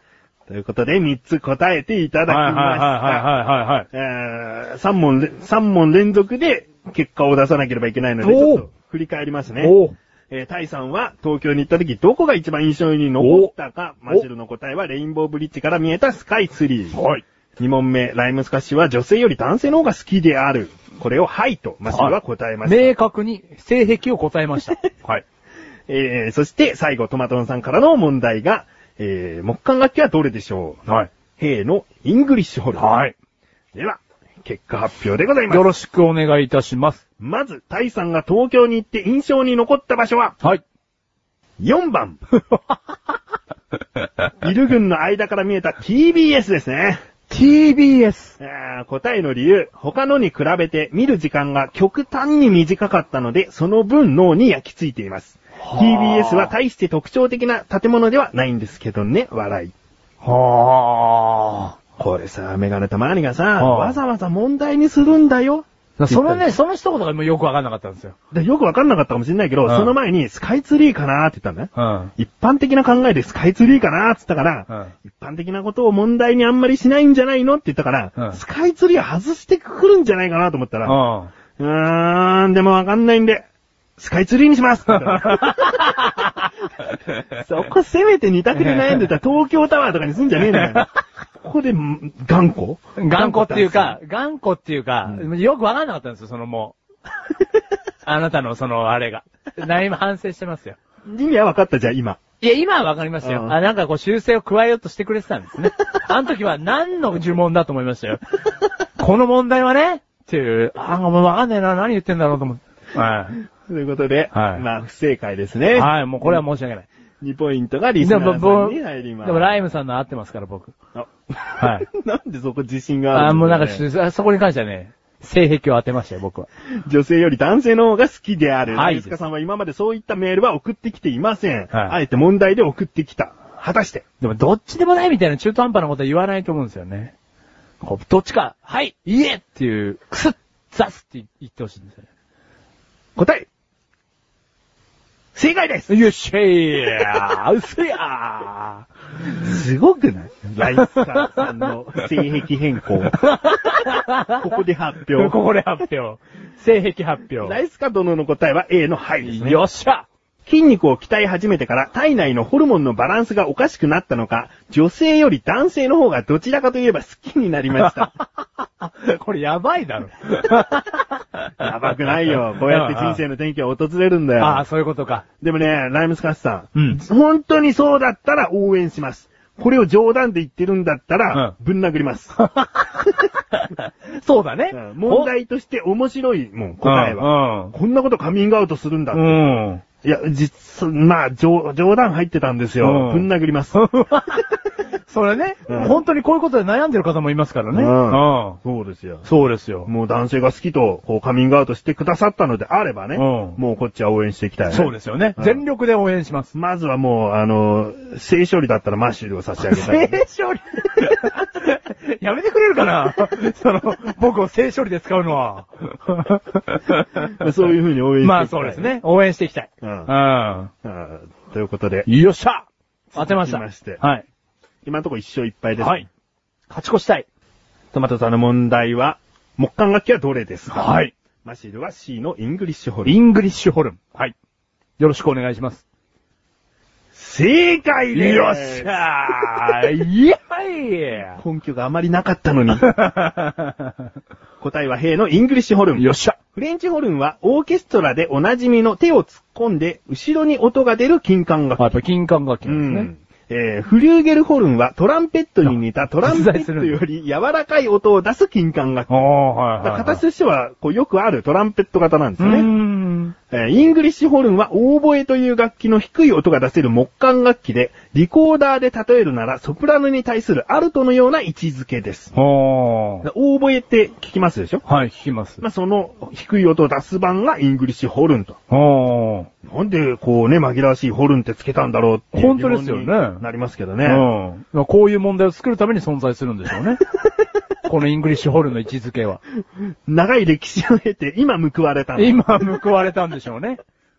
B: ということで、3つ答えていただき
A: はいはいはい
B: ま
A: はいはいはい
B: した。えー、3問れ、三問連続で結果を出さなければいけないので、ちょっ
A: おー
B: と振り返りますね。
A: おー
B: えー、タイさんは東京に行った時、どこが一番印象に残ったか、
A: お
B: マシルの答えはレインボーブリッジから見えたスカイツリー。
A: はい。
B: 2問目、ライムスカッシュは女性より男性の方が好きである。これをはいと、マシルは答えました。
A: 明確に性癖を答えま した。はい。
B: えー、そして最後、トマトンさんからの問題が、えー、木管楽器はどれでしょう
A: はい。
B: 兵のイングリッシュホルン。
A: はい。
B: では、結果発表でございます。
A: よろしくお願いいたします。
B: まず、タイさんが東京に行って印象に残った場所は、
A: はい。
B: 4番。 ビル群の間から見えた TBS ですね。
A: TBS。
B: あー答えの理由、他のに比べて見る時間が極端に短かったので、その分脳に焼き付いています。
A: はあ
B: TBS は大して特徴的な建物ではないんですけどね、笑い。
A: は
B: これさ、メガネたまわりがさ、
A: はあ
B: わざわざ問題にするんだよ。
A: あ。そのね、その一言がもうよくわかんなかったんですよ。
B: でよくわかんなかったかもしれないけど、
A: うん
B: その前にスカイツリーかなーって言ったの
A: う
B: ね。
A: ん。
B: 一般的な考えでスカイツリーかなーって言ったから、
A: うん
B: 一般的なことを問題にあんまりしないんじゃないのって言ったから、
A: うん
B: スカイツリー外してくるんじゃないかなと思った
A: う
B: ら、
A: ん。
B: うーん、でもわかんないんで、スカイツリーに しますそこせめて二択で悩んでたら東京タワーとかにすんじゃねえんだよ。ここで、ん頑固
A: 頑固っていうか、頑固っていうか、よくわかんなかったんですよ、そのもう。 あなたのそのあれが。何も反省してますよ。
B: 意味は分かったじゃん、今。
A: いや、今はわかりました
B: う
A: よ。
B: ん
A: あ、なんかこう修正を加えようとしてくれてたん ですね。あの時は何の呪文だと思いましたよ。この問題はね、っていう、あ、もうわかんねえな、何言ってんだろうと思って。はい。
B: ということで、
A: はい
B: まあ、不正解ですね。
A: はい、もうこれは申し訳ない。
B: 2ポイントがリスナーさんに入ります。
A: でもライムさんの合ってますから、僕。
B: あ
A: はい。
B: なんでそこ自信がある
A: あ、もうなんか
B: ですね
A: し、あそこに関してはね、性癖を当てましたよ、僕は。
B: 女性より男性の方が好きである。
A: はい
B: 大塚さんは今までそういったメールは送ってきていません。
A: はい
B: あえて問題で送ってきた。果たして。
A: でもどっちでもないみたいな中途半端なことは言わないと思うんですよね。こうどっちか、はい、いいえっていう、くすっ、ざすって言ってほしいんですよね。
B: 答え正解です
A: よっしゃーうっせ や
B: すごくない大塚さんの性癖変 更。ここで発
A: ー
B: 表。
A: ここで発表。性癖発
B: ラ
A: 表。
B: イスカ殿の答えは A のはいですね。
A: よっしゃ
B: 筋肉を鍛え始めてから体内のホルモンのバランスがおかしくなったのか、女性より男性の方がどちらかといえば好きになり ました。
A: これやばい だろ。
B: やばくないよ。こうやって人生の転機は訪れるんだよ。
A: ああ、そういうことか。
B: でもね、ライムスカッシュさん,、
A: うん
B: 本当にそうだったら応援します。これを冗談で言ってるんだったら、ぶん殴 ります、
A: そうだね
B: う。ん問題として面白いもん、答えは。
A: は。
B: こんなことカミングアウトするんだ。
A: うん。うん。
B: いや、実、まあ、冗冗談入ってたんですよ。
A: う
B: ぶ、
A: ん
B: ん殴 ります。
A: それね、
B: うん
A: 本当にこういうことで悩んでる方もいますからね。
B: うん
A: うん
B: そうですよ。
A: そうですよ。
B: もう男性が好きと、こうカミングアウトしてくださったのであればね、
A: うん
B: もうこっちは応援していきたい、ね。
A: そうですよね。
B: うん
A: 全力で応援します。
B: まずはもう、あの、性処理だったらマッシュルを差し上げ たい、ね。
A: 処理やめてくれるか なその、僕を性処理で使うのは。
B: そういう風に応援していきたい。
A: まあそうです。ね。応援していきたい。
B: うん
A: うん。
B: あーということで、
A: よっしゃ当てました。
B: 続きまして
A: はい。
B: 今のところ一勝一敗です。
A: はい。勝ち越したい。
B: トマトさんの問題は、木管楽器はどれですか
A: はい。
B: マッシュルは C のイングリッシュホルン。
A: イングリッシュホルン。はい。よろしくお願いします。
B: 正解です
A: よっしゃーイエー
B: 根拠があまりなかった のに。
A: イ
B: 答えは A のイングリッシュホルン。
A: よっしゃ
B: フレンチホルンはオーケストラでおなじみの手を突っ込んで後ろに音が出る金管楽器。
A: あやっぱ金管楽器なんですね。
B: えーフリューゲルホルンはトランペットに似たトランペットより柔らかい音を出す金管楽器。
A: ああ、はいはい、
B: だ
A: は
B: から
A: い。
B: 形としてはこうよくあるトランペット型なんですよ
A: うー
B: ね。
A: ん。
B: えーイングリッシュホルンはオーボエという楽器の低い音が出せる木管楽器で、リコーダーで例えるならソプラノに対するアルトのような位置づけです。
A: ほー。
B: オーボエって聞きますでしょ
A: はい、聞きます。
B: まあ、その低い音を出す版がイングリッシュホルンと。
A: ほー。
B: なんで、こうね、紛らわしいホルンってつけたんだろうっていう
A: 本当ですよね
B: 疑問になりますけどね。
A: うん。まあこういう問題を作るために存在するんでしょう ね。このイングリッシュホルンの位置づけは。
B: 長い歴史を経て、今報われたの。
A: 今、報われたんでしょうね。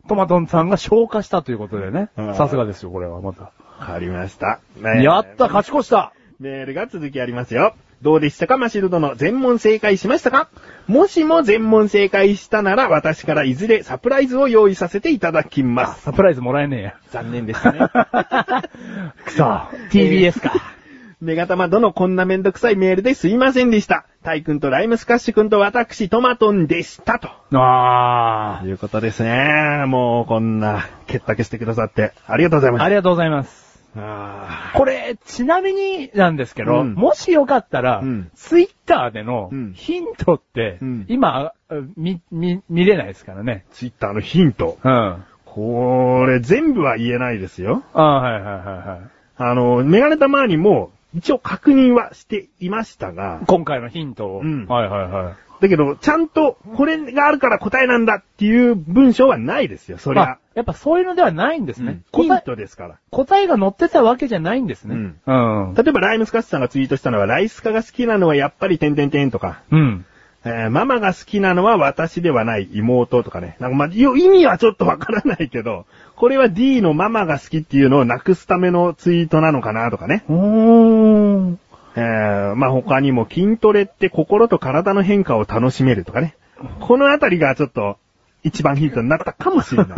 A: トマトンさんが消化したということでね
B: う。ん
A: さすがですよ、これは、また。
B: わかりました。ね
A: やった、勝ち越した
B: メールが続きありますよ。どうでしたかマシルドの全問正解しましたかもしも全問正解したなら、私からいずれサプライズを用意させていただきます。
A: サプライズもらえねえ や。
B: 残念でし たね。
A: くそ、TBS か。
B: メガタマどのこんなめんどくさいメールですいませんでした。タイ君とライムスカッシュ君と私、トマトンでしたと。
A: あ
B: ということですね。もうこんな、結託してくださって、ありがとうございま
A: ー。
B: し
A: ありがとうございます。
B: あ
A: これ、ちなみになんですけど、
B: うん
A: もしよかったら、
B: うん
A: ツイッターでの
B: うん
A: ヒントって、
B: うん
A: 今、見、見、見れないですからね。
B: ツイッターのヒント。
A: うん。あ
B: これ、全部は言えないですよ。
A: あ、はいはいはいは
B: あの、メガネたまーにも、一応確認はしていましたが
A: い。、今回のヒントを。
B: うん
A: はいはいはい。
B: だけど、ちゃんと、これがあるから答えなんだっていう文章はないですよ、そり
A: ま
B: ゃ
A: あ。、やっぱそういうのではないんです
B: う
A: ね
B: ん。ヒ
A: 答
B: ン
A: え、
B: トですから。
A: 答えが載ってたわけじゃないんですね。
B: うん
A: うん。
B: 例えば、ライムスカッシュさんがツイートしたのは、ライスカが好きなのはやっぱり、てんてんてんとか、
A: うん。
B: えーママが好きなのは私ではない妹とかね。なんかまあ、よ意味はちょっとわからないけど、これは D のママが好きっていうのをなくすためのツイートなのかなとかね。
A: うーん。
B: えーまあ他にも筋トレって心と体の変化を楽しめるとかね。このあたりがちょっと一番ヒントになったかもしれ ない。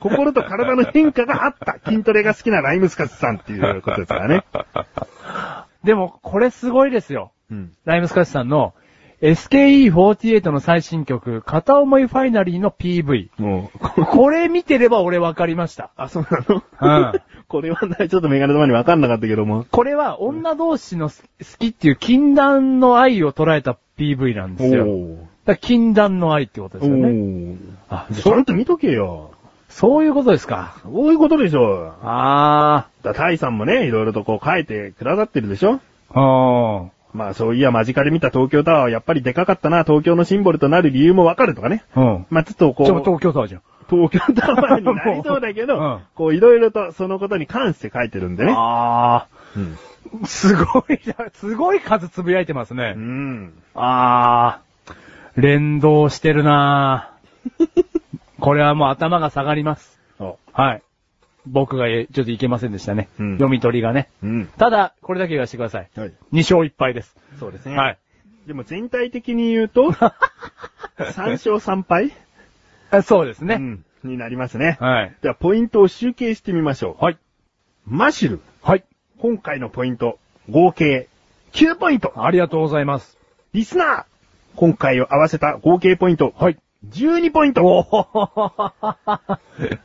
B: 心と体の変化があった筋トレが好きなライムスカスさんっていうことですからね。
A: でも、これすごいですよ。
B: うん。
A: ライムスカッシュさんの SKE48 の最新曲、片思いファイナリーの PV。
B: もう、こ
A: これ見てれば俺わかりました。
B: あ、そうなの、
A: うん
B: これはね、ちょっとメガネ玉にわかんなかったけども。
A: これは女同士の好きっていう禁断の愛を捉えた PV なんですよ。
B: ー。
A: だから禁断の愛ってことですよね。あ
B: おお。ちゃんと見とけよ。
A: そういうことですか。
B: そういうことでしょう。
A: あ
B: だタイさんもね、いろいろとこう書いてくださってるでしょ
A: ー。うん。
B: まあそういや、間近で見た東京タワーはやっぱりでかかったな、東京のシンボルとなる理由もわかるとかね。
A: うん。
B: まあちょっとこ
A: ちょ、
B: う、
A: 東京タワーじゃん。
B: 東京タワーになりそうだけど、
A: もううん
B: こういろいろとそのことに関して書いてるんでね。
A: あ
B: うん。
A: ー。すごいな、すごい数つぶやいてますね。
B: うん。
A: あー、連動してるなぁ これはもう頭が下がります。
B: お
A: はい。僕がえちょっといけませんでしたね。
B: うん
A: 読み取りがね。
B: うん。
A: ただ、これだけ言わせてください。
B: はい。
A: 2勝1敗です。
B: そうですね。
A: はい。。
B: でも全体的に言 うと、3勝3敗、
A: あそうです
B: う
A: ね。
B: ん、になりますね。
A: はい。
B: では、ポイントを集計してみましょう。
A: はい。
B: マシル、
A: はい。
B: 今回のポイント、合計9ポイント。
A: ありがとうございます。
B: リスナー、今回を合わせた合計ポイント、
A: はい。
B: 12ポイン
A: お
B: ト。
A: ー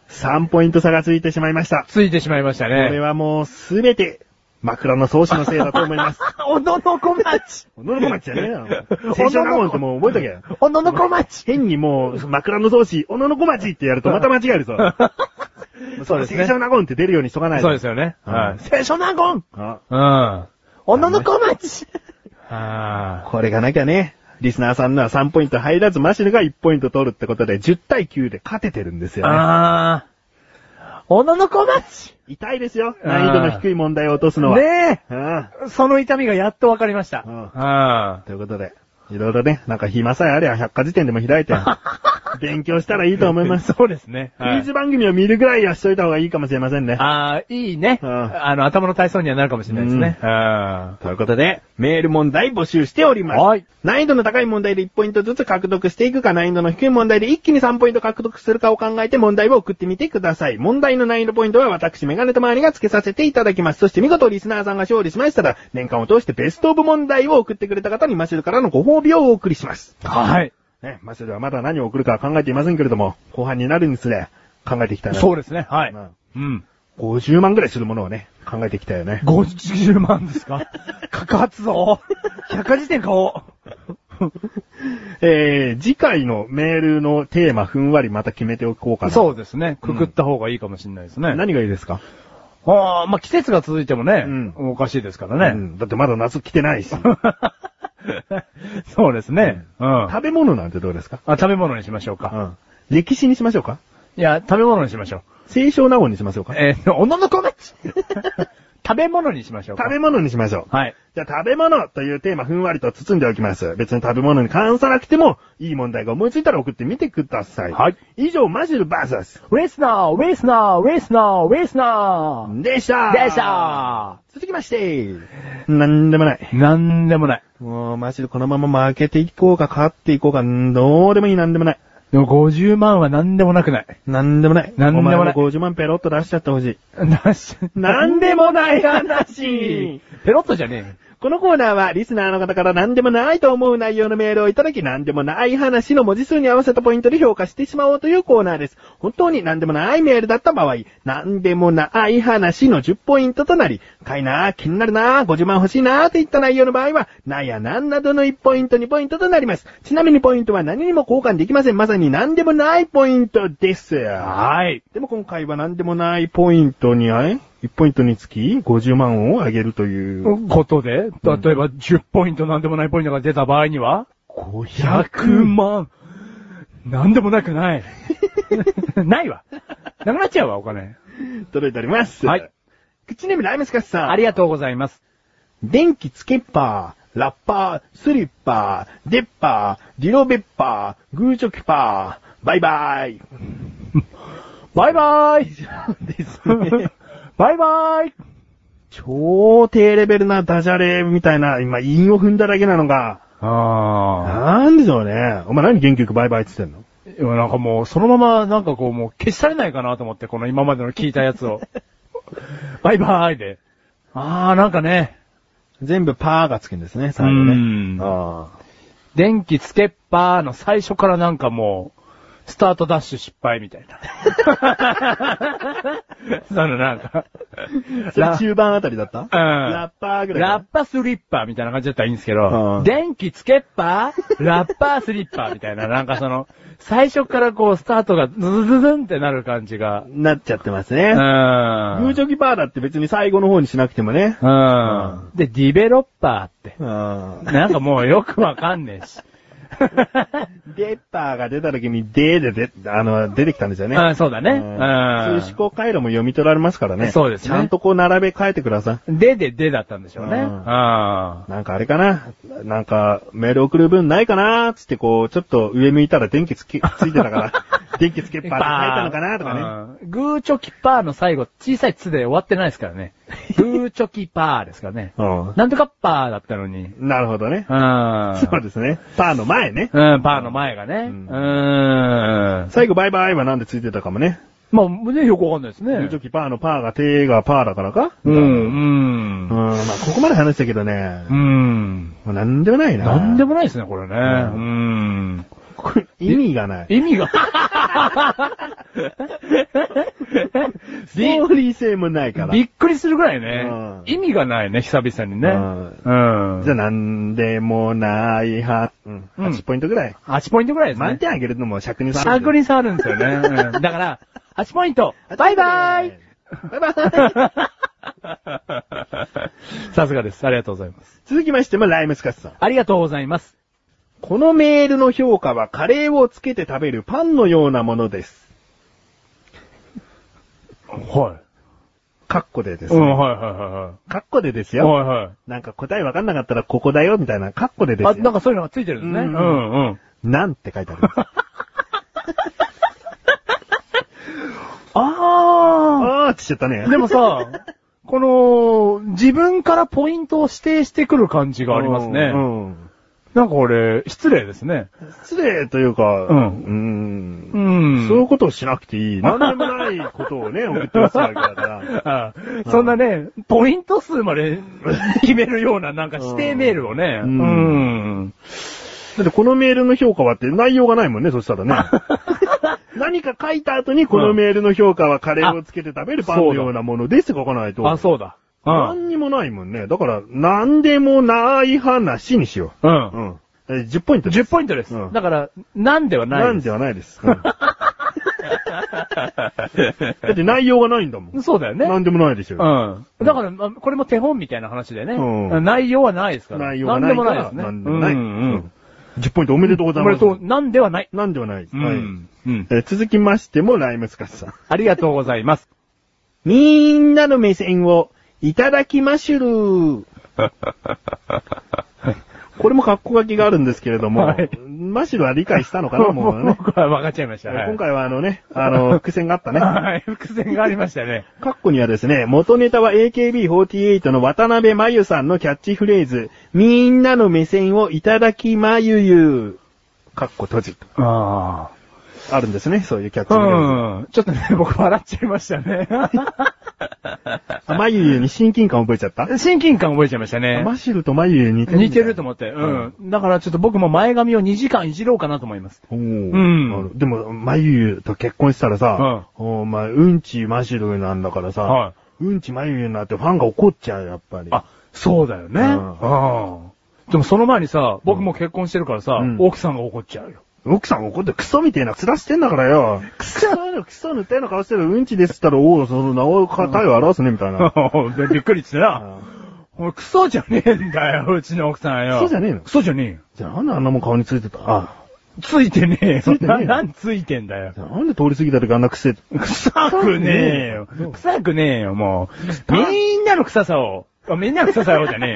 B: 3ポイント差がついてしまいました。
A: ついてしまいました
B: これ
A: ね。
B: はもうすべて、枕の創始のせいだと思 います。
A: おののこまち
B: のどこまちじゃねえよ。 青春ラゴンってもう覚えとけよ。
A: おののこまち
B: 変にもう、枕の創始、おののこまちってやるとまた間違えるぞ。
A: そうです
B: 青
A: ね。
B: 春ラゴンって出るようにしとかないと
A: そうですよね。は
B: うん
A: い。聖書納言
B: あ
A: うん。女の子町あ
B: これがなきゃね、リスナーさんのは3ポイント入らず、マシルが1ポイント取るってことで、10対9で勝ててるんで
A: ー
B: すよね。
A: あー。女の子町
B: 痛いですよ。難易度の低い問題を落とすのは。
A: ね
B: あ
A: えその痛みがやっとわかりました。
B: うん
A: あ
B: あということで、いろいろね、なんか暇さえあれば百科事典でも 開いて、勉強したらいいと思いま
A: ー。
B: す。
A: そうですね。
B: クイズ番組を見るぐらいはしといた方がいいかもしれませんね。
A: ああ、いいね。
B: うん
A: あの、頭の体操にはなるかもしれないですね。あ
B: ということで、メール問題募集しております。
A: はい
B: 難易度の高い問題で1ポイントずつ獲得していくか、難易度の低い問題で一気に3ポイント獲得するかを考えて問題を送ってみてください。問題の難易度ポイントは私、メガネと周りが付けさせていただきます。そして見事リスナーさんが勝利しましたら、年間を通してベストオブ問題を送ってくれた方にマシュルからのご褒美をお送りします。
A: ーはい。
B: ね、マシュルはまだ何を送るかは考えていませんけれども、後半になるにつれ、考えていきたいな。
A: そうですね。はい。
B: うん
A: うん。
B: 50万ぐらいするものをね、考えていきたい よね。
A: 50万です かかかつぞ。百科事典買おう。
B: えー、次回のメールのテーマふんわりまた決めておこうかな。
A: そうですね。くくった方がいいかもしれないですね。
B: 何がいいですか、
A: ああ、まあ、季節が続いてもね、
B: うん
A: おかしいですか
B: う
A: らね。
B: ん、だってまだ夏来てないし。食
A: そうですね。うん。あ、
B: べ物なんてどうですか
A: 食べ物にしましょう
B: う
A: か。
B: ん。歴史にしましょうか
A: いや、食べ物にしましょう。
B: 清少納言にしましょうか
A: えー、おののこまち 食べ物にしましょうか。
B: 食べ物にしましょう。
A: はい。
B: じゃあ食べ物というテーマふんわりと包んでおきます。別に食べ物に関さなくても、いい問題が思いついたら送ってみてください。
A: はい。
B: 以上、マジルバーサス
A: ウェスナー、ウェスナー、ウェスナー、ウェスナ
B: でした
A: ー。でした
B: 続きましてなんでもない。
A: ー。なんでもない。
B: もう、マジでこのまま負けていこうか、勝っていこうか、んどうでもいい、なんでもない。
A: でも50万はなんでもなくない。
B: なんでもない。
A: なんでもない
B: お前50万ペロッと出しちゃってほしい。
A: なし。
B: なんでもない話
A: ペロッとじゃねえ。
B: このコーナーは、リスナーの方から何でもないと思う内容のメールをいただき、何でもない話の文字数に合わせたポイントで評価してしまおうというコーナーです。本当に何でもないメールだった場合、何でもない話の10ポイントとなり、かいなー、気になるなー、50万欲しいなーといった内容の場合は、なんやなんなどの1ポイント、2ポイントとなります。ちなみにポイントは何にも交換できません。まさに何でもないポイントです。
A: はい。
B: でも今回は何でもないポイントに、あい ?1 ポイントにつき50万をあげるという。
A: ことで、例えば10ポイントなんでもないポイントが出た場合には、100万なんでもなく ない。ないわ。なくなっちゃうわ、お金。
B: 届いております。
A: はい。
B: 口ネームライムスカスさん。
A: ありがとうございます。
B: 電気つけっぱー、ラッパー、スリッパー、デッパー、ディロベッパー、グーチョキパー、バイバイ。
A: バイバイ
B: です
A: バイバイ
B: 超低レベルなダジャレみたいな、今、韻を踏んだだけなのが、
A: ああ。
B: なんでしょうね。お前何元気よくバイバイって言ってんの
A: いやなんかもう、そのまま、なんかこう、もう消し去れないかなと思って、この今までの聞いたやつ を。バイバイで。ああ、なんかね、
B: 全部パーがつくんですね、
A: 最後ね
B: あ
A: 電気つけっぱーの最初からなんかもう、スタートダッシュ失敗みたい な。そのなんか、
B: あ。それ中盤あたりだったうん。ラ
A: ラ
B: ッパーぐらい。
A: ラッパスリッパーみたいな感じだったらいいんですけ
B: う
A: ど
B: ん、
A: 電気つけっぱーラッパースリッパーみたいな、なんかその、最初からこう、スタートがズズズズンってなる感じが。
B: なっちゃってます
A: う
B: ね。グ
A: ん。
B: ーチョキパーだって別に最後の方にしなくてもね。
A: うん。で、ディベロッパーって。
B: うん。
A: なんかもうよくわかんねえし。
B: デッパーが出た時にデーでで、あの、出てきたんですよね。
A: うん、そうだね。
B: うんそういう思考回路も読み取られますからね。
A: そうですね
B: ちゃんとこう並べ替えてください。
A: うん。でででだったんでしょうね。
B: う
A: うんん。
B: なんかあれかななんか、メール送る分ないかなつってこう、ちょっと上向いたら電気つき、ついて たから、電気つけっぱって書いたのかなとかね。
A: ね。グーチョキパーの最後、小さいつで終わってないですから ね。グーチョキパーですからね。
B: う
A: なんとかパーだったのに。うん。
B: ん。なるほどね。そ
A: そう
B: うですね。パーの前ね。
A: うん、パーの前がね。うんん。ん
B: 最後バイバイはなんでついてたかもね。
A: まあ、ね、よくわかんないですね。
B: 無ョキパーのパーが手がパーだからか
A: う
B: うん。
A: ん、うん。
B: まあ、ここまで話したけどね
A: う。ん。
B: もうなんでもないな。
A: なんでもないですね、これね。うんん。
B: これ意味がない。
A: 意味が。
B: ストーリー性もないから。
A: びっくりするぐらいうね
B: ん。
A: 意味がないね、久々にね。うん。
B: じゃあなんでもないは、うん、
A: うん
B: 8ポイントぐらい。
A: 8ポイントぐらいです
B: 満
A: ね。
B: 点あげるのも尺にさ
A: 探り触るんですよね。うんだから、8ポイン トバイバイ
B: バイバイ
A: さすがです。ありがとうございます。
B: 続きましてもライムスカスさん。
A: ありがとうございます。
B: このメールの評価はカレーをつけて食べるパンのようなものです。
A: は
B: カッコでで
A: い。う
B: す。
A: ん、はいはいは
B: カッコでです
A: いはい。
B: よ。
A: はいは
B: なんか答えわかんなかったらここだよみたいなカッコでで
A: い。
B: すよ。
A: あ、なんかそういうのがついてるんですね。う
B: う
A: んんうん。
B: なんて書いてあ ります。
A: あ
B: あーってしちゃったね。
A: でもさ、この、自分からポイントを指定してくる感じがありますね。
B: うんうん
A: なんかこれ、失礼ですね。
B: 失礼というか、
A: うん
B: ん
A: ん
B: そういうことをしなく ていい。なんでもないことをね、送ってますわけだから。
A: ああそんなね、ポイント数まで 決めるようななんか指定メールをね。
B: う
A: う
B: ん
A: ん。
B: だってこのメールの評価はって内容がないもんね、そした らね。何か書いた後にこのメールの評価はカレーをつけて食べるパンのようなものですって書かないと。
A: あ、そうだ。う
B: 何
A: ん。
B: にもないもんね。だから、なんでもない話にしよ
A: う
B: う。
A: ん。
B: ん。え10ポイントです。
A: 10ポイントです。
B: うん
A: だから、なんでは
B: な
A: ない
B: ん
A: です。
B: ではないです。う んだって内容がないんだもん。
A: そうだよね。
B: なんでもないでしょ。
A: うん。だから、まこれも手本みたいな話でね。
B: うん
A: 内容はないですから。
B: 内容がないか
A: なんでもないで
B: ら、
A: すね。
B: なんでもない。
A: うんう
B: うんん10ポイントおめでとうござい
A: こ
B: ま
A: れ
B: す。
A: と、なんではない。
B: なんではないです。
A: うん
B: はい
A: うん
B: えー続きましても、ライムスカスさん。
A: ありがとうございます。
B: みんなの目線をいただきましゅるー。 これも格好書きがあるんですけれども、
A: はい
B: マシュルは理解したのか な、もうね。
A: 僕は分かっちゃいました。はい
B: 今回はあのね、あの、伏線があった ね。
A: はい、伏線がありましたね。
B: カッコにはですね、元ネタは AKB48 の渡辺真由さんのキャッチフレーズ、みんなの目線をいただきまゆゆー。カッコ閉じ。
A: あ
B: あるんですね、そういうキャッチ
A: あ。
B: フレーズ。
A: うん。ちょっとね、僕笑っちゃいましたね。
B: 眉毛に親近感覚えちゃっ た
A: 親近感覚えちゃいましたね。
B: マシルと眉毛似てる。
A: 似てると思って。うん。だからちょっと僕も前髪を2時間いじろうかなと思います。
B: おう
A: うん
B: なるでも、眉毛と結婚したらさ、お前、うんちマシルなんだからさ、
A: は
B: うんち眉毛になってファンが怒っちゃう、やっぱり。
A: あ、そうだよね。
B: う
A: う
B: ん
A: ん。でもその前にさ、僕も結婚してるからさ、
B: うん
A: 奥さんが怒っちゃうよ。
B: 奥さん怒ってクソみたいな面してんだからよ。クソのクソみたいな顔してるうんちですったら、おう、その名を体を表すね、みたい な。
A: でびっくりしてな。お前クソじゃねえんだよ、うちの奥さんよ。
B: クソじゃねえの
A: クソじゃねえよ。
B: じゃあなんであんなもん顔についてたあ、
A: ついてねえよ。
B: ついてねえ よ
A: ななんついてんだよ
B: じ。ゃあなんで通り過ぎた時あんな癖、
A: 臭くねえよ。臭くねえよ、もう。みんなの臭さを。あみんなの臭さをじゃねえ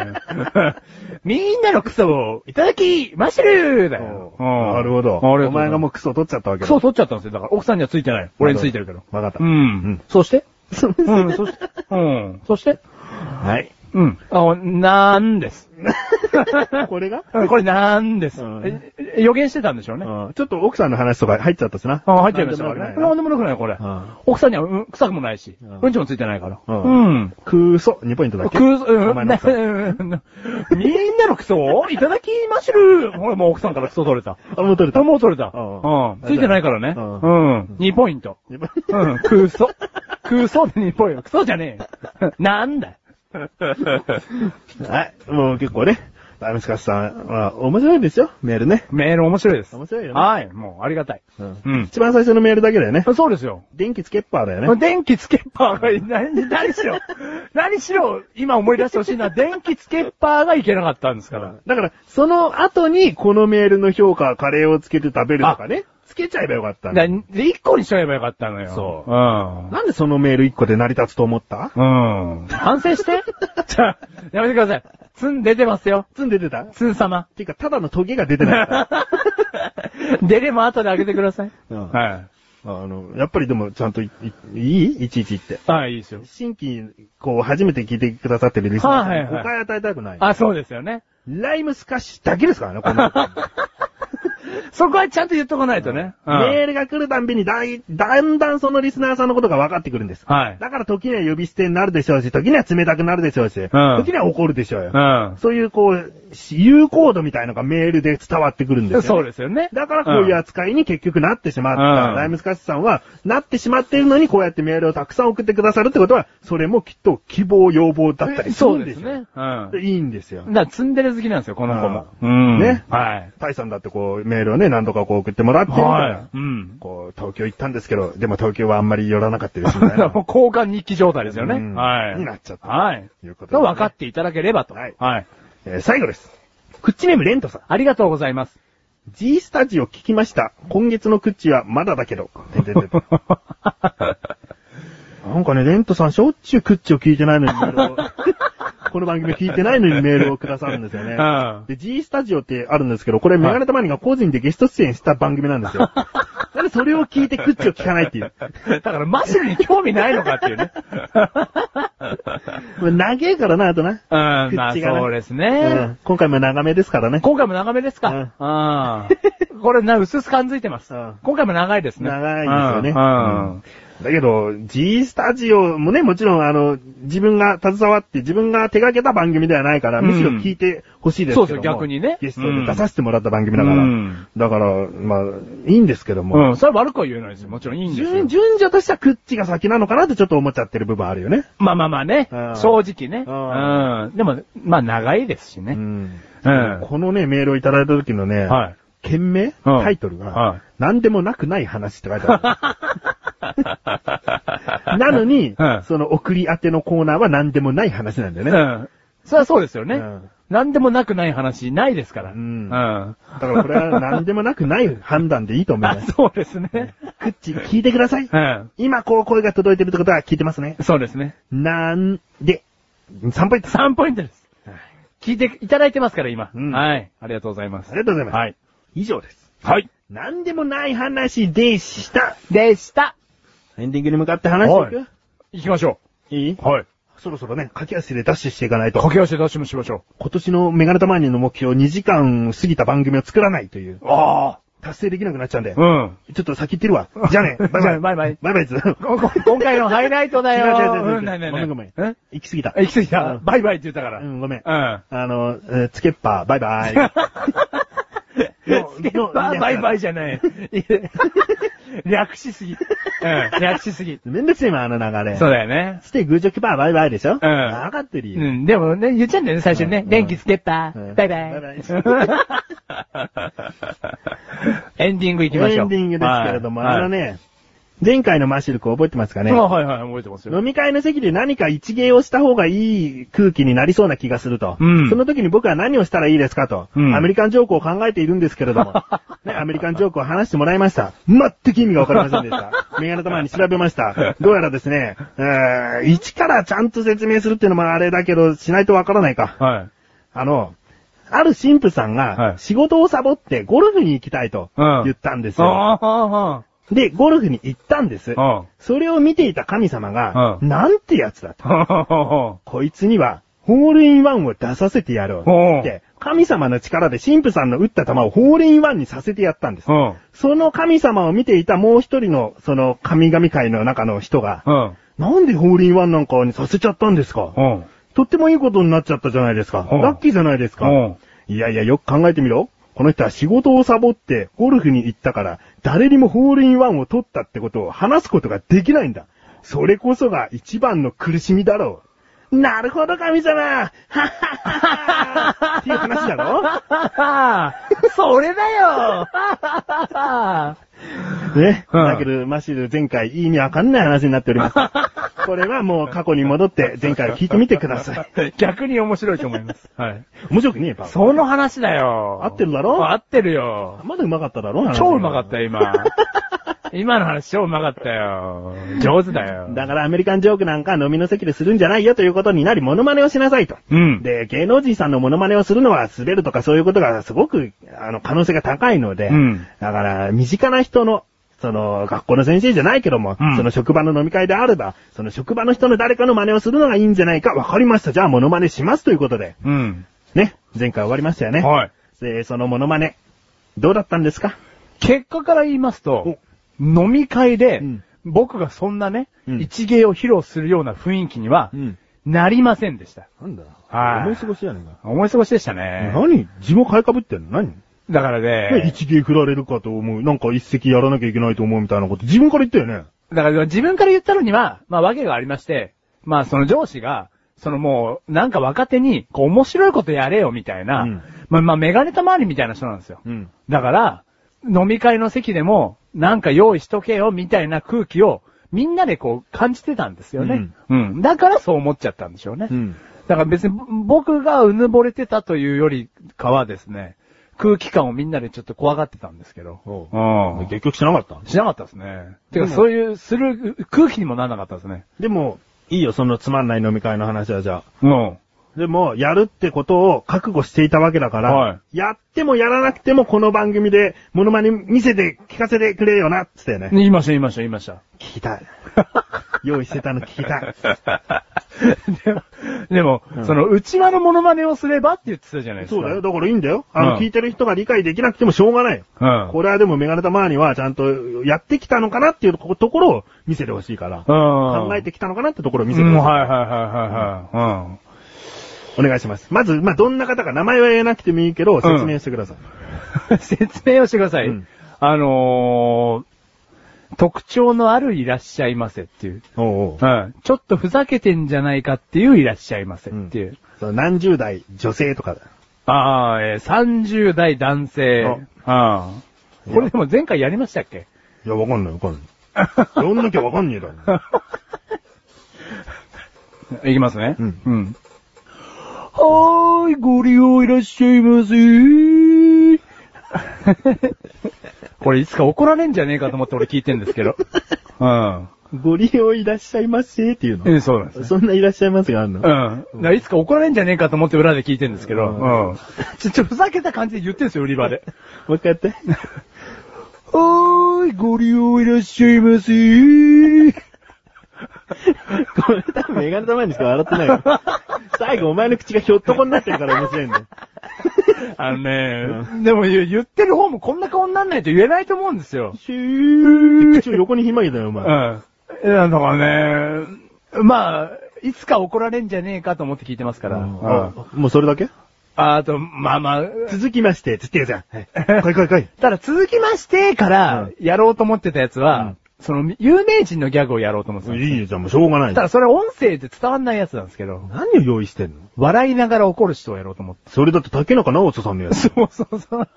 A: よ。 みんなの臭をいただきましるだよ。うん
B: なるほど。
A: あれ
B: お前がも
A: う。
B: うクソ取っちゃったわけ
A: ク
B: だ
A: ソ取っちゃったんですよ。だから奥さんにはついてない。俺についてるけど。
B: わかった。
A: うん。
B: ん
A: そうしてうん、そして。うん。そして
B: はい。
A: うん。あ、なんです。
B: これが
A: うんこれなんです
B: うん。
A: え予言してたんでしょうね。
B: うんちょっと奥さんの話とか入っちゃったしな。
A: あ入っちゃいましたか
B: な
A: ら
B: ん
A: ね。
B: でも
A: な
B: な
A: ん
B: く
A: んでもなくない、これ
B: うん。
A: 奥さんにはうん臭くもないし、
B: うん
A: うんちもついてないから。
B: うん
A: うん。
B: クソ、2ポイントだっけ
A: く、う
B: お
A: ん、
B: 前の
A: な
B: 奥さん。
A: みんなのクソをいただきましるほら、もう奥さんからクソ取れ た。
B: あ、もう取れた。
A: もう取れた。
B: うん
A: うん。ついてないからね。
B: う
A: うんん。2ポイント。
B: 二ポイント
A: うん、ク ソ。クソで2ポイント。クソじゃねえよ。なん だよ。
B: はい。もう結構ね。ダメスカスさん、まあ、面白いですよ。メールね。
A: メール面白いです。
B: 面白いよね
A: はい、もうありがたい。
B: うん
A: うん。
B: 一番最初のメールだけだよね。
A: そうですよ。
B: 電気つけっぱーだよね。
A: 電気つけっぱーがい、何、何 しろ、何しろ、今思い出してほしいのは、電気つけっぱーがいけなかったんですから。
B: だから、その後に、このメールの評価、カレーをつけて食べるとかね。つけちゃえばよかったんだ
A: だで、一個にしとけばよかったのよ。
B: そう
A: う
B: なんでそのメール一個で成り立つと思った
A: ん。うん。反省して じゃあ、やめてください。ツン出てますよ。
B: 積んで出 た
A: ツン様。
B: ていうか、ただのトゲが出てないから。
A: 出れも後であげてください。
B: うん
A: は
B: あの、やっぱりでも、ちゃんとい、いいいいちいちって。
A: い。ああ、いいですよ。
B: 新規、こう、初めて聞いてくださってるリスナーさんに
A: はいはいはい
B: 誤解与えたくない。
A: あ、そうですよね。
B: ライムスカッシュだけですからね、この。
A: そこはちゃんと言っとかないとね。 うん
B: メールが来るたんびにだい、だんだんそのリスナーさんのことが分かってくるんです。
A: はい
B: だから時には呼び捨てになるでしょうし、時には冷たくなるでしょうし、時には怒るでしょうよ。
A: うん。
B: そういう、こう、有コードみたいのがメールで伝わってくるんですよ、ね。
A: そうですよね。
B: だからこういう扱いに結局なってしまった。
A: うん
B: ライムスカッシュさんは、なってしまっているのにこうやってメールをたくさん送ってくださるってことは、それもきっと希望、要望だったりす
A: そ
B: る
A: うん
B: で
A: ですす
B: よ。
A: ね。うん。
B: でいいんですよ
A: だ。からツンデレ好きなんですよ、この子も。う
B: ね
A: はい。
B: タイさんだってこう、メールをね、何度かこう送ってもらってるから、
A: はい。うん。
B: こう、東京行ったんですけど、でも東京はあんまり寄らなかったですみ
A: だ
B: た
A: か
B: いな。
A: らもう交換日記状態ですよね。
B: うん
A: はい。
B: になっちゃった
A: はい。
B: ということで
A: が分かっていただければと。
B: はい
A: はい。
B: えー最後です。クッチネームレントさん。
A: ありがとうござい ます。
B: G スタジオ聞きました。今月のクッチはまだだけど。てんてんてんて んなんかね、レントさんしょっちゅうクッチを聞いてないのにメールを この番組聞いてないのにメールをくださるんです よね。
A: うん
B: で、G スタジオってあるんですけど、これメガネタマニが個人でゲスト出演した番組なん ですよ。なんでそれを聞いてクッチを聞かないっていう。
A: だからマシルに興味ないのかって いうね。
B: これ長えからな、あとな。
A: うん、まあ
B: 口がね
A: そうです
B: う
A: ね
B: ん。今回も長めですからね。
A: 今回も長めですかああ。これな、薄々感づいてます
B: うん。
A: 今回も長いですね。
B: 長いですよね。
A: う
B: うん
A: ん。
B: だけど、G スタジオもね、もちろん、あの、自分が携わって、自分が手掛けた番組ではないから、
A: うん
B: むしろ聞いてほしいですけども、
A: そうそう逆にね
B: ゲストで出させてもらった番組だから。
A: うん
B: だから、まあ、いいんですけど
A: う
B: も。
A: ん。それは悪くは言えないですよ。もちろんいいんですよ
B: 順、。順序としてはクッチが先なのかなってちょっと思っちゃってる部分あるよね。
A: まあまあまあね
B: うん。
A: 正直ね。
B: う
A: うん。でも、まあ長いですしね。
B: うん
A: うん
B: このね、メールをいただいた時のね、
A: はい。
B: 件名、タイトルが、
A: はい
B: 何でもなくない話って書いてあ る。なのに、
A: うん
B: その送り当てのコーナーは何でもない話なんだよね。
A: うん。それはそうですよね。
B: うん
A: 何でもなくない話、ないですから。
B: うん
A: うん。
B: だからこれは何でもなくない判断でいいと思い
A: あ
B: ま、す。
A: そうですね。
B: クッチ、聞いてください。
A: うん。
B: 今こう声が届いてるってことは聞いてますね。
A: そうですね。
B: なんで、3ポイント。あ
A: 3ポイントです。聞いていただいてますから、今。
B: うん
A: はい。ありがとうございます。
B: りがとうございます。
A: はい。
B: 以上です。
A: はい。
B: 何でもない話でした。
A: でした。
B: エンディングに向かって話してい
A: 行きましょ。
B: くいいう
A: はい。
B: そろそろね、駆け足でダッシュしていかないと。
A: 駆け足で出しもしましょ
B: 今年のメガネタマニアの目標2時間過ぎた番組を作らないという。
A: う。ああ。
B: 達成できなくなっちゃうんで。
A: うん。
B: ちょっと先行ってるわ。じ ゃあね、バイ
A: じ
B: バ
A: ゃ
B: イ。
A: あバイバイ
B: バイバイズ。
A: 今回のハイライトだ よ。
B: 違う違う違う違う
A: うんないないない
B: ごめんご
A: え
B: 行き過ぎた。
A: 行き過ぎた
B: う。ん
A: バイバイって言ったから。
B: うん、ごめん。
A: う
B: あの、えーつけっぱ、バイ バイ。
A: ん。スケッパーバイバイじゃない。略しすぎ。うん。略しすぎ。
B: めんどくせえ今、あの流れ。
A: そうだよね。
B: つけ、グーチョキパー、バイバイでしょうんわかってる
A: う
B: よ。
A: ん。でもね、言っちゃうんだよね、最初にね
B: う。ん
A: 電気スケッパ
B: う
A: ー。
B: ん
A: バイバイ。
B: バイ
A: エンディング行きましょう。
B: エンディングですけれども、
A: はい
B: あの。ね、前回のマシルク覚えてますか
A: はい
B: ね
A: あはいはい、覚えてますよ。
B: 飲み会の席で何か一芸をした方がいい空気になりそうな気がすると。
A: うん
B: その時に僕は何をしたらいいですかと。
A: うん
B: アメリカンジョークを考えているんですけれど も。ね、アメリカンジョークを話してもらいました。全く意味がわかりませんで した。メガネと前に調べました。どうやらですね、えー、一からちゃんと説明するっていうのもあれだけど、しないとわからないか。
A: はい。
B: あの、ある神父さん
A: は
B: が
A: い
B: 仕事をサボってゴルフに行きたいと
A: うん
B: 言ったんです
A: あ
B: よ。
A: あ、あ
B: で、ゴルフに行ったんです
A: あ、。あ
B: それを見ていた神様が、
A: う
B: なんてやつだと。
A: あ。
B: こいつには、ホールインワンを出させてやろ
A: おう
B: う。って、神様の力で神父さんの打った球をホールインワンにさせてやったんです
A: う。ん。
B: その神様を見ていたもう一人の、その神々界の中の人が、
A: うん。
B: なんでホールインワンなんかにさせちゃったんですか
A: うん。
B: とってもいいことになっちゃったじゃないですか。
A: うん
B: ラッキーじゃないですか。
A: うん。
B: いやいや、よく考えてみろ。この人は仕事をサボってゴルフに行ったから、誰にもホールインワンを取ったってことを話すことができないんだ。それこそが一番の苦しみだろう。なるほど、神様 はっはっはっはっていう話だろ
A: それだ よ
B: ね。
A: うん
B: だけど、マシル前回意味わかんない話になっております。これはもう過去に 戻って前回を聞いてみてください。
A: 逆に面白いと思い ます。はい。
B: 面白くねえば。
A: その話だよ。
B: 合ってるだろ
A: 合ってるよ。
B: まだうまかっただろ
A: 超うまかった
B: よ。
A: よ、 今。今の話超うまかったよ。上手だよ。
B: だからアメリカンジョークなんか飲みの席でするんじゃないよということになり、モノマネをしなさいと。
A: うん。
B: で、芸能人さんのモノマネをするのは滑るとかそういうことがすごく、あの、可能性が高いので、
A: うん
B: だから、身近な人の、その、学校の先生じゃないけども、
A: うん
B: その職場の飲み会であれば、その職場の人の誰かの真似をするのがいいんじゃないか、わかりました。じゃあ、モノマネしますということで、
A: うん。
B: ね、前回終わりましたよね。
A: はい。
B: で、そのモノマネ、どうだったんですか
A: 結果から言いますと、飲み会で、
B: うん
A: 僕がそんなね、
B: うん
A: 一芸を披露するような雰囲気には、
B: ん。
A: なりませんでした。
B: なんだ
A: はい
B: 思い過ごしやねんか。
A: 思い過ごしでしたね。
B: 何地も買いかぶってんの何
A: だから
B: ね
A: ね、
B: 一芸振られるかと思う。なんか一席やらなきゃいけないと思うみたいなこと自分から言ったよね。
A: だから自分から言ったのには、まあ訳がありまして、まあその上司が、そのもう、なんか若手に、こう面白いことやれよみたいな、
B: うん
A: まあまあメガネたまわりみたいな人なんですよ。
B: うん。
A: だから、飲み会の席でも、なんか用意しとけよみたいな空気を、みんなでこう感じてたんですよね。うん。だからそう思っちゃったんでしょうね。
B: ん。
A: だから別にぼ僕がうぬぼれてたというよりかはですね、空気感をみんなでちょっと怖がってたんですけど。
B: おう
A: うん。
B: 結局しなかった
A: しなかったですね。てか、
B: でも
A: そういう、する空気にもならなかったですね。
B: でも、いいよ、そのつまんない飲み会の話はじゃあ。
A: うん。
B: でも、やるってことを覚悟していたわけだから、
A: は
B: やってもやらなくてもこの番組でモノマネ見せて聞かせてくれよな、っつってね。
A: 言いました、言いました、言いました。
B: 聞きたい。 用意してたの聞きたい。
A: でも、でも、
B: うん
A: その、内輪のモノマネをすればって言ってたじゃないです
B: そ
A: か。
B: うだよ。だからいいんだよ。あの、
A: うん
B: 聞いてる人が理解できなくてもしょうがないよ。
A: うん。
B: これはでもメガネたまーにはちゃんとやってきたのかなっていうところを見せてほしいから。
A: うん。
B: 考え
A: て
B: てきたのかなってところを見
A: み
B: せ
A: て
B: て
A: うん、
B: ほしい。
A: はいはいはいはいはい。
B: お願いします。まず、まあ、どんな方か名前は言えなくてもいいけど、説明してください。
A: うん。説明をしてください。
B: うん
A: あのー、特徴のあるいらっしゃいませっていう。
B: おうおう
A: うん。ちょっとふざけてんじゃないかっていういらっしゃいませっていう。
B: その何十代女性とかだ。
A: ああ、えー、30代男性。ああ。これでも前回やりましたっけ
B: いや、わかんないわかんない。やんなきゃわかんねえだろ。
A: いきますね。
B: うん
A: うん。はーい、ご利用いらっしゃいま せ。これいつか怒られんじゃねえかと思って俺聞いてんですけど。うん。
B: ご利用いらっしゃいませっていう
A: え
B: の。
A: え、そうなんですね。
B: そんないらっしゃいませがあるの
A: うん。だからいつか怒られんじゃねえかと思って裏で聞いてんですけど。
B: うん
A: うん。ちょ、ちょ、ふざけた感じで言ってんですよ、売り場で。
B: もう一回やって。
A: はーい、ご利用いらっしゃいませ。
B: これ 多分メガネたまにしか笑ってないよ。最後お前の口がひょっとこになってるから面白いんだよ。
A: あのね、でも言言ってる方もこんな顔になんないと言えないと思うんですよ。
B: シューって口を横にひまげだよ、お
A: う
B: 前。
A: ん。えだからね、まあ、いつか怒られんじゃねえかと思って聞いてますから。うん
B: あもうそれだけ
A: ああと、まあまあ、
B: 続きまして、つって言うじゃん。はい。来い来い来い。
A: ただ続きましてから
B: うん、
A: やろうと思ってたやつは、
B: うん
A: その、有名人のギャグをやろうと思ってたんですよ。
B: いいよ、じゃあもうしょうがない。
A: ただそれ音声で伝わんないやつなんですけど、
B: 何を用意してんの
A: 笑いながら怒る人をやろうと思って。
B: それだって竹中直人さんのや つ。
A: そうそうそう。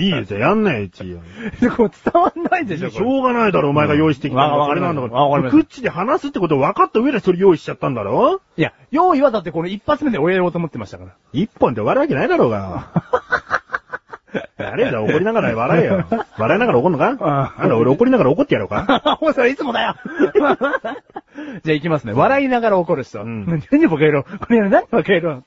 B: いいよ、じゃあやんないよ、一応。
A: で、こう伝わんないでしょ、
B: し
A: これ
B: ょうがないだろ、お前が用意してきた
A: うんわか
B: それ
A: り
B: な
A: ま
B: ん
A: す
B: だか
A: わかり
B: ら。
A: ます
B: クッチで話すってことを分かった上でそれ用意しちゃったんだろ
A: いや、用意はだってこの一発目で終えようと思ってましたから。
B: 一本で終わるわけないだろうが。あれだ、怒りながら笑えよ。笑いながら怒んのか
A: ああ
B: なんだ、俺怒りながら怒ってやろうか
A: おそれいつもだよじゃあ行きますね。笑いながら怒る人。
B: うん
A: 何バカ野郎これ何バカ野郎っ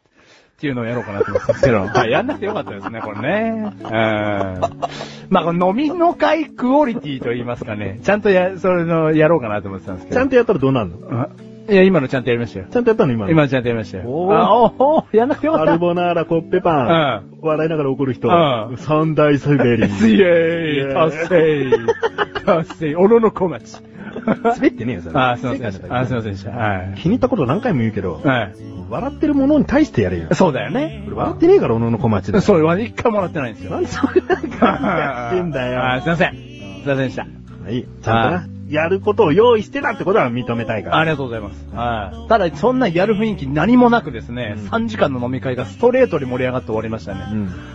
A: ていうのをやろうかなと思ってますけど。 はい、やんなくてよかったですね、これね。うん。まあ、この飲みの会クオリティと言いますかね。ちゃんとや、それの、やろうかなと思ってたんですけ
B: ちゃ
A: ど。
B: んとやったらどうなんの
A: あいや、今のちゃんとやりましたよ。
B: ちゃんとやったの今の。
A: 今のちゃんとやりましたよ。
B: おー
A: あおーやんなくてよか
B: カ
A: った。
B: ルボナーラ、コッペパン。笑いながら怒る人
A: うん。
B: 三大サイベリー。
A: イエーイ達成達成おのの小 町。
B: 滑ってねえよ、それ。
A: あー、すいませんでし
B: 世界
A: た。
B: だ
A: あー、
B: か
A: すい
B: ら
A: ませんでした。はい。
B: 気に入ったこと何回も言うけど、
A: はい。
B: 笑ってるものに対してやれよ。
A: そうだよね。
B: 笑ってねえから、おのの小町で。
A: それは一回もらってないんですよ。
B: なんでそれなんかやってんだ よ。
A: あーすいません。すいませんでした。
B: はい、ちゃんとな。やることを用意してたってことは認めたいから。
A: ありがとうございます。はい。ただ、そんなやる雰囲気何もなくですね、
B: うん
A: 3時間の飲み会がストレートに盛り上がって終わりました
B: う
A: ね。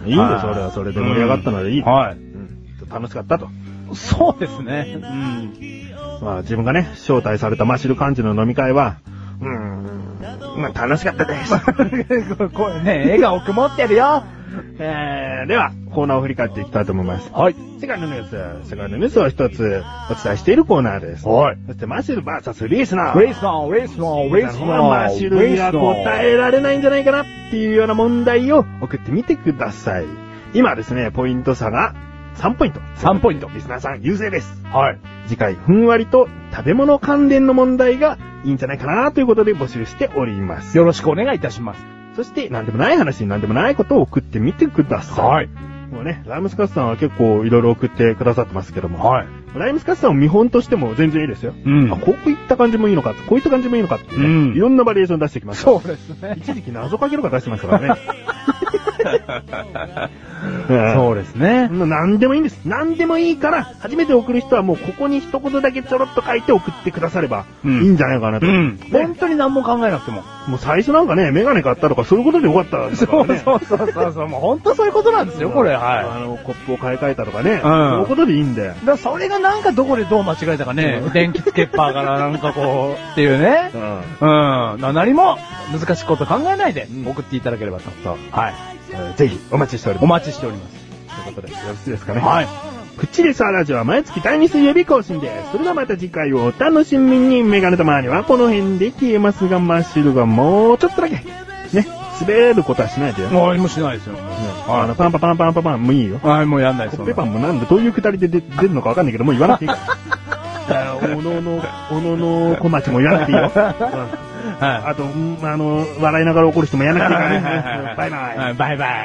B: ん。いいよ、それはそれで盛り上がったのでいい。
A: は
B: う
A: い。
B: ん。楽しかったと。
A: そうですね。うん。
B: まあ自分がね、招待されたマシル幹事の飲み会は、うーん、まあ楽しかったです。
A: これね、笑顔曇ってるよ。
B: えー、では、コーナーを振り返っていきたいと思います。
A: はい。
B: 世界のニュース、世界のニュースを一つお伝えしているコーナーです。
A: はい。
B: そしてマシル VS リースナー。
A: ウェイスナー、ウェイスナー、ウェイスナー。
B: マシルには答えられないんじゃないかなっていうような問題を送ってみてください。今ですね、ポイント差が3ポイント。
A: 3ポイント。
B: リスナーさん優勢です。
A: はい。
B: 次回、ふんわりと食べ物関連の問題がいいんじゃないかなということで募集しております。
A: よろしくお願いいたします。
B: そして、なんでもない話になんでもないことを送ってみてください。
A: い。
B: もうね、ライムスカスさんは結構いろいろ送ってくださってますけども、
A: はい。
B: ライムスカスさんを見本としても全然いいですよ。
A: うん
B: あ、こういった感じもいいのか、こういった感じもいいのかっていうね、
A: うん
B: いろんなバリエーション出してきます。
A: そうですね。
B: 一時期謎かけとか出してましたからね。うん
A: そうですね。
B: もう何でもいいんです。何でもいいから、初めて送る人はもうここに一言だけちょろっと書いて送ってくだされば、い
A: うん
B: いんじゃないかなと。
A: うん。本
B: ね
A: 当に何も考えなくても。
B: もう最初なんかね、メガネ買ったとかそういうことでよかったんだからね。
A: うそうそうそう。もう本当そういうことなんですよ、これ。はい。
B: あの、コップを買い替えたとかね。
A: ん
B: そういうことでいいんだよ。
A: だからそれがなんかどこでどう間違えたかね
B: う。
A: 電気つけっぱからなんかこう、っていうね
B: う。ん。
A: うん。な何も難しいこと考えないで
B: うん
A: 送っていただければと。
B: そう。
A: はい。
B: えーぜひ、お待ちしており
A: お
B: ま
A: 待ちしております。
B: す。ということで、よろしいですかね。
A: はい。
B: くっちりさラジオは毎月第2水曜日更新です。それではまた次回をお楽しみに。メガネとマーニはこの辺で消えますが、マッシュルがもうちょっとだけ。ね、滑ることはしないでよ。
A: もう何もしないですよ。
B: あの、パンパパンパンパンパンもいいよ。
A: はい、もうやんないで
B: コ
A: す。
B: ッペパンもなんだ、どういうくだりで出出るのかわかんないけど、もう言わなくていいから。あー おのの、おのの小町も言わなくていいよ。うん
A: そんなはい。
B: あと、うんあの、笑いながら怒る人もやらなくていいからね。うんバイバイ。
A: イ。バイバイ。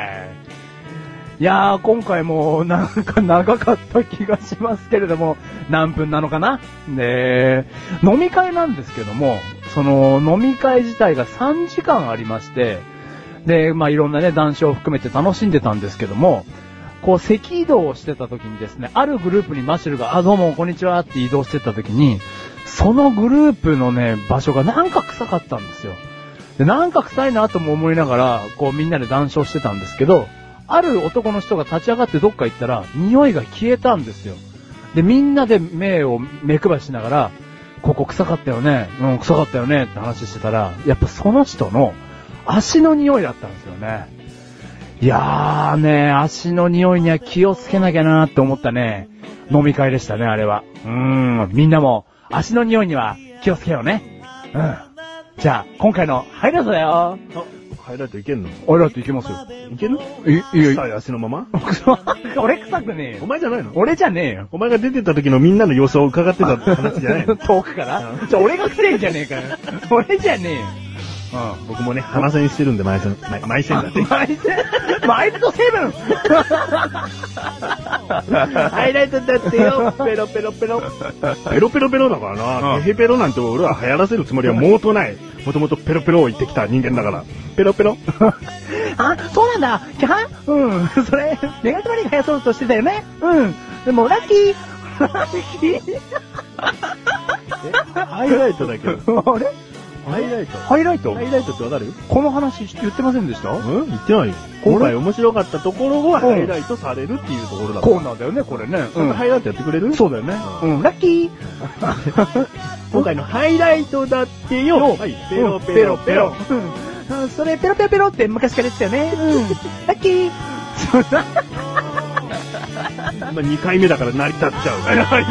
A: いやー、今回もなんか長かった気がしますけれども、何分なのかなで、飲み会なんですけども、その飲み会自体が3時間ありまして、で、まあいろんなね、談笑を含めて楽しんでたんですけども、こう、席移動をしてた時にですね、あるグループにマシュルが、あ、どうも、こんにちはって移動してた時に、そのグループのね、場所がなんか臭かったんですよ。で、なんか臭いなとも思いながら、こうみんなで談笑してたんですけど、ある男の人が立ち上がってどっか行ったら、匂いが消えたんですよ。で、みんなで目を目配しながら、ここ臭かったよね、うん、臭かったよねって話してたら、やっぱその人の足の匂いだったんですよね。いやーね、足の匂いには気をつけなきゃなーって思ったね、飲み会でしたね、あれは。うーん、みんなも足の匂いには気をつけようね。うん。じゃあ、今回のハイライトだよ。
B: あハイライトいけんの
A: ハイライトいけますよ。
B: いける
A: い、いい
B: 臭
A: よ。
B: い足のまま
A: 俺臭くねえ
B: お
A: よ。
B: 前じゃないの
A: 俺じゃねえよ。
B: お前が出てた時のみんなの様子を 伺ってた話じゃないの
A: 遠くから。じゃあ俺が臭いんじゃねえかよ。俺じゃねえよ。うん。
B: 僕もね、浜線してるんで、毎線、毎毎線だって。
A: マイル、マイルドセブンハイライトだってよ、ペロペロペロ。
B: ペロペロペロだからな。
A: うん
B: ペヘペロなんて俺は流行らせるつもりは毛頭ない。もともとペロペロを言ってきた人間だから。ペロペロ。
A: あ、そうなんだ、キャンうん、それ、メガトマリが流行そうとしてたよねうん。でも、ラッキーラッキー
B: ハイライトだけど。
A: あれ
B: ハイライト
A: ハイライト
B: ハイライトってわかる
A: この話言ってませんでした
B: うん言ってないよ。今回面白かったところがハイライトされるっていうところだ
A: コーナーだよね、これね。
B: ちゃんとハイライトやってくれる
A: そうだよね。うん、ラッキー
B: 今回のハイライトだってよ。はいペロペロペロ。。
A: うんうん。それ、ペロペロペロって昔から言ってたよね。うん。ラッキー
B: まあ、2回目だから成り立っちゃう。バイバイ。バイ。